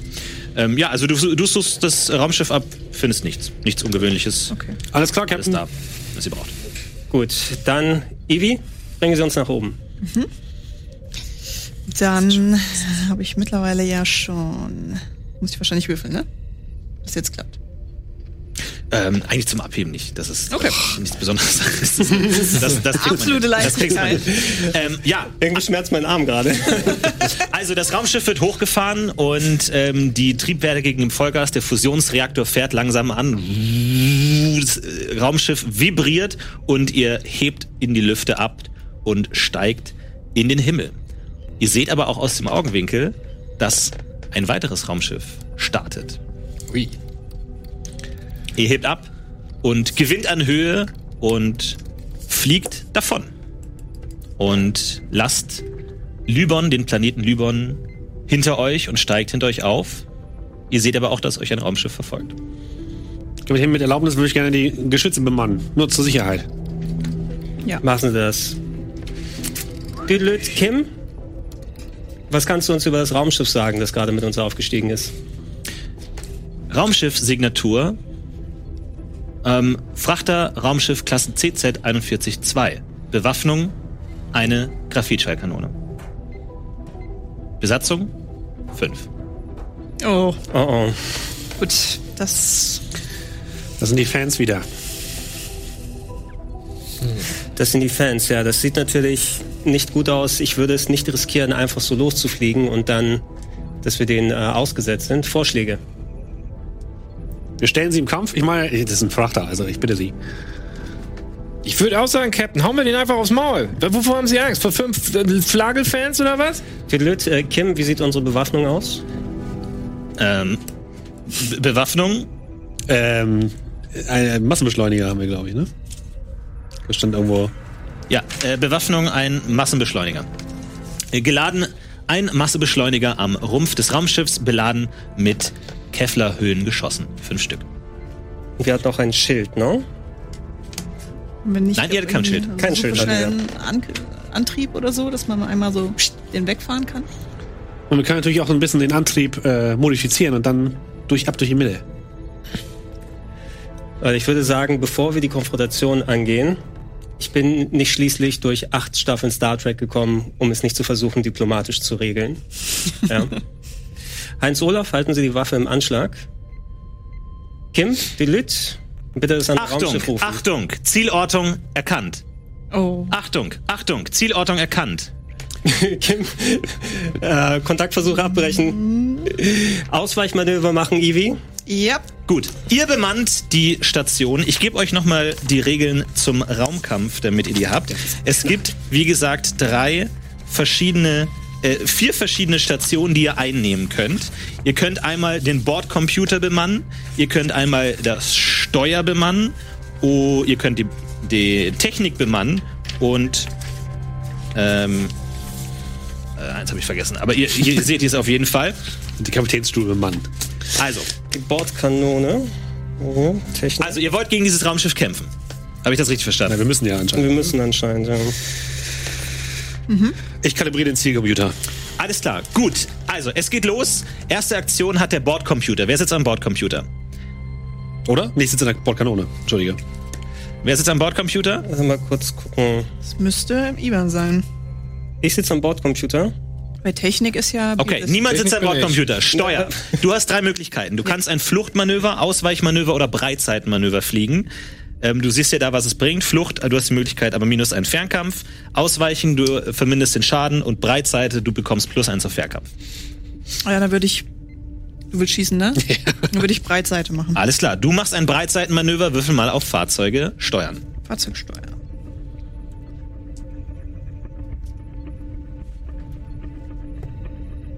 S1: Ähm, ja, also du, du suchst das Raumschiff ab, findest nichts. Nichts Ungewöhnliches. Okay.
S10: Alles klar,
S1: Alles
S10: Captain.
S1: da, was ihr braucht.
S3: gut. Dann, Ivi, bringen Sie uns nach oben.
S5: Dann habe ich mittlerweile ja schon. Muss ich wahrscheinlich würfeln, ne? Bis jetzt klappt.
S1: Ähm, eigentlich zum Abheben nicht. Das ist
S5: Okay.
S1: äh, nichts Besonderes. Das, ist- das, das kriegt
S5: Absolute
S1: man hin. Das kriegt man hin.
S5: Leichtigkeit.
S1: Ähm, ja,
S3: Irgendwie schmerzt mein Arm gerade.
S1: Also das Raumschiff wird hochgefahren und ähm, die Triebwerke gegen den Vollgas, der Fusionsreaktor fährt langsam an. Das äh, Raumschiff vibriert und ihr hebt in die Lüfte ab und steigt in den Himmel. Ihr seht aber auch aus dem Augenwinkel, dass ein weiteres Raumschiff startet.
S2: Ui.
S1: Ihr hebt ab und gewinnt an Höhe und fliegt davon. Und lasst Lybon, den Planeten Lybon, hinter euch und steigt hinter euch auf. Ihr seht aber auch, dass euch ein Raumschiff verfolgt.
S10: Captain, mit Erlaubnis würde ich gerne die Geschütze bemannen. Nur zur Sicherheit.
S3: Machen Sie das. Düdelüt, Kim, was kannst du uns über das Raumschiff sagen, das gerade mit uns aufgestiegen ist?
S1: Raumschiff-Signatur. Ähm, Frachter Raumschiff Klasse CZ 41-2. Bewaffnung eine Graphitschallkanone. Besatzung 5.
S5: Oh,
S3: Oh oh.
S5: gut. Das.
S10: Das sind die Fans wieder.
S3: Das sind die Fans, ja. Das sieht natürlich nicht gut aus. Ich würde es nicht riskieren, einfach so loszufliegen und dann, dass wir denen äh, ausgesetzt sind. Vorschläge.
S10: Wir stellen sie im Kampf. Ich meine, das ist ein Frachter, also ich bitte Sie.
S2: Ich würde auch sagen, Captain, hauen wir den einfach aufs Maul. Wovor haben Sie Angst? Vor fünf äh, Flagelfans oder was?
S3: Düdelüt, äh, Kim, wie sieht unsere Bewaffnung aus?
S1: Ähm, Be Bewaffnung
S10: Ähm, ein Massenbeschleuniger haben wir, glaube ich, ne? Das stand irgendwo.
S1: Ja, äh, Bewaffnung ein Massenbeschleuniger. Äh, Geladen ein Massebeschleuniger am Rumpf des Raumschiffs, beladen mit Kevlar-Höhengeschossen. Fünf Stück.
S3: Wir hatten auch ein Schild, ne?
S5: haben wir nicht
S1: Nein, ihr hattet kein Schild.
S3: Kein Schild hatten wir.
S5: schnellen An Antrieb oder so, dass man nur einmal so pst, den wegfahren kann.
S10: Und wir können natürlich auch so ein bisschen den Antrieb äh, modifizieren und dann durch ab durch die Mitte.
S3: Weil Also ich würde sagen, bevor wir die Konfrontation angehen, ich bin nicht schließlich durch acht Staffeln Star Trek gekommen, um es nicht zu versuchen, diplomatisch zu regeln. Ja. Heinz Olaf, halten Sie die Waffe im Anschlag. Kim, die Lüt, bitte das an
S1: Achtung,
S3: Raumschiff rufen.
S1: Achtung, Zielortung erkannt.
S5: Oh.
S1: Achtung, Achtung, Zielortung erkannt.
S3: Kim, äh, Kontaktversuche abbrechen. Ausweichmanöver machen, Ivi.
S5: Ja.
S1: Gut, ihr bemannt die Station. Ich gebe euch nochmal die Regeln zum Raumkampf, damit ihr die habt. Es gibt, wie gesagt, drei verschiedene, äh, vier verschiedene Stationen, die ihr einnehmen könnt. Ihr könnt einmal den Bordcomputer bemannen, ihr könnt einmal das Steuer bemannen, oh, ihr könnt die, die Technik bemannen und ähm, äh, eins habe ich vergessen, aber ihr, ihr seht es auf jeden Fall.
S10: Die Kapitänsstuhl Mann.
S1: Also,
S3: Die Bordkanone. Mhm, Technik.
S1: Also, ihr wollt gegen dieses Raumschiff kämpfen. Habe ich das richtig
S10: Na,
S1: verstanden?
S10: wir müssen ja anscheinend.
S3: Also, wir müssen anscheinend, ja.
S10: Ich kalibriere den Zielcomputer.
S1: Alles klar. Gut. Also, es geht los. Erste Aktion hat der Bordcomputer. Wer sitzt am Bordcomputer?
S10: Oder? Nee, ich sitze in der Bordkanone. Entschuldige.
S1: Wer sitzt am Bordcomputer?
S3: Also mal kurz gucken.
S5: Das müsste im IBAN sein.
S3: Ich sitze am Bordcomputer.
S5: Bei Technik ist ja.
S1: Okay,
S5: beides.
S1: niemand sitzt
S2: Technik
S1: am
S2: bin ich.
S1: Bordcomputer. Steuer. Du hast drei Möglichkeiten. Du kannst ein Fluchtmanöver, Ausweichmanöver oder Breitseitenmanöver fliegen. Ähm, du siehst ja da, was es bringt. Flucht, äh, du hast die Möglichkeit, aber minus einen Fernkampf. Ausweichen, du äh, vermindest den Schaden. Und Breitseite, du bekommst plus eins auf Fernkampf.
S5: Ah Ja, dann würde ich. Du willst schießen, ne? Dann würde ich Breitseite machen.
S1: Alles klar. Du machst ein Breitseitenmanöver. Würfel mal auf Fahrzeuge. Steuern.
S5: Fahrzeugsteuer.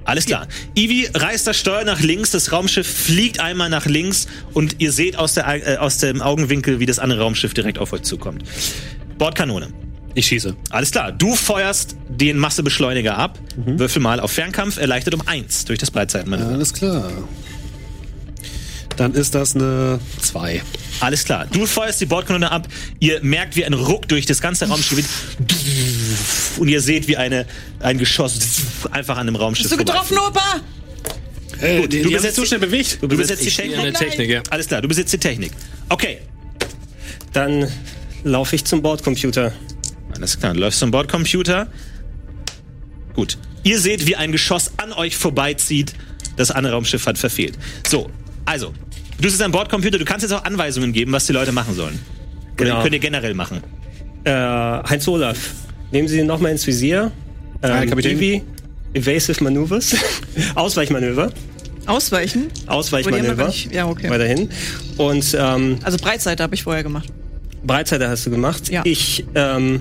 S1: Alles klar. Ivy reißt das Steuer nach links, das Raumschiff fliegt einmal nach links und ihr seht aus, der, äh, aus dem Augenwinkel, wie das andere Raumschiff direkt auf euch zukommt. Bordkanone.
S10: Ich schieße.
S1: Alles klar, du feuerst den Massebeschleuniger ab.
S10: Mhm.
S1: Würfel mal auf Fernkampf, erleichtert um eins durch das Breitseitenmanöver.
S10: Alles klar. Dann ist das eine 2.
S1: Alles klar. Du feuerst die Bordkanone ab. Ihr merkt, wie ein Ruck durch das ganze Raumschiff geht. Und ihr seht, wie eine, ein Geschoss einfach an dem Raumschiff
S5: Bist
S1: vorbei-
S5: du getroffen, Opa?
S10: Hey, Äh, die,
S1: du
S10: die
S1: bist
S10: haben sich
S1: jetzt-
S10: so schnell bewegt.
S1: Du besitzt die
S2: eine
S1: Technik?
S2: Technik, ja.
S1: Alles klar, du besitzt die Technik. Okay.
S3: Dann laufe ich zum Bordcomputer.
S1: Alles klar, du läufst zum Bordcomputer. Gut. Ihr seht, wie ein Geschoss an euch vorbeizieht. Das andere Raumschiff hat verfehlt. So, also, du bist am Bordcomputer, du kannst jetzt auch Anweisungen geben, was die Leute machen sollen. Oder
S3: Genau.
S1: könnt ihr generell machen.
S3: Äh, Heinz Olaf, nehmen Sie ihn nochmal ins Visier. Ähm,
S10: Kapitän.
S3: Ivy, Evasive Maneuvers. Ausweichmanöver.
S5: Ausweichen? Über die haben wir
S3: Ausweichmanöver.
S5: nicht- ja, okay.
S3: Weiterhin. Und ähm,
S5: Also Breitseite habe ich vorher gemacht.
S3: Breitseite hast du gemacht.
S5: Ja.
S3: Ich ähm,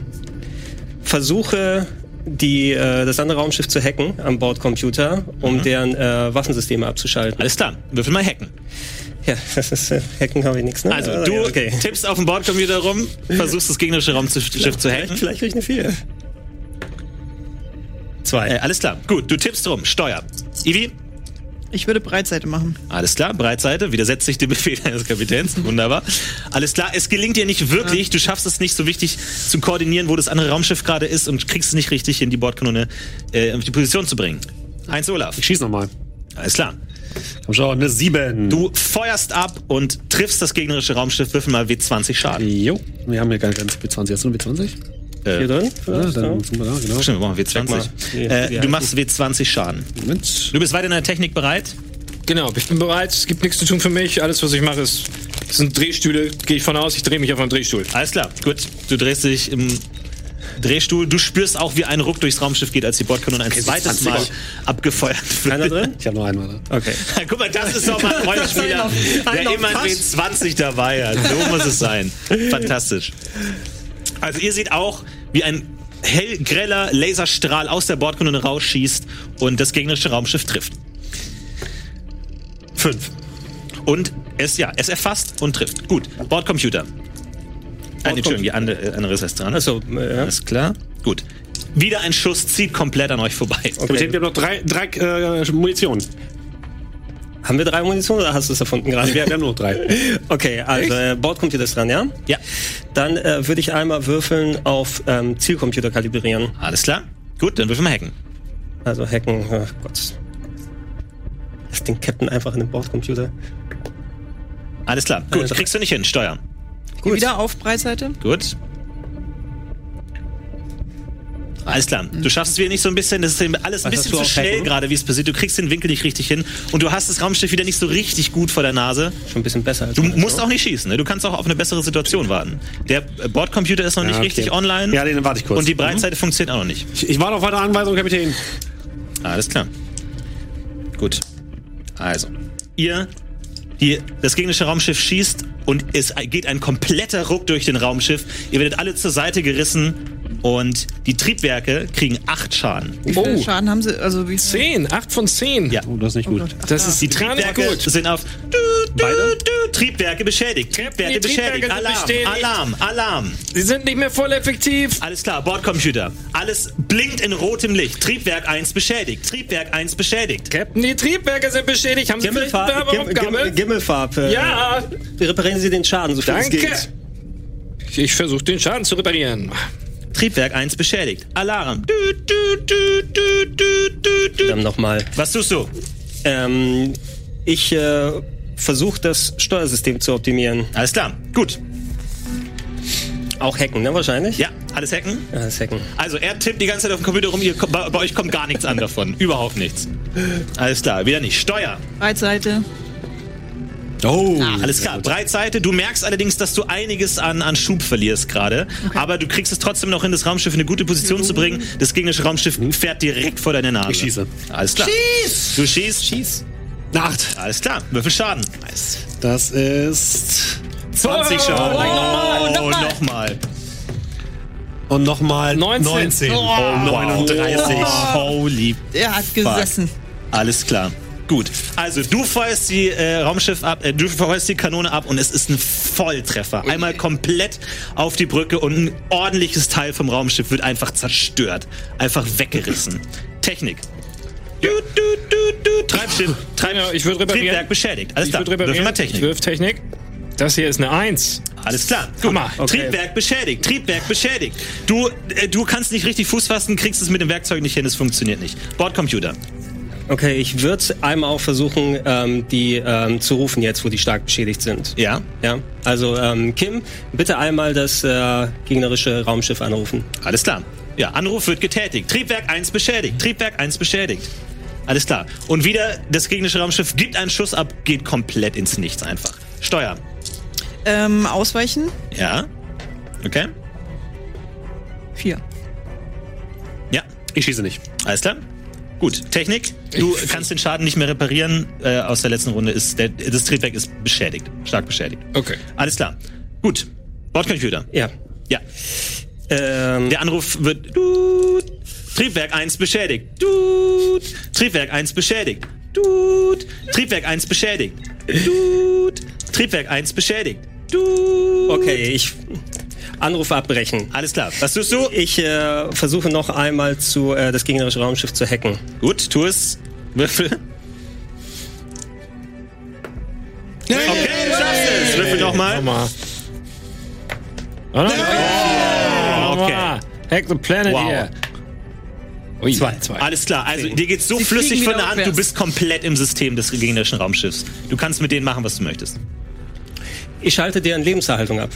S3: versuche, die, äh, das andere Raumschiff zu hacken am Bordcomputer, um deren äh, Waffensysteme abzuschalten.
S1: Alles klar, würfel mal hacken.
S3: Ja, das ist, äh, hacken habe ich nichts, ne?
S1: Also,
S3: Ah,
S1: du
S3: ja, okay.
S1: tippst auf dem Bordcomputer rum, versuchst das gegnerische Raumschiff zu hacken.
S3: Vielleicht krieg ich eine 4.
S1: Zwei. Äh, alles klar. Gut, du tippst rum. Steuer. Ivi?
S5: Ich würde Breitseite machen.
S1: Alles klar, Breitseite, widersetzt sich dem Befehl deines Kapitäns. Wunderbar. Alles klar, es gelingt dir nicht wirklich. Du schaffst es nicht so wichtig zu koordinieren, wo das andere Raumschiff gerade ist und kriegst es nicht richtig hin, die Bordkanone äh, auf die Position zu bringen. Eins Olaf.
S10: Ich schieße nochmal.
S1: Alles klar.
S10: Komm schon, eine 7.
S1: Du feuerst ab und triffst das gegnerische Raumschiff. Würfel mal W20 Schaden.
S10: Jo. Wir haben hier gar kein B20. Hast du eine B20?
S3: Hier drin?
S10: Ja, dann sind wir da, genau.
S1: Stimmt, wir brauchen W20. Äh, du machst W20 Schaden.
S10: Moment.
S1: Du bist weiter in der Technik bereit?
S2: Genau, ich bin bereit, es gibt nichts zu tun für mich. Alles, was ich mache, ist, sind Drehstühle, gehe ich von aus, ich drehe mich auf einen Drehstuhl.
S1: Alles klar, gut. Du drehst dich im Drehstuhl. Du spürst auch, wie ein Ruck durchs Raumschiff geht, als die Bordkanone ein zweites Mal abgefeuert wird.
S3: Einer drin?
S10: Ich habe nur einmal. Ne?
S3: Okay.
S1: Guck mal, das ist doch mal ein Rollenspieler, der immer ein W20 dabei hat. So muss es sein. Fantastisch. Also ihr seht auch, wie ein hell greller Laserstrahl aus der Bordkanone rausschießt und das gegnerische Raumschiff trifft. Fünf. Und es, ja, es erfasst und trifft. Gut, Bordcomputer. Eine Entschuldigung, die andere, äh, andere ist erst dran.
S3: Achso, äh, ja.
S1: Alles klar. Gut. Wieder ein Schuss zieht komplett an euch vorbei.
S10: Kapitän, wir haben noch drei, drei äh, Munition.
S3: Haben wir drei Munition oder hast du es erfunden gerade?
S10: Wir, wir haben nur noch drei.
S3: Okay, also äh, Bordcomputer ist dran, ja?
S1: Ja,
S3: Dann äh, würde ich einmal würfeln auf ähm, Zielcomputer kalibrieren.
S1: alles klar. Gut, dann würfeln wir hacken.
S3: Also hacken, ach Gott. Lass den Captain einfach in den Bordcomputer.
S1: Alles klar. Gut, kriegst du nicht hin. Steuern.
S5: Gut. Wieder auf Breitseite?
S1: Gut. Alles klar. Du schaffst es wieder nicht so ein bisschen. Das ist eben alles ein bisschen
S3: Was hast du
S1: zu
S3: auf
S1: schnell
S3: Hacken?
S1: gerade, wie es passiert. Du kriegst den Winkel nicht richtig hin und du hast das Raumschiff wieder nicht so richtig gut vor der Nase.
S3: Schon ein bisschen besser. Als
S1: Du
S3: meine,
S1: musst
S3: ne?
S1: auch nicht schießen. Ne? Du kannst auch auf eine bessere Situation warten. Der äh, Bordcomputer ist noch nicht
S10: okay.
S1: richtig online.
S10: Ja, den warte ich kurz.
S1: Und die Breitseite funktioniert auch noch nicht.
S10: Ich, ich warte auf weitere Anweisungen, Kapitän.
S1: Alles klar. Gut. Also, ihr, die, das gegnerische Raumschiff schießt und es geht ein kompletter Ruck durch den Raumschiff. Ihr werdet alle zur Seite gerissen und die Triebwerke kriegen acht Schaden.
S5: Wie viel Schaden haben sie? Also wie viel?
S2: 10, 8 Oh, von 10.
S1: Ja.
S10: Oh, das ist nicht gut.
S2: Das ist
S1: Die
S2: gar nicht
S1: Triebwerke
S2: gut.
S1: sind auf du, du,
S2: Beide?
S1: du, Triebwerke beschädigt. Triebwerke
S2: die
S1: beschädigt.
S2: Triebwerke sind
S1: Alarm,
S2: bestätigt.
S1: Alarm, Alarm.
S2: Sie sind nicht mehr voll effektiv.
S1: Alles klar, Bordcomputer. Alles blinkt in rotem Licht. Triebwerk 1 beschädigt. Triebwerk 1 beschädigt.
S2: Captain, die Triebwerke sind beschädigt. Haben Sie vielleicht eine
S3: Gimmelfarb, Gim- Gim-
S2: Bewerbungsaufgabe?
S3: Gimmelfarb. äh,
S2: Ja,
S3: Reparieren Sie den Schaden, so viel es
S2: danke.
S3: geht.
S2: Ich versuche den Schaden zu reparieren.
S1: Triebwerk 1 beschädigt. Alarm. Du, du, du, du, du, du, du.
S3: Dann nochmal.
S1: Was tust du?
S3: Ähm, ich äh, versuche das Steuersystem zu optimieren.
S1: Alles klar, gut.
S3: Auch hacken, ne? Wahrscheinlich?
S1: Ja, alles hacken.
S3: ja das Hacken.
S1: Also er tippt die ganze Zeit auf dem Computer rum, ihr, bei, bei euch kommt gar nichts an davon. Überhaupt nichts. Alles klar, wieder nicht. Steuer.
S5: Breitseite.
S10: Oh.
S1: Alles klar, Breitseite. Du merkst allerdings, dass du einiges an, an Schub verlierst gerade. Aber du kriegst es trotzdem noch hin, das Raumschiff in eine gute Position zu bringen. Das gegnerische Raumschiff fährt direkt vor deine Nase.
S10: Ich schieße.
S1: Alles klar. Mhm. Schieß! Du schießt. Schieß.
S10: Eine 8.
S1: Alles klar, Würfel Schaden.
S10: Das ist.
S1: 20 Schaden. Oh, nochmal. nochmal.
S10: Und nochmal
S2: 19.
S10: 19.
S1: Oh, 39. Holy
S5: Der hat gesessen.
S1: Alles klar. Gut. Also du feuerst die äh, Raumschiff ab, äh, du feuerst die Kanone ab und es ist ein Volltreffer. Einmal komplett auf die Brücke und ein ordentliches Teil vom Raumschiff wird einfach zerstört, einfach weggerissen. Technik. Du, du, du, du, Treibschiff, Treib,
S2: Ja, ich würde reparieren.
S1: Triebwerk beschädigt. Alles
S2: Ich
S1: klar.
S2: würd reparieren.
S1: Würfel mal
S2: Ich
S1: Technik.
S2: wirf Technik. Das hier ist eine Eins.
S1: Alles klar. Guck mal.
S2: Hammer. Okay.
S1: Triebwerk beschädigt. Triebwerk beschädigt. Du, äh, du kannst nicht richtig Fuß fassen, kriegst es mit dem Werkzeug nicht hin. Es funktioniert nicht. Bordcomputer.
S3: Okay, ich würde einmal auch versuchen, ähm, die ähm, zu rufen jetzt, wo die stark beschädigt sind.
S1: Ja.
S3: Ja, also ähm, Kim, bitte einmal das äh, gegnerische Raumschiff anrufen.
S1: Alles klar. Ja, Anruf wird getätigt. Triebwerk 1 beschädigt. Triebwerk 1 beschädigt. Alles klar. Und wieder das gegnerische Raumschiff gibt einen Schuss ab, geht komplett ins Nichts einfach. Steuer.
S5: Ähm, ausweichen?
S1: Ja. Okay.
S5: Vier.
S1: Ja.
S4: Ich schieße nicht.
S1: Alles klar. Gut. Technik. Du kannst den Schaden nicht mehr reparieren. Äh, aus der letzten Runde ist der, das Triebwerk ist beschädigt. Stark beschädigt.
S2: Okay.
S1: Alles klar. Gut. Bordcomputer.
S3: Ja.
S1: Ja.
S3: Ähm,
S1: Der Anruf wird. Duut. Triebwerk 1 beschädigt. Duut. Triebwerk 1 beschädigt. Duut. Triebwerk 1 beschädigt. Duut. Triebwerk 1 beschädigt. Duut.
S3: Okay, ich Anruf abbrechen.
S1: Alles klar. Was tust du?
S3: Ich äh, versuche noch einmal zu äh, das gegnerische Raumschiff zu hacken.
S1: Gut, tu es. Würfel. Okay, du schaffst es. Würfel nochmal.
S2: Nochmal. Oh, nein.
S1: Ah, Okay.
S2: Nochmal. Hack the planet
S1: Wow.
S2: here. Ui. Zwei, zwei.
S1: Alles klar, also dir geht's so
S5: Sie
S1: flüssig
S5: fliegen
S1: von
S5: wieder
S1: der Hand, du
S5: rückwärts.
S1: bist komplett im System des gegnerischen Raumschiffs. Du kannst mit denen machen, was du möchtest.
S3: Ich schalte deren Lebenserhaltung ab.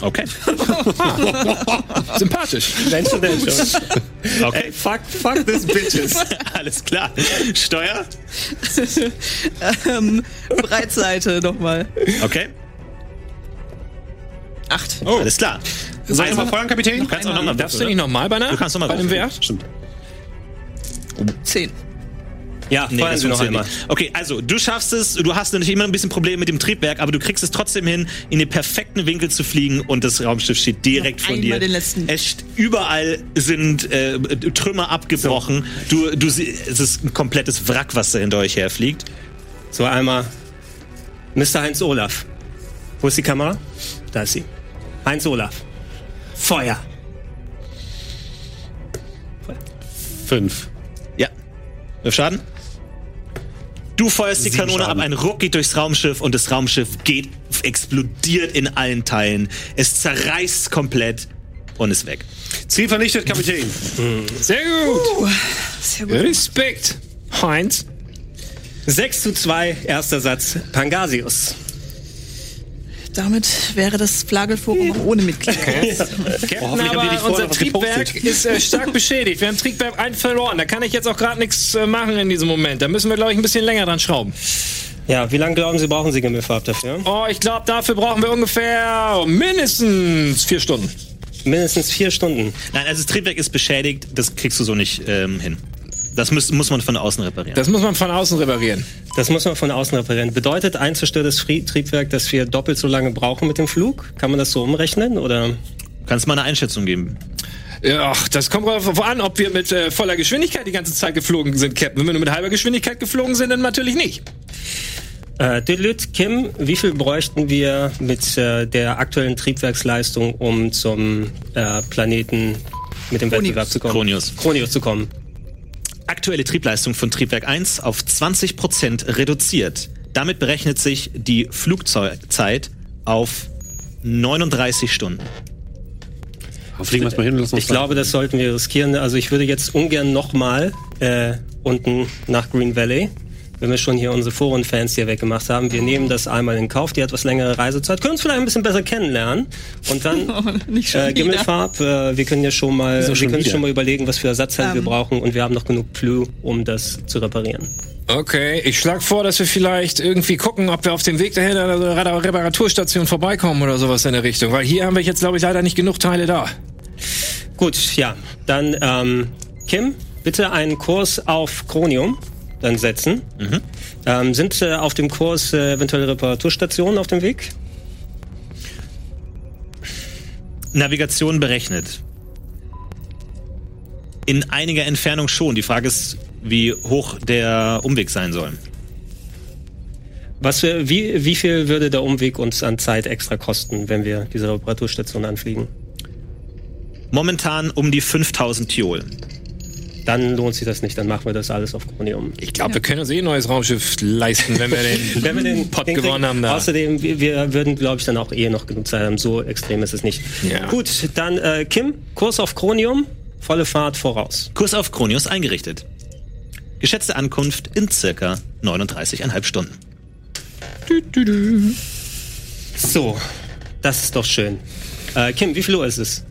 S1: Okay.
S2: Sympathisch.
S3: Wenn schon, denn schon.
S1: Okay.
S3: Fuck, fuck this bitches.
S1: Alles klar. Steuer?
S5: Ähm, Breitseite nochmal.
S1: Okay.
S5: Acht.
S2: Oh.
S1: Alles klar.
S4: Sag
S1: Also,
S4: mal feuern, Kapitän.
S1: du kannst auch nochmal
S2: Darfst du nicht nochmal bei einer?
S1: Du kannst noch mal
S2: bei einem
S1: würfeln.
S2: Wert?
S4: Stimmt.
S5: Zehn.
S3: Ja,
S1: Nee,
S3: feuern
S1: das
S3: Sie noch einmal.
S1: funktioniert nicht. Okay, also du schaffst es, du hast natürlich immer ein bisschen Probleme mit dem Triebwerk, aber du kriegst es trotzdem hin, in den perfekten Winkel zu fliegen und das Raumschiff steht direkt
S5: Noch
S1: von
S5: einmal
S1: dir.
S5: den letzten.
S1: Es st- überall sind äh, Trümmer abgebrochen. Du, du, sie- es ist ein komplettes Wrack, was da hinter euch herfliegt.
S3: So einmal. Mr. Heinz Olaf. Wo ist die Kamera? Da ist sie. Heinz Olaf. Feuer.
S4: Fünf.
S1: Ja. Wirf Schaden. Du feuerst die
S4: Sieben
S1: Kanone
S4: Schaden.
S1: ab, ein Ruck geht durchs Raumschiff und das Raumschiff geht, explodiert in allen Teilen. Es zerreißt komplett und ist weg.
S4: Ziel vernichtet, Kapitän.
S2: Sehr gut.
S5: Sehr gut.
S2: Respekt. Heinz.
S3: 6 zu 2, erster Satz. Pangasius.
S5: Damit wäre das Flagelforum auch ohne Mitglieder.
S2: Captain, aber unser Triebwerk ist äh, stark beschädigt. Wir haben Triebwerk ein verloren. Da kann ich jetzt auch gerade nichts äh, machen in diesem Moment. Da müssen wir, glaube ich, ein bisschen länger dran schrauben.
S3: Ja, wie lange glauben Sie, brauchen Sie Gimmelfarb dafür?
S2: Oh, ich glaube, dafür brauchen wir ungefähr mindestens vier Stunden.
S3: Mindestens vier Stunden.
S1: Nein, also das Triebwerk ist beschädigt, das kriegst du so nicht ähm, hin. Das muss, muss man von außen reparieren.
S2: Das muss man von außen reparieren.
S3: Das muss man von außen reparieren. Bedeutet ein zerstörtes Fri- Triebwerk, dass wir doppelt so lange brauchen mit dem Flug? Kann man das so umrechnen? Oder?
S1: Kannst du mal eine Einschätzung geben?
S2: Ja, Ach, das kommt darauf an, ob wir mit äh, voller Geschwindigkeit die ganze Zeit geflogen sind, Captain. Wenn wir nur mit halber Geschwindigkeit geflogen sind, dann natürlich nicht.
S3: Äh, Dilüt, Kim, wie viel bräuchten wir mit äh, der aktuellen Triebwerksleistung, um zum äh, Planeten mit dem Wettbewerb zu kommen?
S1: Kronius.
S3: Kronius zu kommen.
S1: Aktuelle Triebleistung von Triebwerk 1 auf 20% reduziert. Damit berechnet sich die Flugzeit auf 39 Stunden.
S10: Fliegen wir erstmal hin und lassen uns
S3: Ich glaube, das sollten wir riskieren. Also ich würde jetzt ungern nochmal äh, unten nach Green Valley, wenn wir schon hier unsere Forenfans hier weggemacht haben. Wir nehmen das einmal in Kauf, die etwas längere Reisezeit, können uns vielleicht ein bisschen besser kennenlernen und dann
S5: Oh, Nicht schon
S3: äh,
S5: wieder.
S3: Gimmelfarb. Äh, wir können ja schon mal, wir können schon mal überlegen, was für Ersatzteile
S5: Ähm.
S3: wir brauchen und wir haben noch genug Plu, um das zu reparieren.
S2: Okay, ich schlage vor, dass wir vielleicht irgendwie gucken, ob wir auf dem Weg dahin an einer Radar- Reparaturstation vorbeikommen oder sowas in der Richtung. Weil hier haben wir jetzt, glaube ich, leider nicht genug Teile da.
S3: Gut, ja, dann ähm, Kim, bitte einen Kurs auf Chronium dann setzen. Ähm, sind äh, auf dem Kurs äh, eventuelle Reparaturstationen auf dem Weg?
S1: Navigation berechnet. In einiger Entfernung schon. Die Frage ist, wie hoch der Umweg sein soll.
S3: Was wir, wie, wie viel würde der Umweg uns an Zeit extra kosten, wenn wir diese Reparaturstation anfliegen?
S1: Momentan um die 5000 Tiol.
S3: Dann lohnt sich das nicht, dann machen wir das alles auf Chronium.
S2: Ich glaube, wir können uns eh ein neues Raumschiff leisten, wenn wir den,
S3: Wenn wir den
S2: Pot
S3: den kriegen-
S2: gewonnen haben. Da.
S3: Außerdem, wir, wir würden, glaube ich, dann auch eh noch genug Zeit haben. So extrem ist es nicht.
S2: Ja.
S3: Gut, dann äh, Kim, Kurs auf Chronium, volle Fahrt voraus.
S1: Kurs auf Kronius eingerichtet. Geschätzte Ankunft in circa 39,5 Stunden.
S3: So, das ist doch schön. Äh, Kim, wie viel Uhr ist es?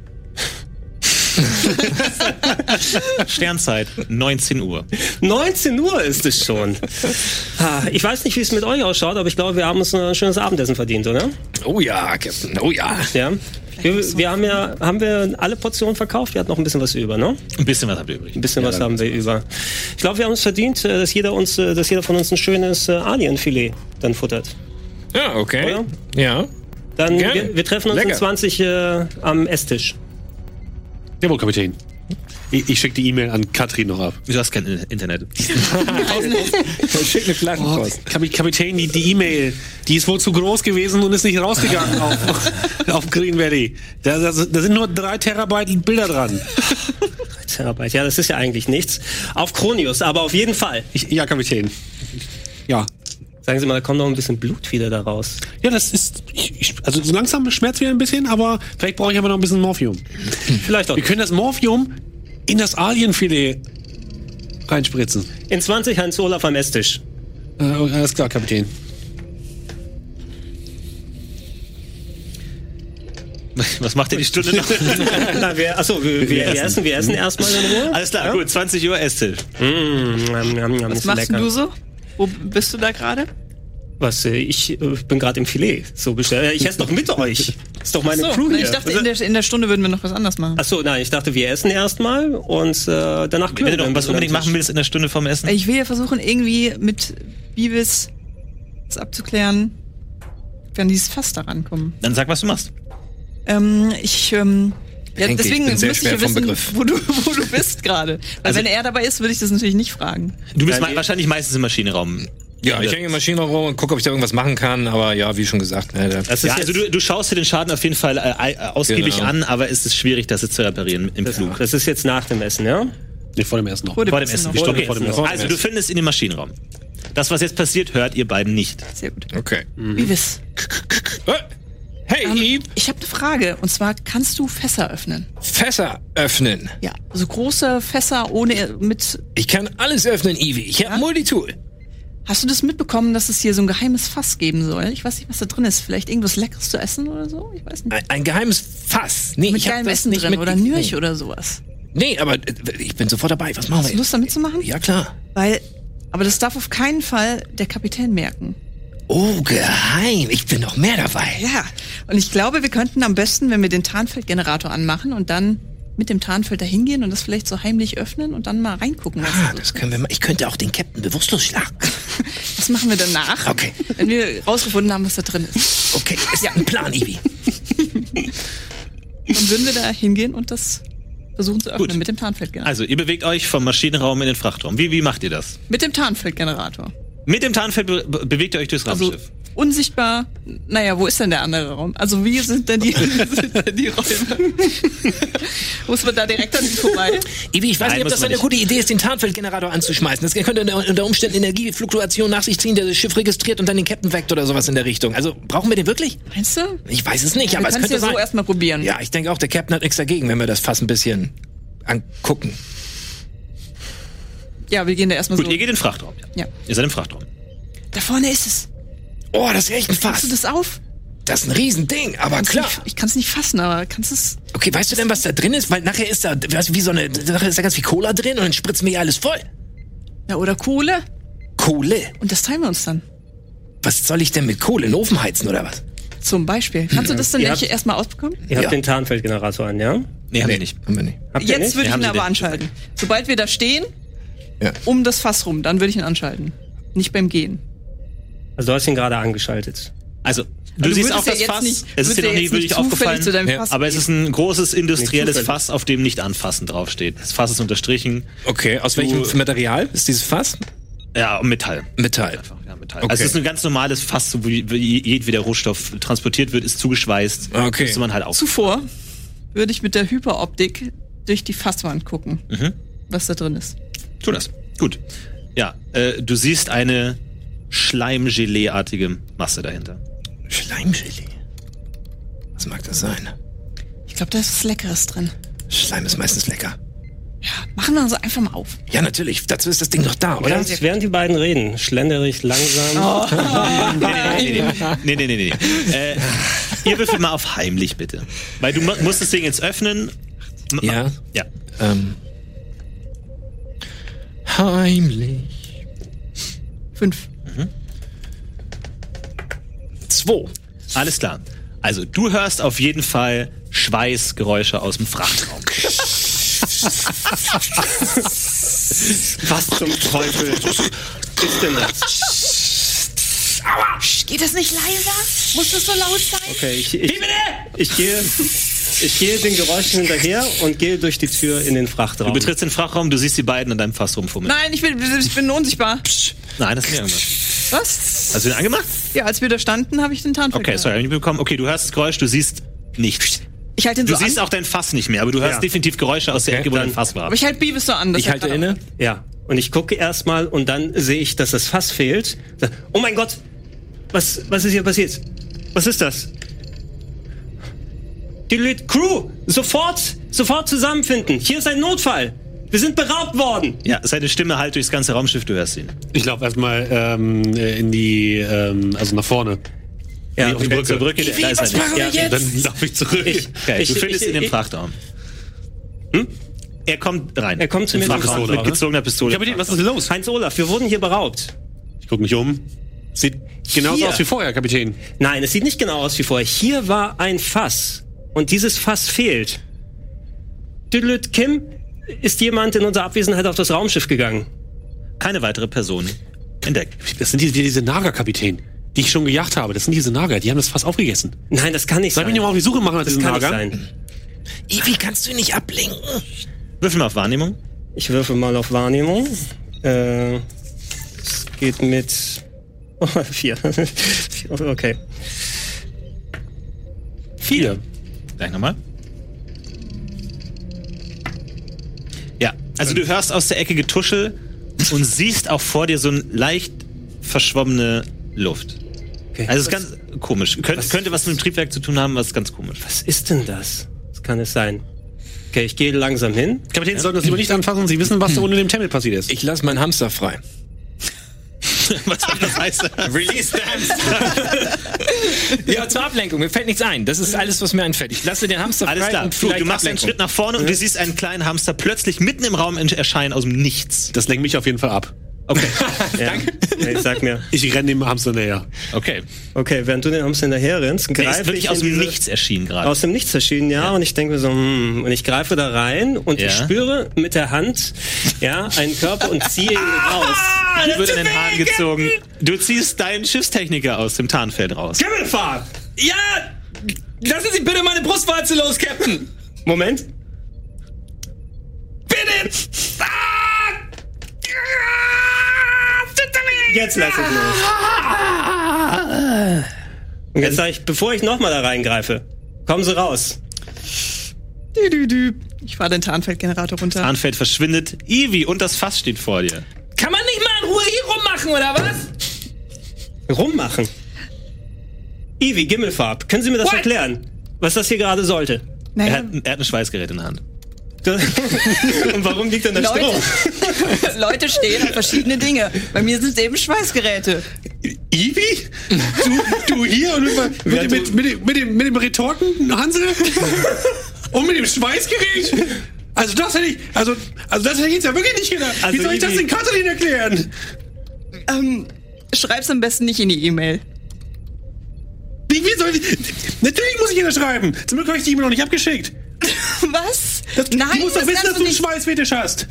S1: Sternzeit 19 Uhr.
S3: 19 Uhr ist es schon. Ah, Ich weiß nicht, wie es mit euch ausschaut, aber ich glaube, wir haben uns ein schönes Abendessen verdient, oder?
S2: Oh ja, Captain, oh ja.
S3: Ja. Wir, wir haben ja, haben wir alle Portionen verkauft? Wir hatten noch ein bisschen was über, ne?
S1: Ein bisschen was habt ihr übrig.
S3: Ein bisschen was haben wir über. Ich glaube, wir haben es verdient, äh, dass jeder uns, äh, dass jeder von uns ein schönes äh, Alienfilet dann futtert.
S2: Ja, okay.
S3: Oder?
S2: Ja.
S3: Dann
S2: Gerne.
S3: wir, wir treffen uns
S2: Lecker.
S3: um 20 äh, am Esstisch.
S10: Jawohl, Kapitän. Ich, ich schicke die E-Mail an Katrin noch ab.
S1: Du hast kein Internet.
S2: Schick eine Flaschenpost.
S10: Oh, Kapi- Kapitän, die die E-Mail, die ist wohl zu groß gewesen und ist nicht rausgegangen auf, auf Green Valley. Da, da, da sind nur drei Terabyte Bilder dran.
S3: Terabyte. Ja, das ist ja eigentlich nichts. Auf Kronius, aber auf jeden Fall.
S10: Ich, ja, Kapitän. Ja.
S3: Sagen Sie mal, da kommt noch ein bisschen Blut wieder da raus.
S10: Ja, das ist. Ich, ich, also so langsam schmerzt wieder ein bisschen, aber vielleicht brauche ich aber noch ein bisschen Morphium.
S3: Vielleicht auch.
S10: Wir können das Morphium in das Alienfilet reinspritzen.
S3: In 20 Heinz Olaf am Esstisch.
S10: Äh, alles klar, Kapitän.
S1: Was macht ihr die Stunde noch?
S3: Na, wir, achso, wir, wir, wir essen, wir essen erstmal in Ruhe. Mm,
S1: Alles klar, gut, 20 Uhr Esstisch.
S5: Was machst denn du so? Wo bist du da gerade?
S3: Was, äh, ich äh, bin gerade im Filet. So bestellt. Äh, Ich esse doch mit euch. Ist doch meine
S5: So,
S3: Crew
S5: na,
S3: hier.
S5: ich dachte, in der, in der Stunde würden wir noch was anderes machen.
S3: Achso, nein, ich dachte, wir essen erstmal und äh, danach
S1: Wenn du doch
S3: wir
S1: was
S3: ein bisschen
S1: unbedingt machen
S3: am Tisch.
S1: willst in der Stunde vorm
S2: Also-
S1: Essen.
S5: Ich will ja versuchen, irgendwie mit Bibis das abzuklären, wenn dieses Fass da rankommen.
S1: Dann sag, was du machst.
S5: Ähm, ich, ähm, ja,
S2: Bedenke, ich
S5: deswegen
S2: bin sehr
S5: müsste
S2: schwer
S5: ich ja
S2: vom
S5: wissen,
S2: Begriff. Also-
S5: wo du, wo du bist gerade. Weil wenn er dabei ist, würde ich das natürlich nicht fragen.
S1: Du bist
S3: Ja,
S1: mei-
S3: wir-
S1: wahrscheinlich meistens im Maschinenraum.
S2: Ja, ich hänge im Maschinenraum und gucke, ob ich da irgendwas machen kann. Aber ja, wie schon gesagt, ne, da-
S3: Das ist
S1: Ja, also du, du schaust dir den Schaden auf jeden Fall äh, äh, ausgiebig
S2: Genau.
S1: an, aber es ist schwierig, das jetzt zu reparieren im
S3: jetzt,
S1: Flug.
S3: das ist jetzt nach dem Essen, ja?
S10: Nee, vor dem ersten noch.
S5: Vor dem
S1: Vor dem
S5: Essen
S1: Essen.
S5: noch.
S1: Wir stoppen
S3: Okay.
S1: vor dem Essen.
S2: Vor dem
S1: Also
S2: Essen.
S1: du findest in den Maschinenraum. Das, was jetzt passiert, hört ihr beiden nicht.
S5: Sehr gut.
S2: Okay.
S5: Bibis,
S2: Äh, Hey,
S5: Ähm.
S2: Eve,
S5: ich habe eine Frage. Und zwar, kannst du Fässer öffnen?
S2: Fässer öffnen.
S5: Ja, so große Fässer ohne mit.
S2: Ich kann alles öffnen, Eve. Ich habe Multitool.
S5: Hast du das mitbekommen, dass es hier so ein geheimes Fass geben soll? Ich weiß nicht, was da drin ist. Vielleicht irgendwas Leckeres zu essen oder so? Ich weiß nicht.
S2: Ein, ein geheimes Fass. Nee,
S5: Mit
S2: ich hab
S5: geilem
S2: das
S5: Essen
S2: nicht
S5: drin oder
S2: mitgekriegt.
S5: Nürch oder sowas.
S2: Nee, aber äh, ich bin sofort dabei. Was machen
S5: Hast
S2: wir
S5: du Lust,
S2: jetzt?
S5: da mitzumachen?
S2: Ja, klar.
S5: Weil, aber das darf auf keinen Fall der Kapitän merken.
S2: Oh, geheim. Ich bin noch mehr dabei.
S5: Ja, und ich glaube, wir könnten am besten, wenn wir den Tarnfeldgenerator anmachen und dann mit dem Tarnfeld dahin gehen und das vielleicht so heimlich öffnen und dann mal reingucken. Was,
S2: Ah, das können wir mal. Ich könnte auch den Captain bewusstlos schlagen.
S5: was machen wir danach?
S2: Okay.
S5: Wenn wir rausgefunden haben, was da drin ist.
S2: Okay, ist ja ein Plan, Ibi.
S5: Dann würden wir da hingehen und das versuchen zu öffnen mit dem Tarnfeldgenerator.
S1: Also ihr bewegt euch vom Maschinenraum in den Frachtraum. Wie, wie macht ihr das?
S2: Also-
S5: mit dem Tarnfeldgenerator.
S1: Mit dem Tarnfeld be be- bewegt ihr euch durchs
S5: Also
S1: Raumschiff.
S5: unsichtbar. Naja, wo ist denn der andere Raum? Also wie sind denn die, sind denn die Räume? Muss man da direkt an ihn vorbei?
S2: Ibi, ich weiß
S1: Nein,
S2: nicht, ob
S1: muss
S2: das
S1: man
S2: eine
S1: nicht.
S2: gute Idee ist, den Tarnfeldgenerator anzuschmeißen. Das könnte unter- unter Umständen Energiefluktuation nach sich ziehen, der das Schiff registriert und dann den Captain weckt oder sowas in der Richtung. Also brauchen wir den wirklich?
S5: Meinst du?
S2: Ich weiß es nicht,
S5: Wir
S2: aber es
S5: können es
S2: könnte
S5: ja
S2: sein.
S5: so erstmal probieren.
S2: ja, ich denke auch, der Captain hat nichts dagegen, wenn wir das Fass ein bisschen angucken.
S5: Ja, wir gehen da erstmal
S1: Gut,
S5: so.
S1: ihr geht in den Frachtraum.
S5: also- Ja.
S1: Ihr seid im Frachtraum.
S5: Da vorne ist es.
S2: Oh, das ist echt ein
S5: Hast du
S2: Fass.
S5: das auf?
S2: Das ist ein Riesending, aber klar.
S5: Ich, ich kann es nicht fassen, aber kannst es.
S2: Okay, weißt du denn, was da drin ist? Weil nachher ist da, weißt du, wie so eine, nachher ist da ganz viel Cola drin und dann spritzen wir ja alles voll.
S5: Ja, oder Kohle?
S2: Kohle.
S5: Und das teilen wir uns dann.
S2: Was soll ich denn mit Kohle? Einen Ofen heizen oder was?
S5: Zum Beispiel. Kannst
S2: Mhm.
S5: du das dann
S3: Ihr
S5: nicht
S3: habt-
S5: erstmal ausbekommen?
S3: Ihr habt
S2: Ja.
S3: den Tarnfeldgenerator an, ja?
S1: Nee, haben wir nicht.
S2: Haben wir nicht.
S3: Habt ihr
S5: Jetzt
S3: nicht?
S5: würde ich
S1: haben
S5: ihn
S1: sie
S5: aber
S1: nicht.
S5: anschalten. Sobald wir da stehen,
S2: Ja.
S5: um das Fass rum, dann würde ich ihn anschalten. Nicht beim Gehen.
S3: Also du hast ihn gerade angeschaltet.
S1: Also, du,
S5: du
S1: siehst
S5: würdest
S1: auch
S5: ja
S1: das
S5: jetzt
S1: Fass.
S5: nicht-
S1: es ist
S5: würdest
S1: dir
S5: ja
S1: noch nie
S5: jetzt
S1: wirklich
S5: nicht zufällig
S1: aufgefallen.
S5: zu deinem
S1: Ja.
S5: Fass
S1: Aber es ist ein großes industrielles
S3: zufällig.
S1: Fass, auf dem nicht anfassen draufsteht. Das Fass ist unterstrichen.
S2: Okay, aus welchem Material ist dieses Fass?
S1: Ja, Metall.
S2: Metall.
S1: Ja, Metall.
S2: Okay.
S1: Also es ist ein ganz normales Fass, so wie wie jedweder Rohstoff transportiert wird, ist zugeschweißt.
S3: Ah,
S2: Okay.
S1: Müsste man halt auch.
S5: Zuvor würde ich mit der Hyperoptik durch die Fasswand gucken, was da drin ist.
S1: Tu das. Gut. Ja, äh, du siehst eine Schleimgelee-artige Masse dahinter.
S2: Schleimgelee. Was mag das sein?
S5: Ich glaube, da ist was Leckeres drin.
S2: Schleim ist meistens lecker.
S5: Machen wir uns einfach mal auf.
S2: Ja, natürlich. Dazu ist das Ding doch da, oder?
S3: Während, während die beiden reden, schlendere ich
S5: Oh,
S3: langsam.
S1: Nee, nee, nee, nee, nee. nee. äh, ihr würfelt mal auf heimlich, bitte. Weil du mu- musst das Ding jetzt öffnen. M-
S2: Ja.
S1: Ja.
S2: Ähm. Heimlich.
S5: Fünf.
S2: Zwei.
S1: Alles klar. Also, du hörst auf jeden Fall Schweißgeräusche aus dem Frachtraum.
S3: Was zum Teufel ist denn das?
S5: Geht das nicht leiser? Muss das so laut sein?
S3: Okay, ich, ich, ich gehe. Ich gehe den Geräuschen hinterher und gehe durch die Tür in den Frachtraum.
S1: Du betrittst den Frachtraum, du siehst die beiden an deinem Fass rumfummeln.
S5: Nein, ich bin, ich bin unsichtbar.
S1: Nein, das ist nicht angemacht.
S5: Was?
S1: Hast du den angemacht?
S5: Ja, als wir da standen, habe ich den Tarnfall
S1: Okay,
S5: gehabt.
S1: sorry, hab ich nicht bekommen. Okay, du hörst das Geräusch, du siehst nichts.
S5: Ich halte ihn
S1: Du
S5: so
S1: siehst
S5: an,
S1: auch dein Fass nicht mehr, aber du hörst
S3: Ja.
S1: definitiv Geräusche aus der Ecke, wo dein
S3: dann-
S1: Fass war.
S5: aber ich halte Beavis so an. dass
S2: Ich
S5: er
S2: halte
S5: gerade-
S2: inne.
S3: Ja, und ich gucke erstmal und dann sehe ich, dass das Fass fehlt. Sag, Oh mein Gott, was, was ist hier passiert? Was ist das? Die Lid Crew, sofort, sofort zusammenfinden. Hier ist ein Notfall. Wir sind beraubt worden.
S1: Ja, seine Stimme halt durchs ganze Raumschiff, du hörst ihn.
S10: Ich laufe erstmal ähm, äh, in die, ähm, also nach vorne.
S3: Ja,
S1: Auf die Brücke. Zur Brücke, da ist er
S5: was
S1: nicht.
S5: machen wir jetzt?
S10: Dann laufe ich zurück.
S3: Ich-
S1: Okay,
S3: Ich-
S1: du findest
S3: ich-
S1: ihn im
S3: ich-
S1: Frachtraum. Hm? Er kommt rein.
S3: Er kommt zu
S1: Im
S3: mir
S1: Frachtraum mit
S3: mit Pistole,
S1: gezogener Pistole.
S10: Kapitän, was ist los?
S3: Heinz Olaf, wir wurden hier beraubt.
S10: Ich gucke mich um. Sieht genauso
S3: Hier.
S10: aus wie vorher, Kapitän.
S3: Nein, es sieht nicht genau aus wie vorher. Hier war ein Fass. Und dieses Fass fehlt. Düdelüt Kim, ist jemand in unserer Abwesenheit auf das Raumschiff gegangen?
S1: Keine weitere Person entdeckt.
S10: Das sind diese, diese Nager, Kapitän, die ich schon gejagt habe. Das sind diese Nager, die haben das Fass aufgegessen.
S3: Nein, das kann nicht
S10: Soll ich mich
S3: sein.
S10: nochmal auf die Suche machen nach
S3: das
S10: diesen
S3: kann nicht
S10: Nager?
S3: sein.
S2: Ivi, kannst du nicht ablenken?
S1: Würfel mal auf Wahrnehmung.
S3: Ich würfe mal auf Wahrnehmung. Äh, es geht mit oh, vier. Vier, okay.
S10: Viele.
S1: Gleich nochmal. Ja, also du hörst aus der Ecke Getuschel und siehst auch vor dir so eine leicht verschwommene Luft.
S3: okay.
S1: Also es ist ganz komisch. Könnt, könnte was mit dem Triebwerk zu tun haben, was ganz komisch.
S3: was ist denn das? Das kann es sein. Okay, ich gehe langsam hin.
S10: Kapitän, Sie sollten das lieber nicht anfassen. Sie wissen, was da unter dem Tempel passiert ist.
S2: Ich lasse meinen Hamster frei.
S1: Was soll das heißen?
S2: Release the Hamster. ja, zur Ablenkung. Mir fällt nichts ein. Das ist alles, was mir einfällt. Ich lasse den Hamster
S1: Alles
S2: frei
S1: klar.
S2: und
S1: Du,
S2: vielleicht
S1: du machst einen
S2: Ablenkung.
S1: Schritt nach vorne und du siehst einen kleinen Hamster plötzlich mitten im Raum ent- erscheinen aus dem Nichts.
S10: Das lenkt mich auf jeden Fall ab.
S1: Okay.
S3: Ja. Danke. Ich sag mir.
S10: Ich renne dem Hamster näher.
S1: Okay.
S3: Okay, während du den Hamster hinterher rennst,
S1: Der ist
S3: greife
S1: wirklich
S3: ich
S1: aus
S3: in
S1: dem
S3: diese-
S1: Nichts erschienen gerade.
S3: Aus dem Nichts erschienen, ja, Und ich denke mir so, hm, und ich greife da rein und
S1: Ja.
S3: ich spüre mit der Hand, ja, einen Körper und ziehe ihn raus.
S1: Du wird in den Hahn gezogen. Du ziehst deinen Schiffstechniker aus dem Tarnfeld raus.
S3: Himmelfahrt!
S2: Ja! Lassen Sie bitte meine Brustwarze los, Captain!
S3: Moment.
S2: Bitte! Ah! Ah!
S3: Jetzt lass ich los. Und jetzt sage ich, bevor ich nochmal da reingreife, kommen Sie raus.
S5: Dü, dü, dü. Ich fahre den Tarnfeldgenerator runter.
S1: Tarnfeld verschwindet. Ivi und das Fass steht vor dir.
S2: Kann man nicht mal in Ruhe hier rummachen, oder was?
S3: Rummachen. Ivi, Gimmelfarb, können Sie mir das
S2: What?
S3: erklären, was das hier gerade sollte?
S1: Er
S5: Naja,
S1: hat, er hat ein Schweißgerät in der Hand.
S3: Das- Und warum liegt denn der
S5: Leute.
S3: Strom?
S5: Leute stehen auf verschiedene Dinge. Bei mir sind es eben Schweißgeräte.
S10: Ivi? Du, du hier und mit, mit, mit, mit, dem- mit, dem, mit dem Retorten, Hansel? und mit dem Schweißgerät? Also das hätte ich, also, also das hätte ich jetzt ja wirklich nicht gedacht.
S3: Also,
S10: Wie soll ich das
S3: Ivi-
S10: den Katalin erklären?
S5: Ähm, schreib's am besten nicht in die E-Mail.
S10: Wie, wie soll ich, natürlich muss ich ihr das schreiben. Zum Glück habe ich die E-Mail noch nicht abgeschickt.
S5: Was?
S10: Das, du musst doch
S5: das
S10: wissen,
S5: kannst
S10: dass du einen
S5: nicht.
S10: Schweißfetisch hast.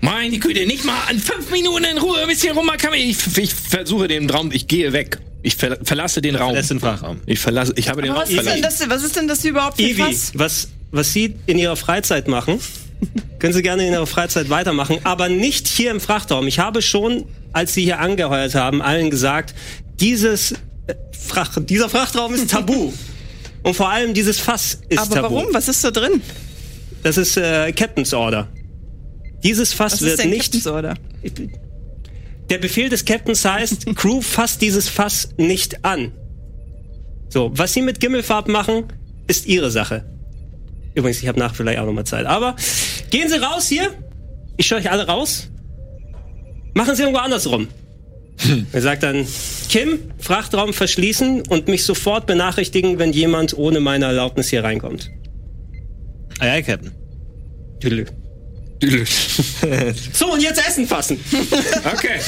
S2: Meine Güte, nicht mal an fünf Minuten in Ruhe ein bisschen rummachen. Ich, ich versuche den Traum, ich gehe weg. Ich ver verlasse den Raum.
S1: Das ist ein Frachraum.
S2: Ich verlasse, ich habe den
S5: Aber
S2: Raum
S5: was ist, denn
S2: verlassen.
S5: das, was ist denn das hier überhaupt für ein
S3: Ivi,
S5: Fass?
S3: was, was Sie in Ihrer Freizeit machen, können Sie gerne in Ihrer Freizeit weitermachen, aber nicht hier im Frachtraum. Ich habe schon, als Sie hier angeheuert haben, allen gesagt, dieses äh, Frach, dieser Frachtraum ist tabu. Und vor allem dieses Fass ist
S5: Aber
S3: tabu.
S5: warum? Was ist da drin?
S3: Das ist äh, Captain's Order. Dieses Fass
S5: Was ist
S3: wird
S5: denn
S3: nicht.
S5: Captain's Order?
S3: Der Befehl des Captains heißt, Crew fasst dieses Fass nicht an. So, was sie mit Gimmelfarb machen, ist ihre Sache. Übrigens, ich habe nach vielleicht auch nochmal Zeit. Aber gehen Sie raus hier. Ich schaue euch alle raus. Machen Sie irgendwo andersrum. Er sagt dann, Kim, Frachtraum verschließen und mich sofort benachrichtigen, wenn jemand ohne meine Erlaubnis hier reinkommt.
S1: Ei, ei, Ah Captain.
S3: Tüdelü. So, und jetzt Essen fassen.
S2: Okay.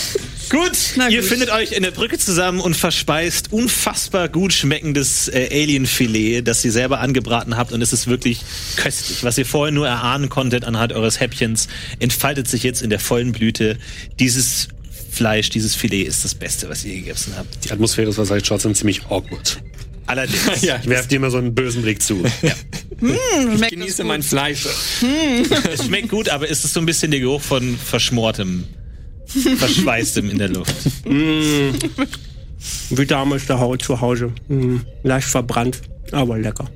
S1: Gut, ihr
S5: gut.
S1: findet euch in der Brücke zusammen und verspeist unfassbar gut schmeckendes äh, Alienfilet, das ihr selber angebraten habt und es ist wirklich köstlich. Was ihr vorher nur erahnen konntet anhand eures Häppchens, entfaltet sich jetzt in der vollen Blüte. Dieses Fleisch, dieses Filet ist das Beste, was ihr gegessen habt.
S10: Die Atmosphäre ist wahrscheinlich trotzdem ziemlich awkward.
S1: Allerdings.
S10: Ich werf dir mal so einen bösen Blick zu.
S5: Ich
S2: Genieße mein Fleisch.
S1: Es schmeckt gut, aber es ist so ein bisschen der Geruch von verschmortem, verschweißtem in der Luft.
S3: Wie damals der Haut zu Hause. Hm, leicht verbrannt, aber lecker.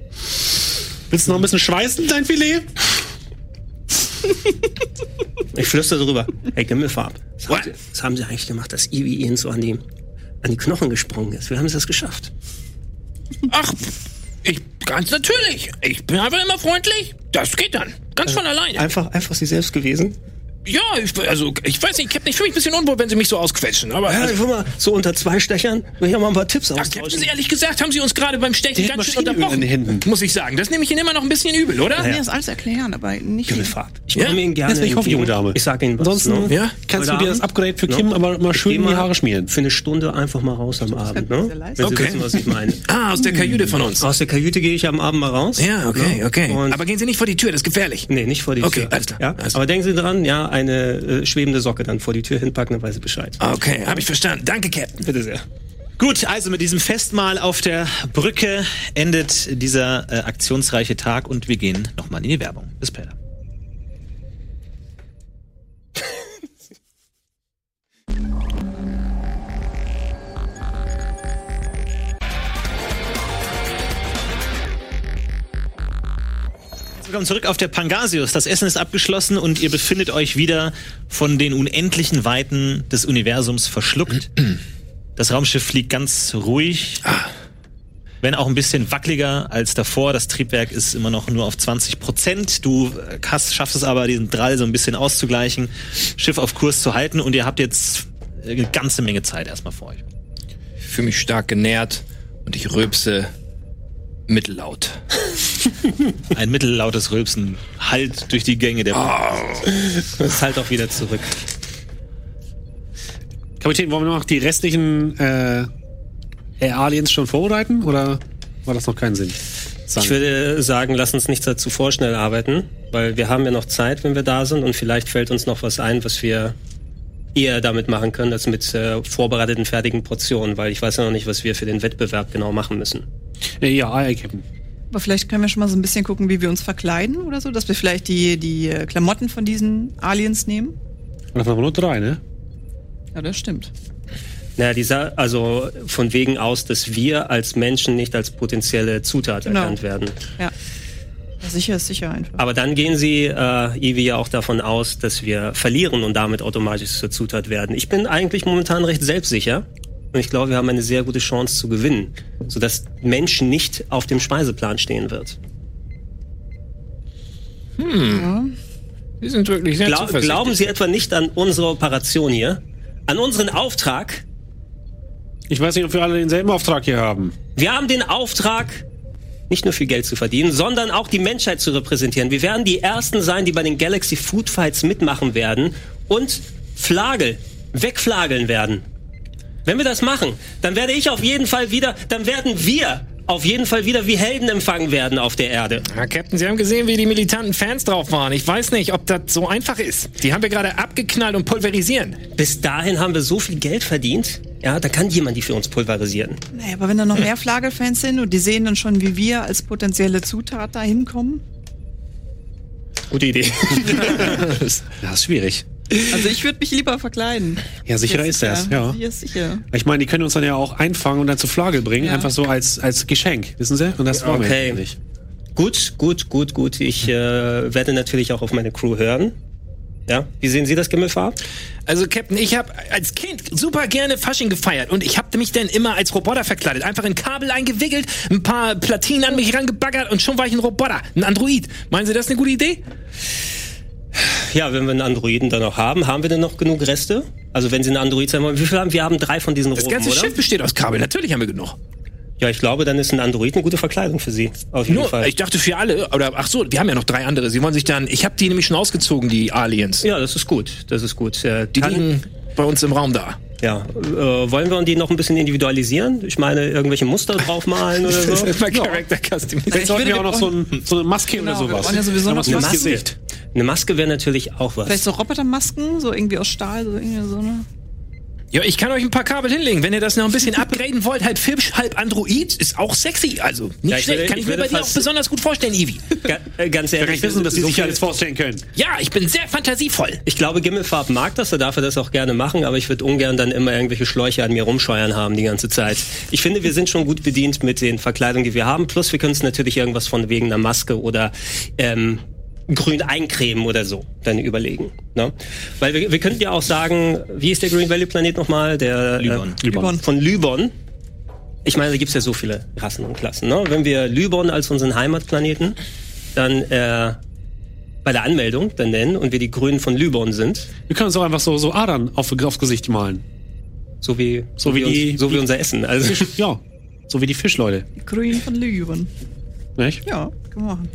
S10: Willst du noch ein bisschen schweißen, dein Filet?
S3: Ich flüstere drüber. Hey, Gimmelfarb. Was haben, sie, was haben sie eigentlich gemacht, dass Ivy ihnen so an die, an die Knochen gesprungen ist? Wie haben sie das geschafft?
S2: Ach, ich, ganz natürlich. Ich bin einfach immer freundlich. Das geht dann.
S1: Äh,
S2: Ganz von alleine.
S3: Einfach, einfach sie selbst gewesen?
S2: Ja, ich, also, ich weiß nicht, Captain, ich fühle mich ein bisschen unwohl, wenn Sie mich so ausquetschen. Aber
S3: Ja, ich will mal so unter zwei Stechern, will ich auch mal ein paar Tipps
S2: Ach, Captain,
S3: austauschen.
S2: Sie, ehrlich gesagt, haben Sie uns gerade beim Stechen
S10: Der
S2: ganz
S10: hat
S2: schön
S10: Maschinenöl
S2: unterbrochen.
S10: in den Händen.
S2: Muss ich sagen. Das nehme ich Ihnen immer noch ein bisschen übel, oder?
S5: kann mir das alles erklären, aber nicht.
S3: Gimmelfarb. Ich
S2: Ja,
S3: komme Ihnen gerne
S10: lass mich hoffen,
S3: entgegen.
S10: junge Dame.
S3: Ich sag Ihnen was. ne?
S10: Ansonsten
S2: Ja?
S10: kannst ne? du
S3: Heute
S10: dir das
S3: Abend?
S10: Upgrade für
S3: Ne?
S10: Kim aber mal
S3: Ich
S10: schön
S3: geh
S10: in die
S3: mal
S10: Haare schmieren.
S3: Für eine Stunde einfach mal raus am Abend,
S5: ganz
S3: ne?
S5: sehr leise.
S3: Wenn Sie
S2: Okay.
S3: wissen, was ich meine. Hm.
S2: Ah, aus der Kajüte von uns.
S3: Aus der Kajüte gehe ich am Abend mal raus.
S2: Ja, okay,
S3: ne?
S2: okay.
S3: Und Hm.
S2: Aber gehen Sie nicht vor die Tür, das ist gefährlich.
S3: Nee, nicht vor die
S2: Okay,
S3: Tür.
S2: alles klar,
S3: Ja?
S2: alles klar.
S3: Aber denken Sie dran, ja, eine äh, schwebende Socke dann vor die Tür hinpacken, dann weiß ich Bescheid.
S10: Ah.
S2: Okay, habe ich verstanden. Danke, Captain.
S3: Bitte sehr.
S1: Gut, also mit diesem Festmahl auf der Brücke endet dieser äh, aktionsreiche Tag und wir gehen nochmal in die Werbung. Bis später. Willkommen zurück auf der Pangasius. Das Essen ist abgeschlossen und ihr befindet euch wieder von den unendlichen Weiten des Universums verschluckt. Das Raumschiff fliegt ganz ruhig, wenn auch ein bisschen wackeliger als davor. Das Triebwerk ist immer noch nur auf 20 Prozent. Du äh, hast, schaffst es aber, diesen Drall so ein bisschen auszugleichen, Schiff auf Kurs zu halten und ihr habt jetzt äh, eine ganze Menge Zeit erstmal vor euch.
S2: Ich fühle mich stark genährt und ich rülpse mittellaut.
S1: Ein mittellautes Rülpsen halt durch die Gänge der
S3: Das halt auch wieder zurück.
S10: Kapitän, wollen wir noch die restlichen äh, Aliens schon vorbereiten? Oder war das noch keinen Sinn?
S3: Ich würde sagen, lass uns nicht dazu vorschnell arbeiten, weil wir haben ja noch Zeit, wenn wir da sind und vielleicht fällt uns noch was ein, was wir eher damit machen können, als mit äh, vorbereiteten fertigen Portionen, weil ich weiß ja noch nicht, was wir für den Wettbewerb genau machen müssen.
S10: Äh, ja, ei, ei, Captain.
S5: Aber vielleicht können wir schon mal so ein bisschen gucken, wie wir uns verkleiden oder so, dass wir vielleicht die, die äh, Klamotten von diesen Aliens nehmen.
S10: Und das machen wir nur drei, ne?
S5: Ja, das stimmt.
S3: Naja, dieser, also von wegen aus, dass wir als Menschen nicht als potenzielle Zutat
S5: Genau.
S3: erkannt werden.
S5: Ja. ja sicher ist sicher einfach.
S3: Aber dann gehen sie, äh, Ivi, ja auch davon aus, dass wir verlieren und damit automatisch zur Zutat werden. Ich bin eigentlich momentan recht selbstsicher. Und ich glaube, wir haben eine sehr gute Chance zu gewinnen, sodass Mensch nicht auf dem Speiseplan stehen wird.
S2: Sie sind wirklich sehr
S3: Glau glauben Sie etwa nicht an unsere Operation hier? An unseren Auftrag?
S10: Ich weiß nicht, ob wir alle denselben Auftrag hier haben.
S3: Wir haben den Auftrag, nicht nur viel Geld zu verdienen, sondern auch die Menschheit zu repräsentieren. Wir werden die Ersten sein, die bei den Galaxy Food Fights mitmachen werden und Flagel, wegflageln werden. Wenn wir das machen, dann werde ich auf jeden Fall wieder, dann werden wir auf jeden Fall wieder wie Helden empfangen werden auf der Erde.
S2: Ja, Captain, Sie haben gesehen, wie die militanten Fans drauf waren. Ich weiß nicht, ob das so einfach ist. Die haben wir gerade abgeknallt und pulverisieren.
S3: Bis dahin haben wir so viel Geld verdient, Ja, da kann jemand die für uns pulverisieren.
S5: Naja, aber wenn da noch mehr Flagelfans sind und die sehen dann schon, wie wir als potenzielle Zutat da hinkommen.
S3: Gute Idee.
S4: Ja, ist schwierig.
S5: Also ich würde mich lieber verkleiden.
S4: Ja, sicherer ist äh, das, ja.
S5: Ja, sicher.
S4: Ich meine, die können uns dann ja auch einfangen und dann zur Flagge bringen,
S5: Ja. Also
S4: einfach so als, als Geschenk, wissen Sie? Und das wollen wir
S3: okay.
S4: jetzt nicht.
S3: Gut, gut, gut, gut. Ich äh, werde natürlich auch auf meine Crew hören. Ja, wie sehen Sie das Gimmelfarb?
S2: Also, Captain, ich habe als Kind super gerne Fasching gefeiert und ich habe mich dann immer als Roboter verkleidet. Einfach in Kabel eingewickelt, ein paar Platinen an mich rangebaggert und schon war ich ein Roboter, ein Android. Meinen Sie, das ist eine gute Idee?
S3: Ja, wenn wir einen Androiden dann noch haben, haben wir denn noch genug Reste? Also wenn Sie einen Android sein wollen, wie viel haben wir? haben drei von diesen
S2: Das
S3: Roben,
S2: ganze
S3: oder?
S2: Schiff besteht aus Kabel, natürlich haben wir genug.
S3: Ja, ich glaube, dann ist ein Android eine gute Verkleidung für Sie. Auf jeden
S2: Nur,
S3: Fall.
S2: ich dachte für alle, oder ach so, wir haben ja noch drei andere. Sie wollen sich dann, ich habe die nämlich schon ausgezogen, die Aliens.
S3: ja, das ist gut. Das ist gut. Äh,
S2: Die
S3: kann-
S2: liegen bei uns im Raum da.
S3: Ja, äh, wollen wir die noch ein bisschen individualisieren? Ich meine, irgendwelche Muster draufmalen oder so?
S2: mein Character Customization.
S4: Jetzt sollten
S5: würde-
S4: wir auch noch so, ein, so eine Maske
S5: Genau,
S4: oder
S5: wir
S4: sowas.
S5: wollen ja sowieso noch
S4: was fürs
S5: Masken.
S4: Gesicht.
S3: Eine Maske wäre natürlich auch was.
S5: Vielleicht so Robotermasken, so irgendwie aus Stahl, so irgendwie so eine.
S2: Ja, ich kann euch ein paar Kabel hinlegen. Wenn ihr das noch ein bisschen upgraden wollt, halb Fisch, halb Android, ist auch sexy. Also nicht
S3: Ja, ich
S2: schlecht.
S3: würde-
S2: kann
S3: ich
S2: ich mir
S3: würde
S2: bei dir auch
S3: fast-
S2: besonders gut vorstellen, Ivi.
S3: Ga äh, ganz
S4: Ja,
S3: ehrlich,
S4: ich wissen, dass Sie
S3: so
S4: sich
S3: viel-
S4: alles vorstellen können.
S2: Ja, ich bin sehr fantasievoll.
S3: ich glaube, Gimmelfarb mag das, da darf er das auch gerne machen, aber ich würde ungern dann immer irgendwelche Schläuche an mir rumscheuern haben die ganze Zeit. Ich finde, wir sind schon gut bedient mit den Verkleidungen, die wir haben. Plus, wir können es natürlich irgendwas von wegen einer Maske oder ähm, grün eincremen oder so dann überlegen. Ne? Weil wir, wir könnten ja auch sagen, wie ist der Green Valley Planet nochmal? Der
S1: Lybon.
S3: Äh, Lybon. Von Lybon. Ich meine, da gibt's ja so viele Rassen und Klassen. Ne? Wenn wir Lybon als unseren Heimatplaneten dann äh, bei der Anmeldung dann nennen und wir die Grünen von Lybon sind,
S4: Wir können uns auch einfach so, so Adern auf, aufs Gesicht malen.
S3: so wie so,
S4: wie die-
S3: uns, so wie unser Essen. Also
S4: Fisch, ja, so wie die Fischleute.
S5: Grün von Lüben.
S4: Nicht?
S5: Ja, kann man machen.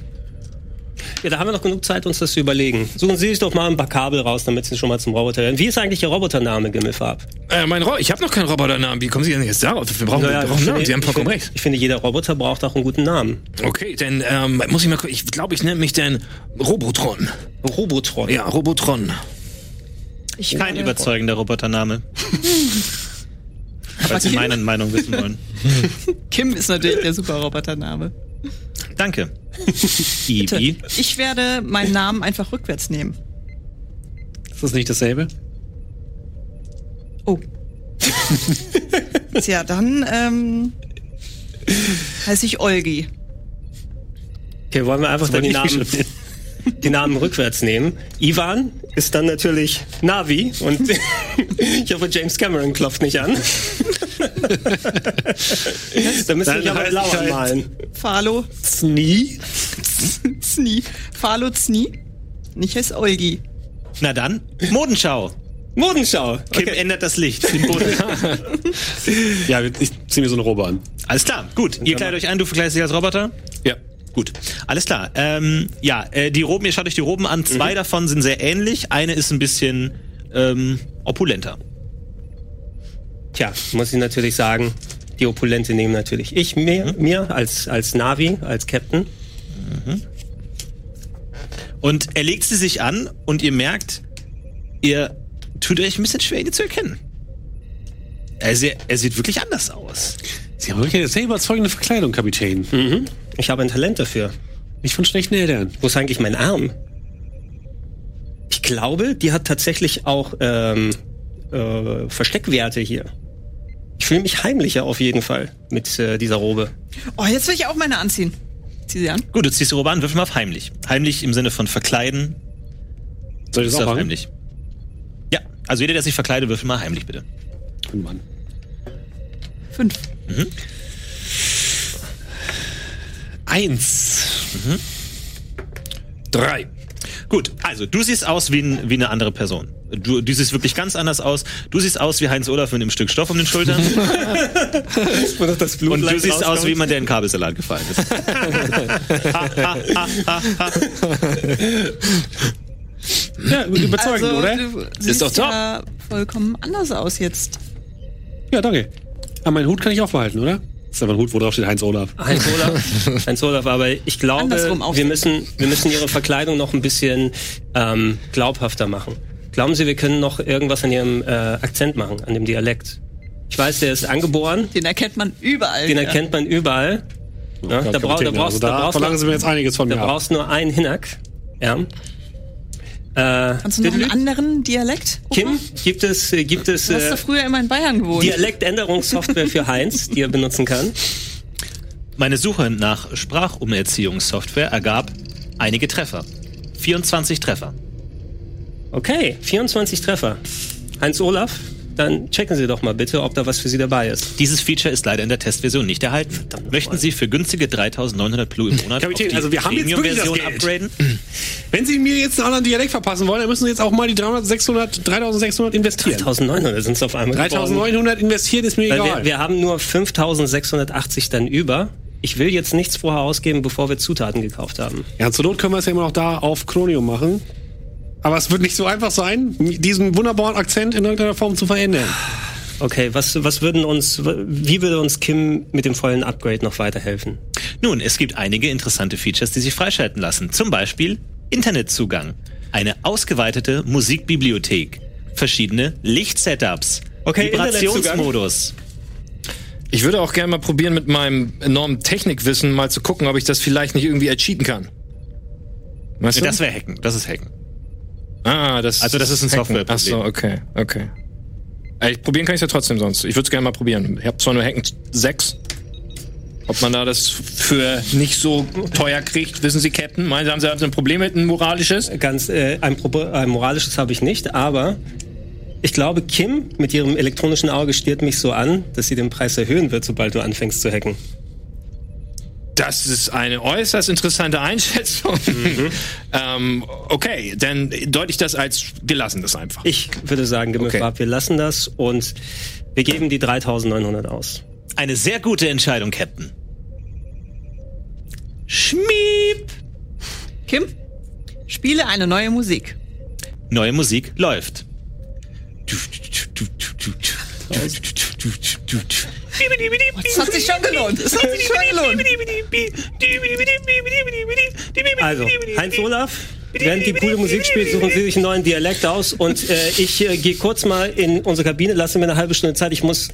S3: ja, da haben wir noch genug Zeit, uns das zu überlegen. Suchen Sie sich doch mal ein paar Kabel raus, damit Sie schon mal zum Roboter werden. Wie ist eigentlich Ihr Robotername Gimmelfarb?
S2: Äh, mein Ro ich habe noch keinen Roboternamen. Wie kommen Sie denn jetzt darauf? Wir brauchen, wir brauchen einen Namen. ne? Sie haben vollkommen recht.
S3: Ich finde, jeder Roboter braucht auch einen guten Namen.
S2: Okay, dann ähm, muss ich mal gucken. Ich glaube, ich nenne mich dann Robotron.
S3: Robotron.
S2: Ja, Robotron.
S1: Kein überzeugender Robotername. Falls Sie meine Meinung wissen wollen.
S5: Kim ist natürlich der super Robotername.
S1: Danke. Ibi.
S5: Ich werde meinen Namen einfach rückwärts nehmen.
S4: Ist das nicht dasselbe?
S5: Oh. Tja, dann ähm, heiße ich Olgi.
S3: Okay, wollen wir einfach dann die Namen, die Namen rückwärts nehmen. Ivan ist dann natürlich Navi und ich hoffe, James Cameron klopft nicht an. da müssen wir
S4: Dann
S3: ja mal
S4: heißt
S3: Lauer
S4: halt-
S3: malen.
S5: Falo
S4: Snee?
S5: Zni. Falo Zni. Und ich heiße Olgi.
S1: Na dann, Modenschau.
S3: Modenschau.
S1: Kim ändert das Licht. Den Boden.
S4: Ja, ich zieh mir so eine Robe an.
S1: Alles klar, gut. Ihr kleidet euch ein, du verkleidest dich als Roboter?
S2: Ja.
S1: Gut, alles klar. Ähm, ja, äh, die Roben, ihr schaut euch die Roben an.
S4: Mhm.
S1: Zwei davon sind sehr ähnlich. Eine ist ein bisschen ähm, opulenter.
S3: Tja, muss ich natürlich sagen, die Opulente nehmen natürlich ich mir,
S4: Mhm.
S3: mir als, als Navi, als Captain.
S1: Und er legt sie sich an und ihr merkt, ihr tut euch ein bisschen schwer, ihn zu erkennen. Er, sie- er sieht wirklich anders aus.
S4: Sie haben wirklich eine sehr überzeugende Verkleidung, Kapitän.
S5: Hm.
S3: Ich habe ein Talent dafür.
S4: Nicht von schlechten Eltern.
S3: Wo ist eigentlich mein Arm? Ich glaube, die hat tatsächlich auch ähm, äh, Versteckwerte hier. Ich fühle mich heimlicher auf jeden Fall mit äh, dieser Robe.
S5: Oh, jetzt will ich auch meine anziehen. Zieh sie an.
S1: Gut, du ziehst die Robe an, wirf mal auf heimlich. Heimlich im Sinne von verkleiden.
S4: Soll ich
S1: Ist
S4: das
S1: auf
S4: auch machen?
S1: heimlich. Ja, also jeder, der sich verkleidet, wirf mal heimlich, bitte.
S4: Oh Mann.
S5: Fünf.
S4: Eins.
S2: Drei.
S1: Gut, also du siehst aus wie, ein, wie eine andere Person. Du, du siehst wirklich ganz anders aus. Du siehst aus wie Heinz Olaf mit einem Stück Stoff um den Schultern. Und du siehst aus wie jemand, der in Kabelsalat gefallen ist.
S4: Ja, überzeugend,
S5: also,
S4: oder?
S5: du siehst
S2: doch top.
S5: ja vollkommen anders aus jetzt.
S4: Ja, danke. Aber meinen Hut kann ich auch behalten, oder? Das ist aber ein Hut, wo drauf steht Heinz Olaf.
S3: Heinz Olaf, Heinz Olaf, aber ich glaube,
S5: Andersrum auch.
S3: wir müssen, wir müssen ihre Verkleidung noch ein bisschen ähm, glaubhafter machen. Glauben Sie, wir können noch irgendwas an ihrem äh, Akzent machen, an dem Dialekt? Ich weiß, der ist angeboren.
S5: Den erkennt man überall.
S3: Den
S5: ja.
S3: erkennt man überall. Ja, da, brauch, da
S10: Kapitän,
S3: brauchst
S10: also da
S3: da brauchst
S10: verlangen sie mir jetzt einiges von
S3: da
S10: mir ab.
S3: brauchst nur einen Hinak. Ja. Äh,
S5: Kannst du noch einen
S3: Diddley?
S5: anderen Dialekt? Oh,
S3: Kim, gibt es, äh, gibt es
S5: Du hast
S3: äh,
S5: doch früher immer in Bayern gewohnt.
S3: Dialektänderungssoftware für Heinz, die er benutzen kann?
S1: Meine Suche nach Sprachumerziehungssoftware ergab einige Treffer. 24 Treffer.
S3: Okay, 24 Treffer. Heinz Olaf, dann checken Sie doch mal bitte, ob da was für Sie dabei ist.
S1: Dieses Feature ist leider in der Testversion nicht erhalten. Möchten Sie für günstige 3.900 Blue im Monat
S10: Kapitän,
S1: auf die
S10: also wir haben jetzt wirklich das
S1: Premium-Version
S10: Geld.
S1: upgraden?
S10: Wenn Sie mir jetzt einen anderen Dialekt verpassen wollen, dann müssen Sie jetzt auch mal die 300, 600, 3600 investieren.
S3: 1900 sind es auf einmal. geworden.
S10: 3900 investieren ist mir
S3: Weil
S10: egal.
S3: wir, wir haben nur 5680 dann über. Ich will jetzt nichts vorher ausgeben, bevor wir Zutaten gekauft haben.
S10: ja, zur Not können wir es ja immer noch da auf Kronium machen. Aber es wird nicht so einfach sein, diesen wunderbaren Akzent in irgendeiner Form zu verändern.
S3: Okay, was, was würden uns, wie würde uns Kim mit dem vollen Upgrade noch weiterhelfen?
S1: Nun, es gibt einige interessante Features, die sich freischalten lassen. Zum Beispiel Internetzugang, eine ausgeweitete Musikbibliothek, verschiedene Lichtsetups,
S3: Okay,
S1: Vibrationsmodus.
S2: Ich würde auch gerne mal probieren, mit meinem enormen Technikwissen mal zu gucken, ob ich das vielleicht nicht irgendwie ercheaten kann. Weißt du?
S1: Das wäre Hacken, das ist Hacken.
S2: ah, das
S1: also das ist ein
S2: Hacken.
S1: Softwareproblem.
S2: Ach so, okay, okay. Ey, probieren kann ich ja trotzdem sonst. Ich würde es gerne mal probieren. Ich habe zwar nur Hacken 6. Ob man da das für nicht so teuer kriegt, wissen Sie, Captain. Meinen Sie, haben Sie haben Sie ein Problem mit ein moralisches?
S3: Ganz, äh, ein, Pro- ein moralisches habe ich nicht, aber ich glaube, Kim mit ihrem elektronischen Auge stiert mich so an, dass sie den Preis erhöhen wird, sobald du anfängst zu hacken.
S2: Das ist eine äußerst interessante Einschätzung. ähm, okay, dann deute ich das als gelassenes einfach.
S3: Ich würde sagen, Gimme
S2: Okay.
S3: Farb, wir lassen das und wir geben die 3900 aus.
S1: Eine sehr gute Entscheidung, Captain. Schmieb!
S5: Kim, spiele eine neue Musik.
S1: Neue Musik läuft.
S5: Das hat sich schon gelohnt. Das hat sich schon gelohnt.
S3: Also, Heinz Olaf, während die coole Musik spielt, suchen Sie sich einen neuen Dialekt aus und äh, ich äh, gehe kurz mal in unsere Kabine, lasse mir eine halbe Stunde Zeit, ich muss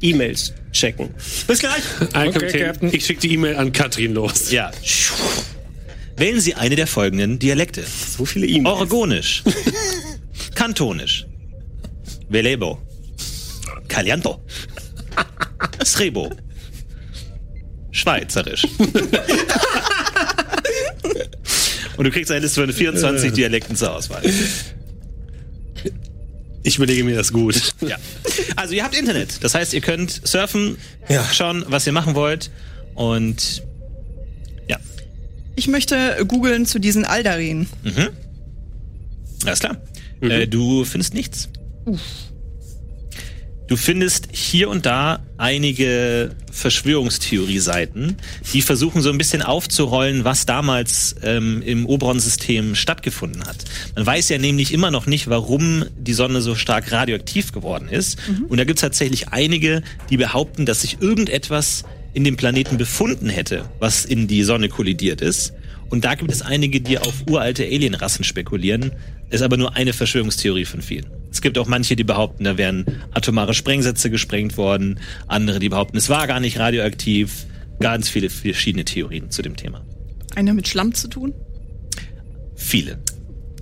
S3: E-Mails checken. Bis gleich!
S10: Ein
S2: Okay,
S10: Kapitän,
S2: Captain.
S10: ich schicke die E-Mail an Katrin los.
S1: Ja. Wählen Sie eine der folgenden Dialekte.
S3: So viele E-Mails.
S1: Oregonisch. Kantonisch. Velebo. Calianto. Srebo. Schweizerisch. Und du kriegst eine Liste von 24 Dialekten zur Auswahl.
S10: Ich überlege mir das gut.
S1: Ja. Also ihr habt Internet. Das heißt, ihr könnt surfen, schauen, was ihr machen wollt. Und ja,
S5: Ich möchte googeln zu diesen Aldarin.
S1: alles klar. Äh, du findest nichts. Du findest hier und da einige Verschwörungstheorie-Seiten, die versuchen so ein bisschen aufzurollen, was damals ähm, im Oberon-System stattgefunden hat. Man weiß ja nämlich immer noch nicht, warum die Sonne so stark radioaktiv geworden ist. Und da gibt es tatsächlich einige, die behaupten, dass sich irgendetwas in dem Planeten befunden hätte, was in die Sonne kollidiert ist. Und da gibt es einige, die auf uralte Alienrassen spekulieren. Ist aber nur eine Verschwörungstheorie von vielen. Es gibt auch manche, die behaupten, da wären atomare Sprengsätze gesprengt worden. Andere, die behaupten, es war gar nicht radioaktiv. Ganz viele verschiedene Theorien zu dem Thema.
S5: Eine mit Schlamm zu tun?
S1: Viele.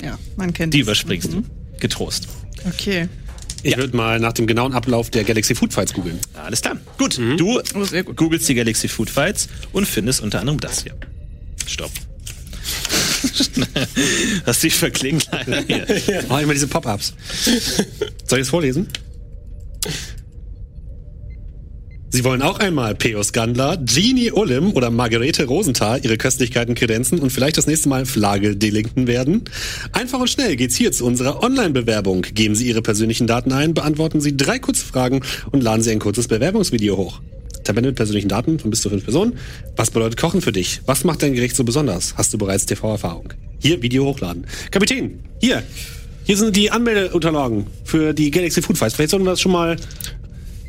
S5: Ja, man kennt
S1: Die
S5: es.
S1: überspringst du. Getrost.
S5: Okay.
S10: Ich würde mal nach dem genauen Ablauf der Galaxy Food Fights googeln.
S1: Alles klar. Gut, du
S5: Oh, sehr gut.
S1: googelst die Galaxy Food Fights und findest unter anderem das hier. Stopp. Hast dich verklingt leider hier.
S10: Oh, immer diese Pop-Ups. Soll ich es vorlesen? Sie wollen auch einmal Peus Gandler, Genie Ulm oder Margarete Rosenthal ihre Köstlichkeiten kredenzen und vielleicht das nächste Mal Flageldelikten werden? Einfach und schnell geht's hier zu unserer Online-Bewerbung. Geben Sie Ihre persönlichen Daten ein, beantworten Sie drei kurze Fragen und laden Sie ein kurzes Bewerbungsvideo hoch. Tabelle mit persönlichen Daten von bis zu fünf Personen. Was bedeutet Kochen für dich? Was macht dein Gericht so besonders? Hast du bereits TV-Erfahrung? Hier Video hochladen. Kapitän, hier. Hier sind die Anmeldeunterlagen für die Galaxy Food Fights. Vielleicht sollten wir das schon mal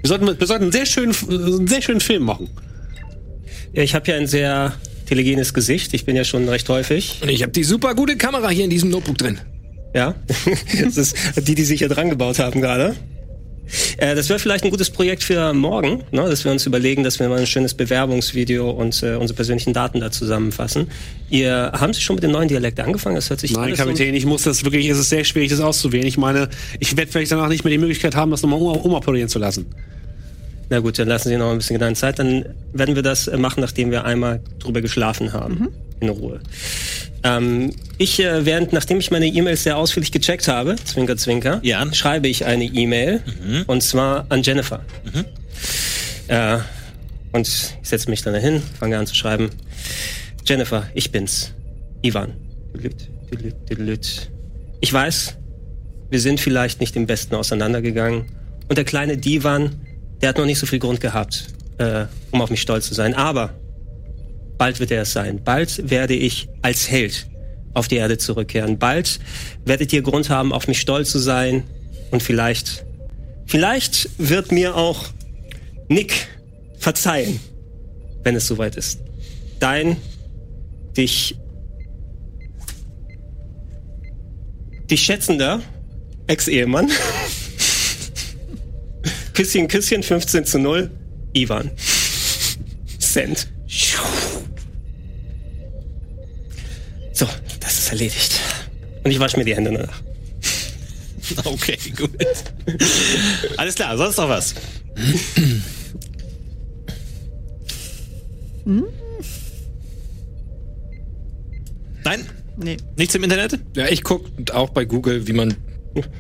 S10: wir sollten, wir sollten einen, sehr schönen, einen sehr schönen Film machen.
S3: Ja, ich habe ja ein sehr telegenes Gesicht, ich bin ja schon recht häufig.
S2: Und ich habe die super gute Kamera hier in diesem Notebook drin.
S3: Ja, das ist die, die sich hier dran gebaut haben gerade. Äh, das wäre vielleicht ein gutes Projekt für morgen, ne? dass wir uns überlegen, dass wir mal ein schönes Bewerbungsvideo und äh, unsere persönlichen Daten da zusammenfassen. Ihr haben Sie schon mit dem neuen Dialekt angefangen? Das hört sich
S10: Nein,
S3: alles so-
S10: Kapitän, ich muss das wirklich, es ist sehr schwierig, das auszuwählen. Ich meine, ich werde vielleicht danach nicht mehr die Möglichkeit haben, das nochmal um, umoperieren zu lassen.
S3: Na gut, dann lassen Sie noch ein bisschen Gedanken Zeit. Dann werden wir das äh, machen, nachdem wir einmal drüber geschlafen haben. In Ruhe. Ähm, ich, äh, während, nachdem ich meine E-Mails sehr ausführlich gecheckt habe, Zwinker, Zwinker,
S1: Ja.
S3: schreibe ich eine E-Mail. Und zwar an Jennifer. Äh, und ich setze mich dann dahin, fange an zu schreiben. Jennifer, ich bin's. Ivan. Tüdelüt, tüdelüt, tüdelüt. Ich weiß, wir sind vielleicht nicht im Besten auseinandergegangen. Und der kleine Divan, der hat noch nicht so viel Grund gehabt, äh, um auf mich stolz zu sein. Aber bald wird er es sein. Bald werde ich als Held auf die Erde zurückkehren. Bald werdet ihr Grund haben, auf mich stolz zu sein. Und vielleicht, vielleicht wird mir auch Nick verzeihen, wenn es soweit ist. Dein, dich, dich schätzender Ex-Ehemann. Küsschen, Küsschen, 15 zu 0. Ivan. Send. So, das ist erledigt. Und ich wasche mir die Hände danach.
S1: Okay, gut. Alles klar, sonst noch was? Nein?
S5: Nee.
S1: Nichts im Internet?
S2: Ja, ich gucke auch bei Google, wie man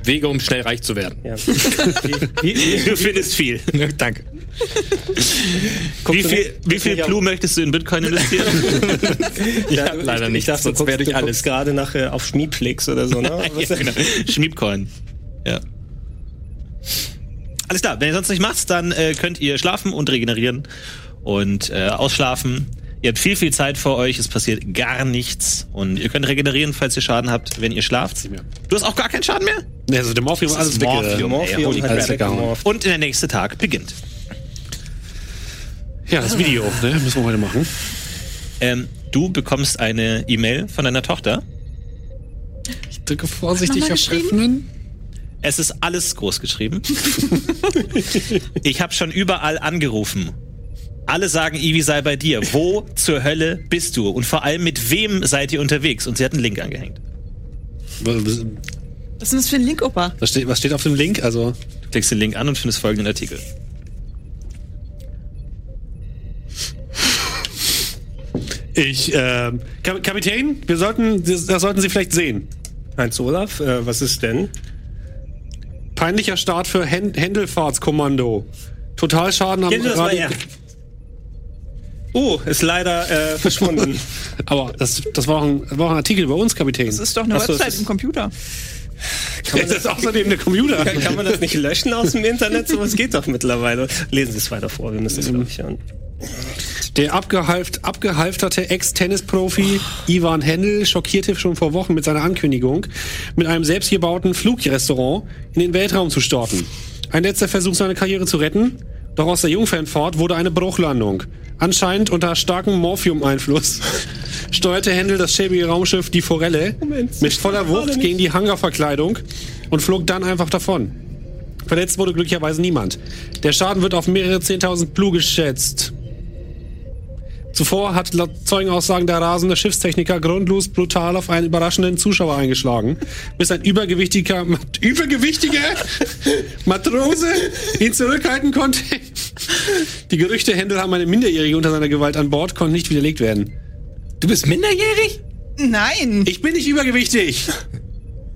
S2: Wege, um schnell reich zu werden.
S3: Ja. wie, wie,
S1: Du findest viel.
S2: Danke.
S1: Wie viel, wie viel Blue möchtest du in Bitcoin investieren?
S2: Ja, leider nicht.
S3: Ich dachte,
S2: Sonst
S3: du
S2: werde
S3: guckst,
S2: ich
S3: du
S2: alles.
S3: guckst gerade nach, äh, auf Schmiedflix oder so, ne? Was-
S1: ja, genau. Schmiebcoin. Ja. Alles klar, wenn ihr sonst nichts macht, dann äh, könnt ihr schlafen und regenerieren und äh, ausschlafen. Ihr habt viel, viel Zeit vor euch, es passiert gar nichts. Und ihr könnt regenerieren, falls ihr Schaden habt, wenn ihr schlaft. Du hast auch gar keinen Schaden mehr?
S10: Nee, Also der Morphium war alles weg.
S1: Morphium,
S10: äh,
S1: ey, holy
S3: Morphium hat
S10: alles weggehauen.
S3: weggemorpht.
S1: Und in der nächste Tag beginnt.
S10: Ja, das Video, ne? Müssen wir heute machen.
S1: Ähm, du bekommst eine E-Mail von deiner Tochter.
S2: Ich drücke vorsichtig
S5: Nochmal
S2: auf Öffnen.
S1: Es ist alles groß geschrieben. ich habe schon überall angerufen. Alle sagen, Ivi sei bei dir. Wo zur Hölle bist du? Und vor allem, mit wem seid ihr unterwegs? Und sie hat einen Link angehängt.
S10: Was-
S5: Was ist denn das für ein Link, Opa?
S10: Was steht, was steht auf dem Link? Also,
S1: Du klickst den Link an und findest folgenden Artikel.
S10: ich, ähm, Kap Kapitän, wir sollten, das, das sollten Sie vielleicht sehen.
S3: Heinz Olaf, äh, was ist denn?
S10: Peinlicher Start für Hän- Händelfahrtskommando. Totalschaden am
S3: Gib mir das mal her. Oh, ist leider äh, verschwunden.
S10: Aber das, das, war auch ein, das war auch ein Artikel über uns, Kapitän.
S5: Das ist doch eine
S3: Ach so,
S5: Website
S3: es ist-
S5: im Computer.
S3: Kann man das,
S10: außerdem der Computer.
S3: kann man das nicht löschen aus dem Internet? So was geht doch mittlerweile. Lesen Sie es weiter vor, wir müssen es, glaube ich, hören.
S10: Der abgehalft, abgehalfterte Ex-Tennisprofi Ivan Händel schockierte schon vor Wochen mit seiner Ankündigung, mit einem selbstgebauten Flugrestaurant in den Weltraum zu starten. Ein letzter Versuch, seine Karriere zu retten, doch aus der Jungfernfahrt wurde eine Bruchlandung. Anscheinend unter starkem Morphium-Einfluss steuerte Händel das schäbige Raumschiff die Forelle mit voller Wucht gegen die Hangarverkleidung und flog dann einfach davon. Verletzt wurde glücklicherweise niemand. Der Schaden wird auf mehrere 10.000 Blu geschätzt. Zuvor hat laut Zeugenaussagen der rasende Schiffstechniker grundlos brutal auf einen überraschenden Zuschauer eingeschlagen, bis ein übergewichtiger, mat, übergewichtiger Matrose ihn zurückhalten konnte. Die Gerüchte, Händel haben eine Minderjährige unter seiner Gewalt an Bord, konnten nicht widerlegt werden.
S2: Du bist minderjährig?
S5: Nein!
S10: Ich bin nicht übergewichtig.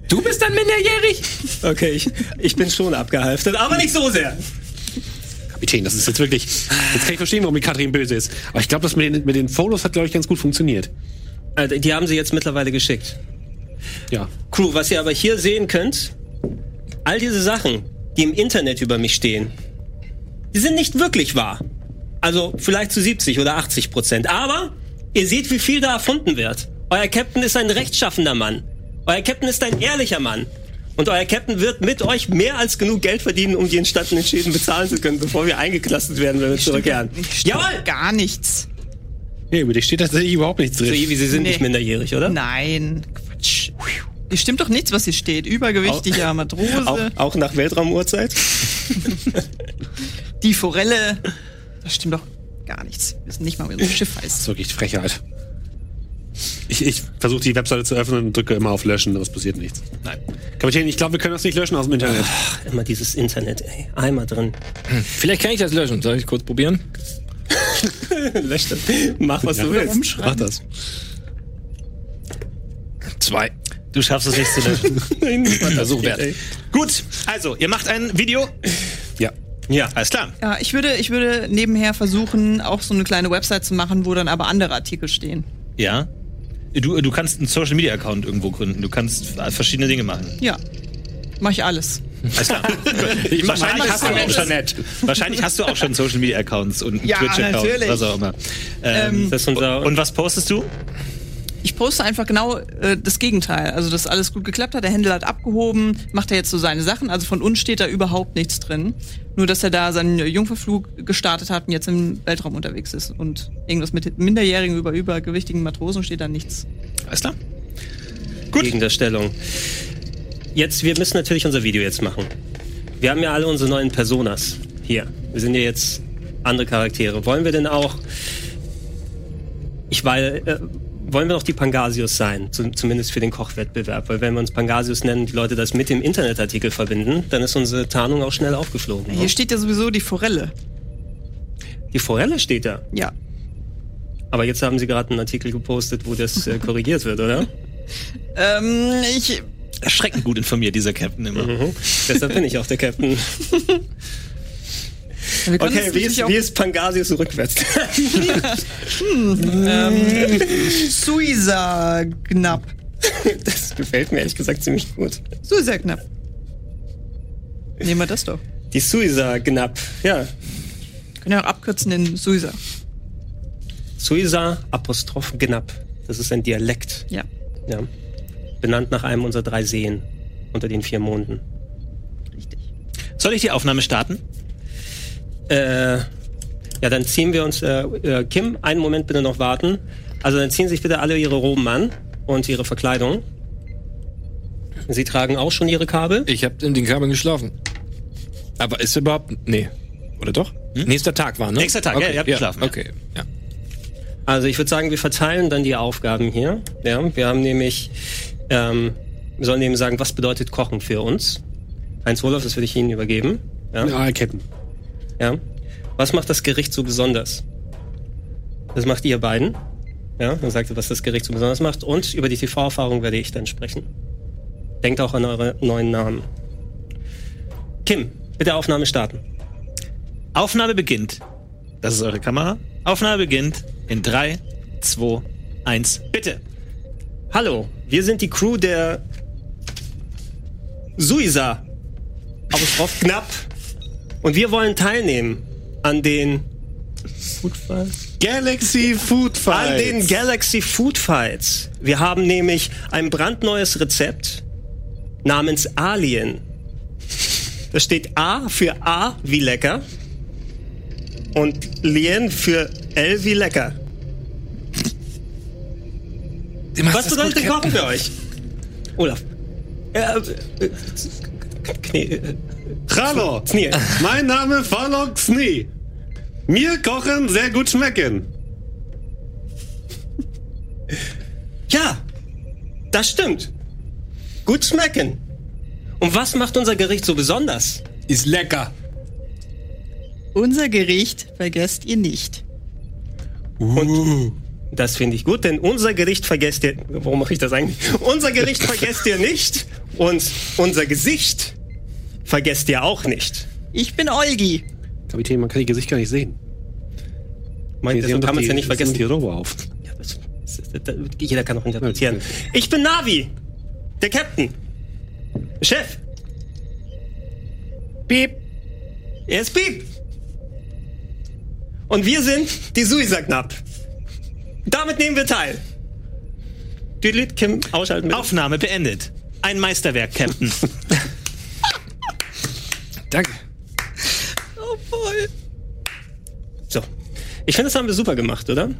S2: Du bist dann minderjährig?
S3: Okay, ich, ich bin schon abgehalftet, aber nicht so sehr.
S10: Kapitän, das ist jetzt wirklich... Jetzt kann ich verstehen, warum die Katrin böse ist. Aber ich glaube, das mit den, mit den Follows hat, glaube ich, ganz gut funktioniert.
S3: Äh, die haben sie jetzt mittlerweile geschickt.
S10: Ja.
S3: Crew, was ihr aber hier sehen könnt, all diese Sachen, die im Internet über mich stehen, die sind nicht wirklich wahr. Also vielleicht zu 70 oder 80 Prozent. Aber ihr seht, wie viel da erfunden wird. Euer Captain ist ein rechtschaffender Mann. Euer Captain ist ein ehrlicher Mann. Und euer Captain wird mit euch mehr als genug Geld verdienen, um die entstandenen Schäden bezahlen zu können, bevor wir eingeklassert werden, wenn wir zurückkehren. Jawohl!
S5: Gar nichts.
S10: Nee, über dich steht tatsächlich überhaupt nichts
S3: So,
S10: drin.
S3: Ivi, Sie sind
S5: Nee.
S3: nicht minderjährig, oder?
S5: Nein. Quatsch. Hier stimmt doch nichts, was hier steht. Übergewichtig, ja, Matrose,
S3: Auch, auch nach Weltraumuhrzeit?
S5: die Forelle. Das stimmt doch gar nichts. Wir wissen nicht mal, wie das Schiff heißt.
S10: ist wirklich Frechheit. Ich, ich versuche die Webseite zu öffnen und drücke immer auf Löschen, aber es passiert nichts. Nein. Kapitän, ich glaube, wir können das nicht löschen aus dem Internet.
S3: Immer dieses Internet, ey. Einmal drin.
S2: Vielleicht kann ich das löschen. Soll ich kurz probieren?
S3: Lösch das. Mach, was du willst.
S2: Ah,
S10: Mach das.
S2: Zwei.
S1: Du schaffst es nicht zu löschen.
S2: Versuch wert.
S1: Gut, also, ihr macht ein Video.
S2: Ja.
S1: Ja, alles klar.
S5: Ja, ich würde, ich würde nebenher versuchen, auch so eine kleine Website zu machen, wo dann aber andere Artikel stehen.
S1: Ja. Du, du kannst einen Social Media Account irgendwo gründen. Du kannst verschiedene Dinge machen.
S5: Ja. Mach ich alles.
S1: Alles klar.
S2: Ich mach
S1: Wahrscheinlich
S2: mal
S1: hast, du auch schon, wahrscheinlich hast du auch schon Social Media Accounts und einen
S5: Ja,
S1: Twitch-Account,
S5: natürlich.
S1: was auch immer. Ähm,
S3: Das ist unser
S1: und was postest du?
S5: Ich poste einfach genau äh, das Gegenteil. Also, dass alles gut geklappt hat. Der Händler hat abgehoben, macht er jetzt so seine Sachen. Also, von uns steht da überhaupt nichts drin. Nur, dass er da seinen äh, Jungferflug gestartet hat und jetzt im Weltraum unterwegs ist. Und irgendwas mit Minderjährigen über übergewichtigen Matrosen steht da nichts.
S1: Alles klar.
S3: Gegendarstellung. Jetzt, wir müssen natürlich unser Video jetzt machen. Wir haben ja alle unsere neuen Personas hier. Wir sind ja jetzt andere Charaktere. Wollen wir denn auch, ich weil, äh, wollen wir doch die Pangasius sein, zu, zumindest für den Kochwettbewerb? Weil wenn wir uns Pangasius nennen, die Leute das mit dem Internetartikel verbinden, dann ist unsere Tarnung auch schnell aufgeflogen.
S5: Hier steht ja sowieso die Forelle.
S3: die Forelle steht da.
S5: Ja.
S3: Aber jetzt haben sie gerade einen Artikel gepostet, wo das äh, korrigiert wird, oder?
S5: Ähm, ich.
S1: Erschreckend gut informiert, dieser Captain immer.
S3: Mhm. Deshalb bin ich auch der Captain.
S5: Wir können
S3: Okay,
S5: das
S3: wie
S5: natürlich
S3: ist,
S5: auch-
S3: wie ist Pangasius rückwärts?
S5: Suiza knapp.
S3: Das gefällt mir ehrlich gesagt ziemlich gut.
S5: Suiza knapp. Nehmen wir das doch.
S3: Die Suiza knapp. Ja.
S5: Können wir auch abkürzen in Suiza.
S3: Suiza Apostroph knapp. Das ist ein Dialekt.
S5: Ja.
S3: Ja. Benannt nach einem unserer drei Seen unter den vier Monden.
S1: Soll ich die Aufnahme starten?
S3: Äh, ja, dann ziehen wir uns, äh, äh, Kim, einen Moment bitte noch warten. Also dann ziehen sich bitte alle ihre Roben an und ihre Verkleidung. Sie tragen auch schon ihre Kabel.
S2: Ich habe in den Kabeln geschlafen. Aber ist überhaupt. Nee. Oder doch? Nächster Tag war, ne?
S1: Nächster Tag, ja, ihr habt
S2: ja,
S1: geschlafen, ja.
S2: Okay, ja.
S3: Also ich würde sagen, wir verteilen dann die Aufgaben hier. Ja, wir haben nämlich, ähm, wir sollen eben sagen, was bedeutet Kochen für uns? Heinz Roloff, das würde ich Ihnen übergeben. Ja, ja.
S10: Ah, Captain.
S3: Was macht das Gericht so besonders? Das macht ihr beiden. Ja, dann sagt ihr, was das Gericht so besonders macht. Und über die TV-Erfahrung werde ich dann sprechen. Denkt auch an eure neuen Namen. Kim, bitte Aufnahme starten.
S1: Aufnahme beginnt. Das ist eure Kamera. Aufnahme beginnt in 3, 2, 1. Bitte.
S3: Hallo, wir sind die Crew der Suiza. Apostroph knapp. Und wir wollen teilnehmen an den
S10: Galaxy Food Fight.
S3: an den Galaxy Food Fights. Wir haben nämlich ein brandneues Rezept namens Alien. Da steht A für A wie lecker und Lien für L wie lecker. Was bedeutet der Kochen für euch? Olaf. Äh, äh, Knie, äh,
S10: Hallo,
S3: Knie.
S10: mein Name Farlok Snee. Mir kochen sehr gut schmecken.
S3: Ja, das stimmt. Gut schmecken. Und was macht unser Gericht so besonders?
S2: Ist lecker.
S5: Unser Gericht vergesst ihr nicht.
S10: Uh.
S3: Das finde ich gut, denn unser Gericht vergesst ihr. Warum mache ich das eigentlich? Unser Gericht vergesst ihr nicht und unser Gesicht vergesst ihr auch nicht.
S5: Ich bin Olgi.
S10: Kapitän, man kann die Gesicht gar nicht sehen.
S3: Mein,
S10: Die sehen
S3: deshalb
S10: doch
S3: kann man es
S10: die-
S3: ja nicht
S10: die sehen
S3: vergessen.
S10: Die Robe auf.
S3: Ja, das- das- das- Jeder kann auch interpretieren. Ich bin Navi, der Captain, Chef. Piep. Er ist Piep. Und wir sind die Suiza Knapp. Damit nehmen wir teil. Düdelit, Kim, ausschalten bitte.
S1: Aufnahme beendet. Ein Meisterwerk, Captain.
S2: Danke.
S5: Oh voll.
S3: So. Ich finde, das haben wir super gemacht, oder?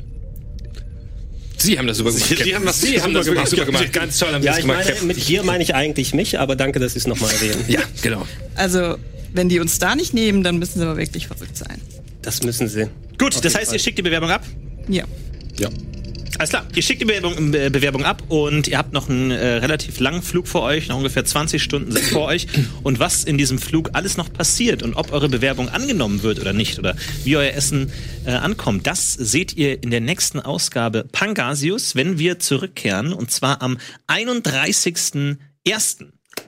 S2: Sie haben das super gemacht.
S10: Sie haben das
S2: Sie haben das
S10: super
S2: wirklich super
S10: gemacht.
S2: gemacht. Ganz toll haben Sie
S3: Ja,
S2: das
S3: ich
S2: gemacht.
S3: meine,
S2: Captain.
S3: mit hier meine ich eigentlich mich, aber danke, dass Sie es nochmal erwähnen.
S2: Ja, genau.
S5: Also, wenn die uns da nicht nehmen, dann müssen sie aber wirklich verrückt sein.
S3: Das müssen Sie.
S1: Gut, das heißt, ihr schickt die Bewerbung ab.
S5: Ja.
S2: Ja.
S1: Alles klar, ihr schickt die Bewerbung, äh, Bewerbung ab und ihr habt noch einen äh, relativ langen Flug vor euch, noch ungefähr 20 Stunden sind vor euch. Und was in diesem Flug alles noch passiert und ob eure Bewerbung angenommen wird oder nicht oder wie euer Essen äh, ankommt, das seht ihr in der nächsten Ausgabe Pangasius, wenn wir zurückkehren und zwar am 31.01.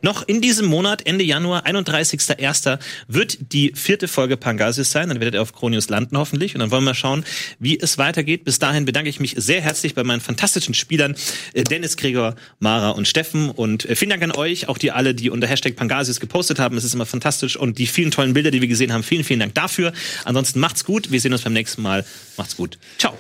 S1: Noch in diesem Monat, Ende Januar, 31.01., wird die vierte Folge Pangasius sein. Dann werdet ihr auf Kronius landen hoffentlich. Und dann wollen wir schauen, wie es weitergeht. Bis dahin bedanke ich mich sehr herzlich bei meinen fantastischen Spielern äh, Dennis, Gregor, Mara und Steffen. Und äh, vielen Dank an euch, auch die alle, die unter Hashtag Pangasius gepostet haben. Es ist immer fantastisch. Und die vielen tollen Bilder, die wir gesehen haben, vielen, vielen Dank dafür. Ansonsten macht's gut. Wir sehen uns beim nächsten Mal. Macht's gut. Ciao.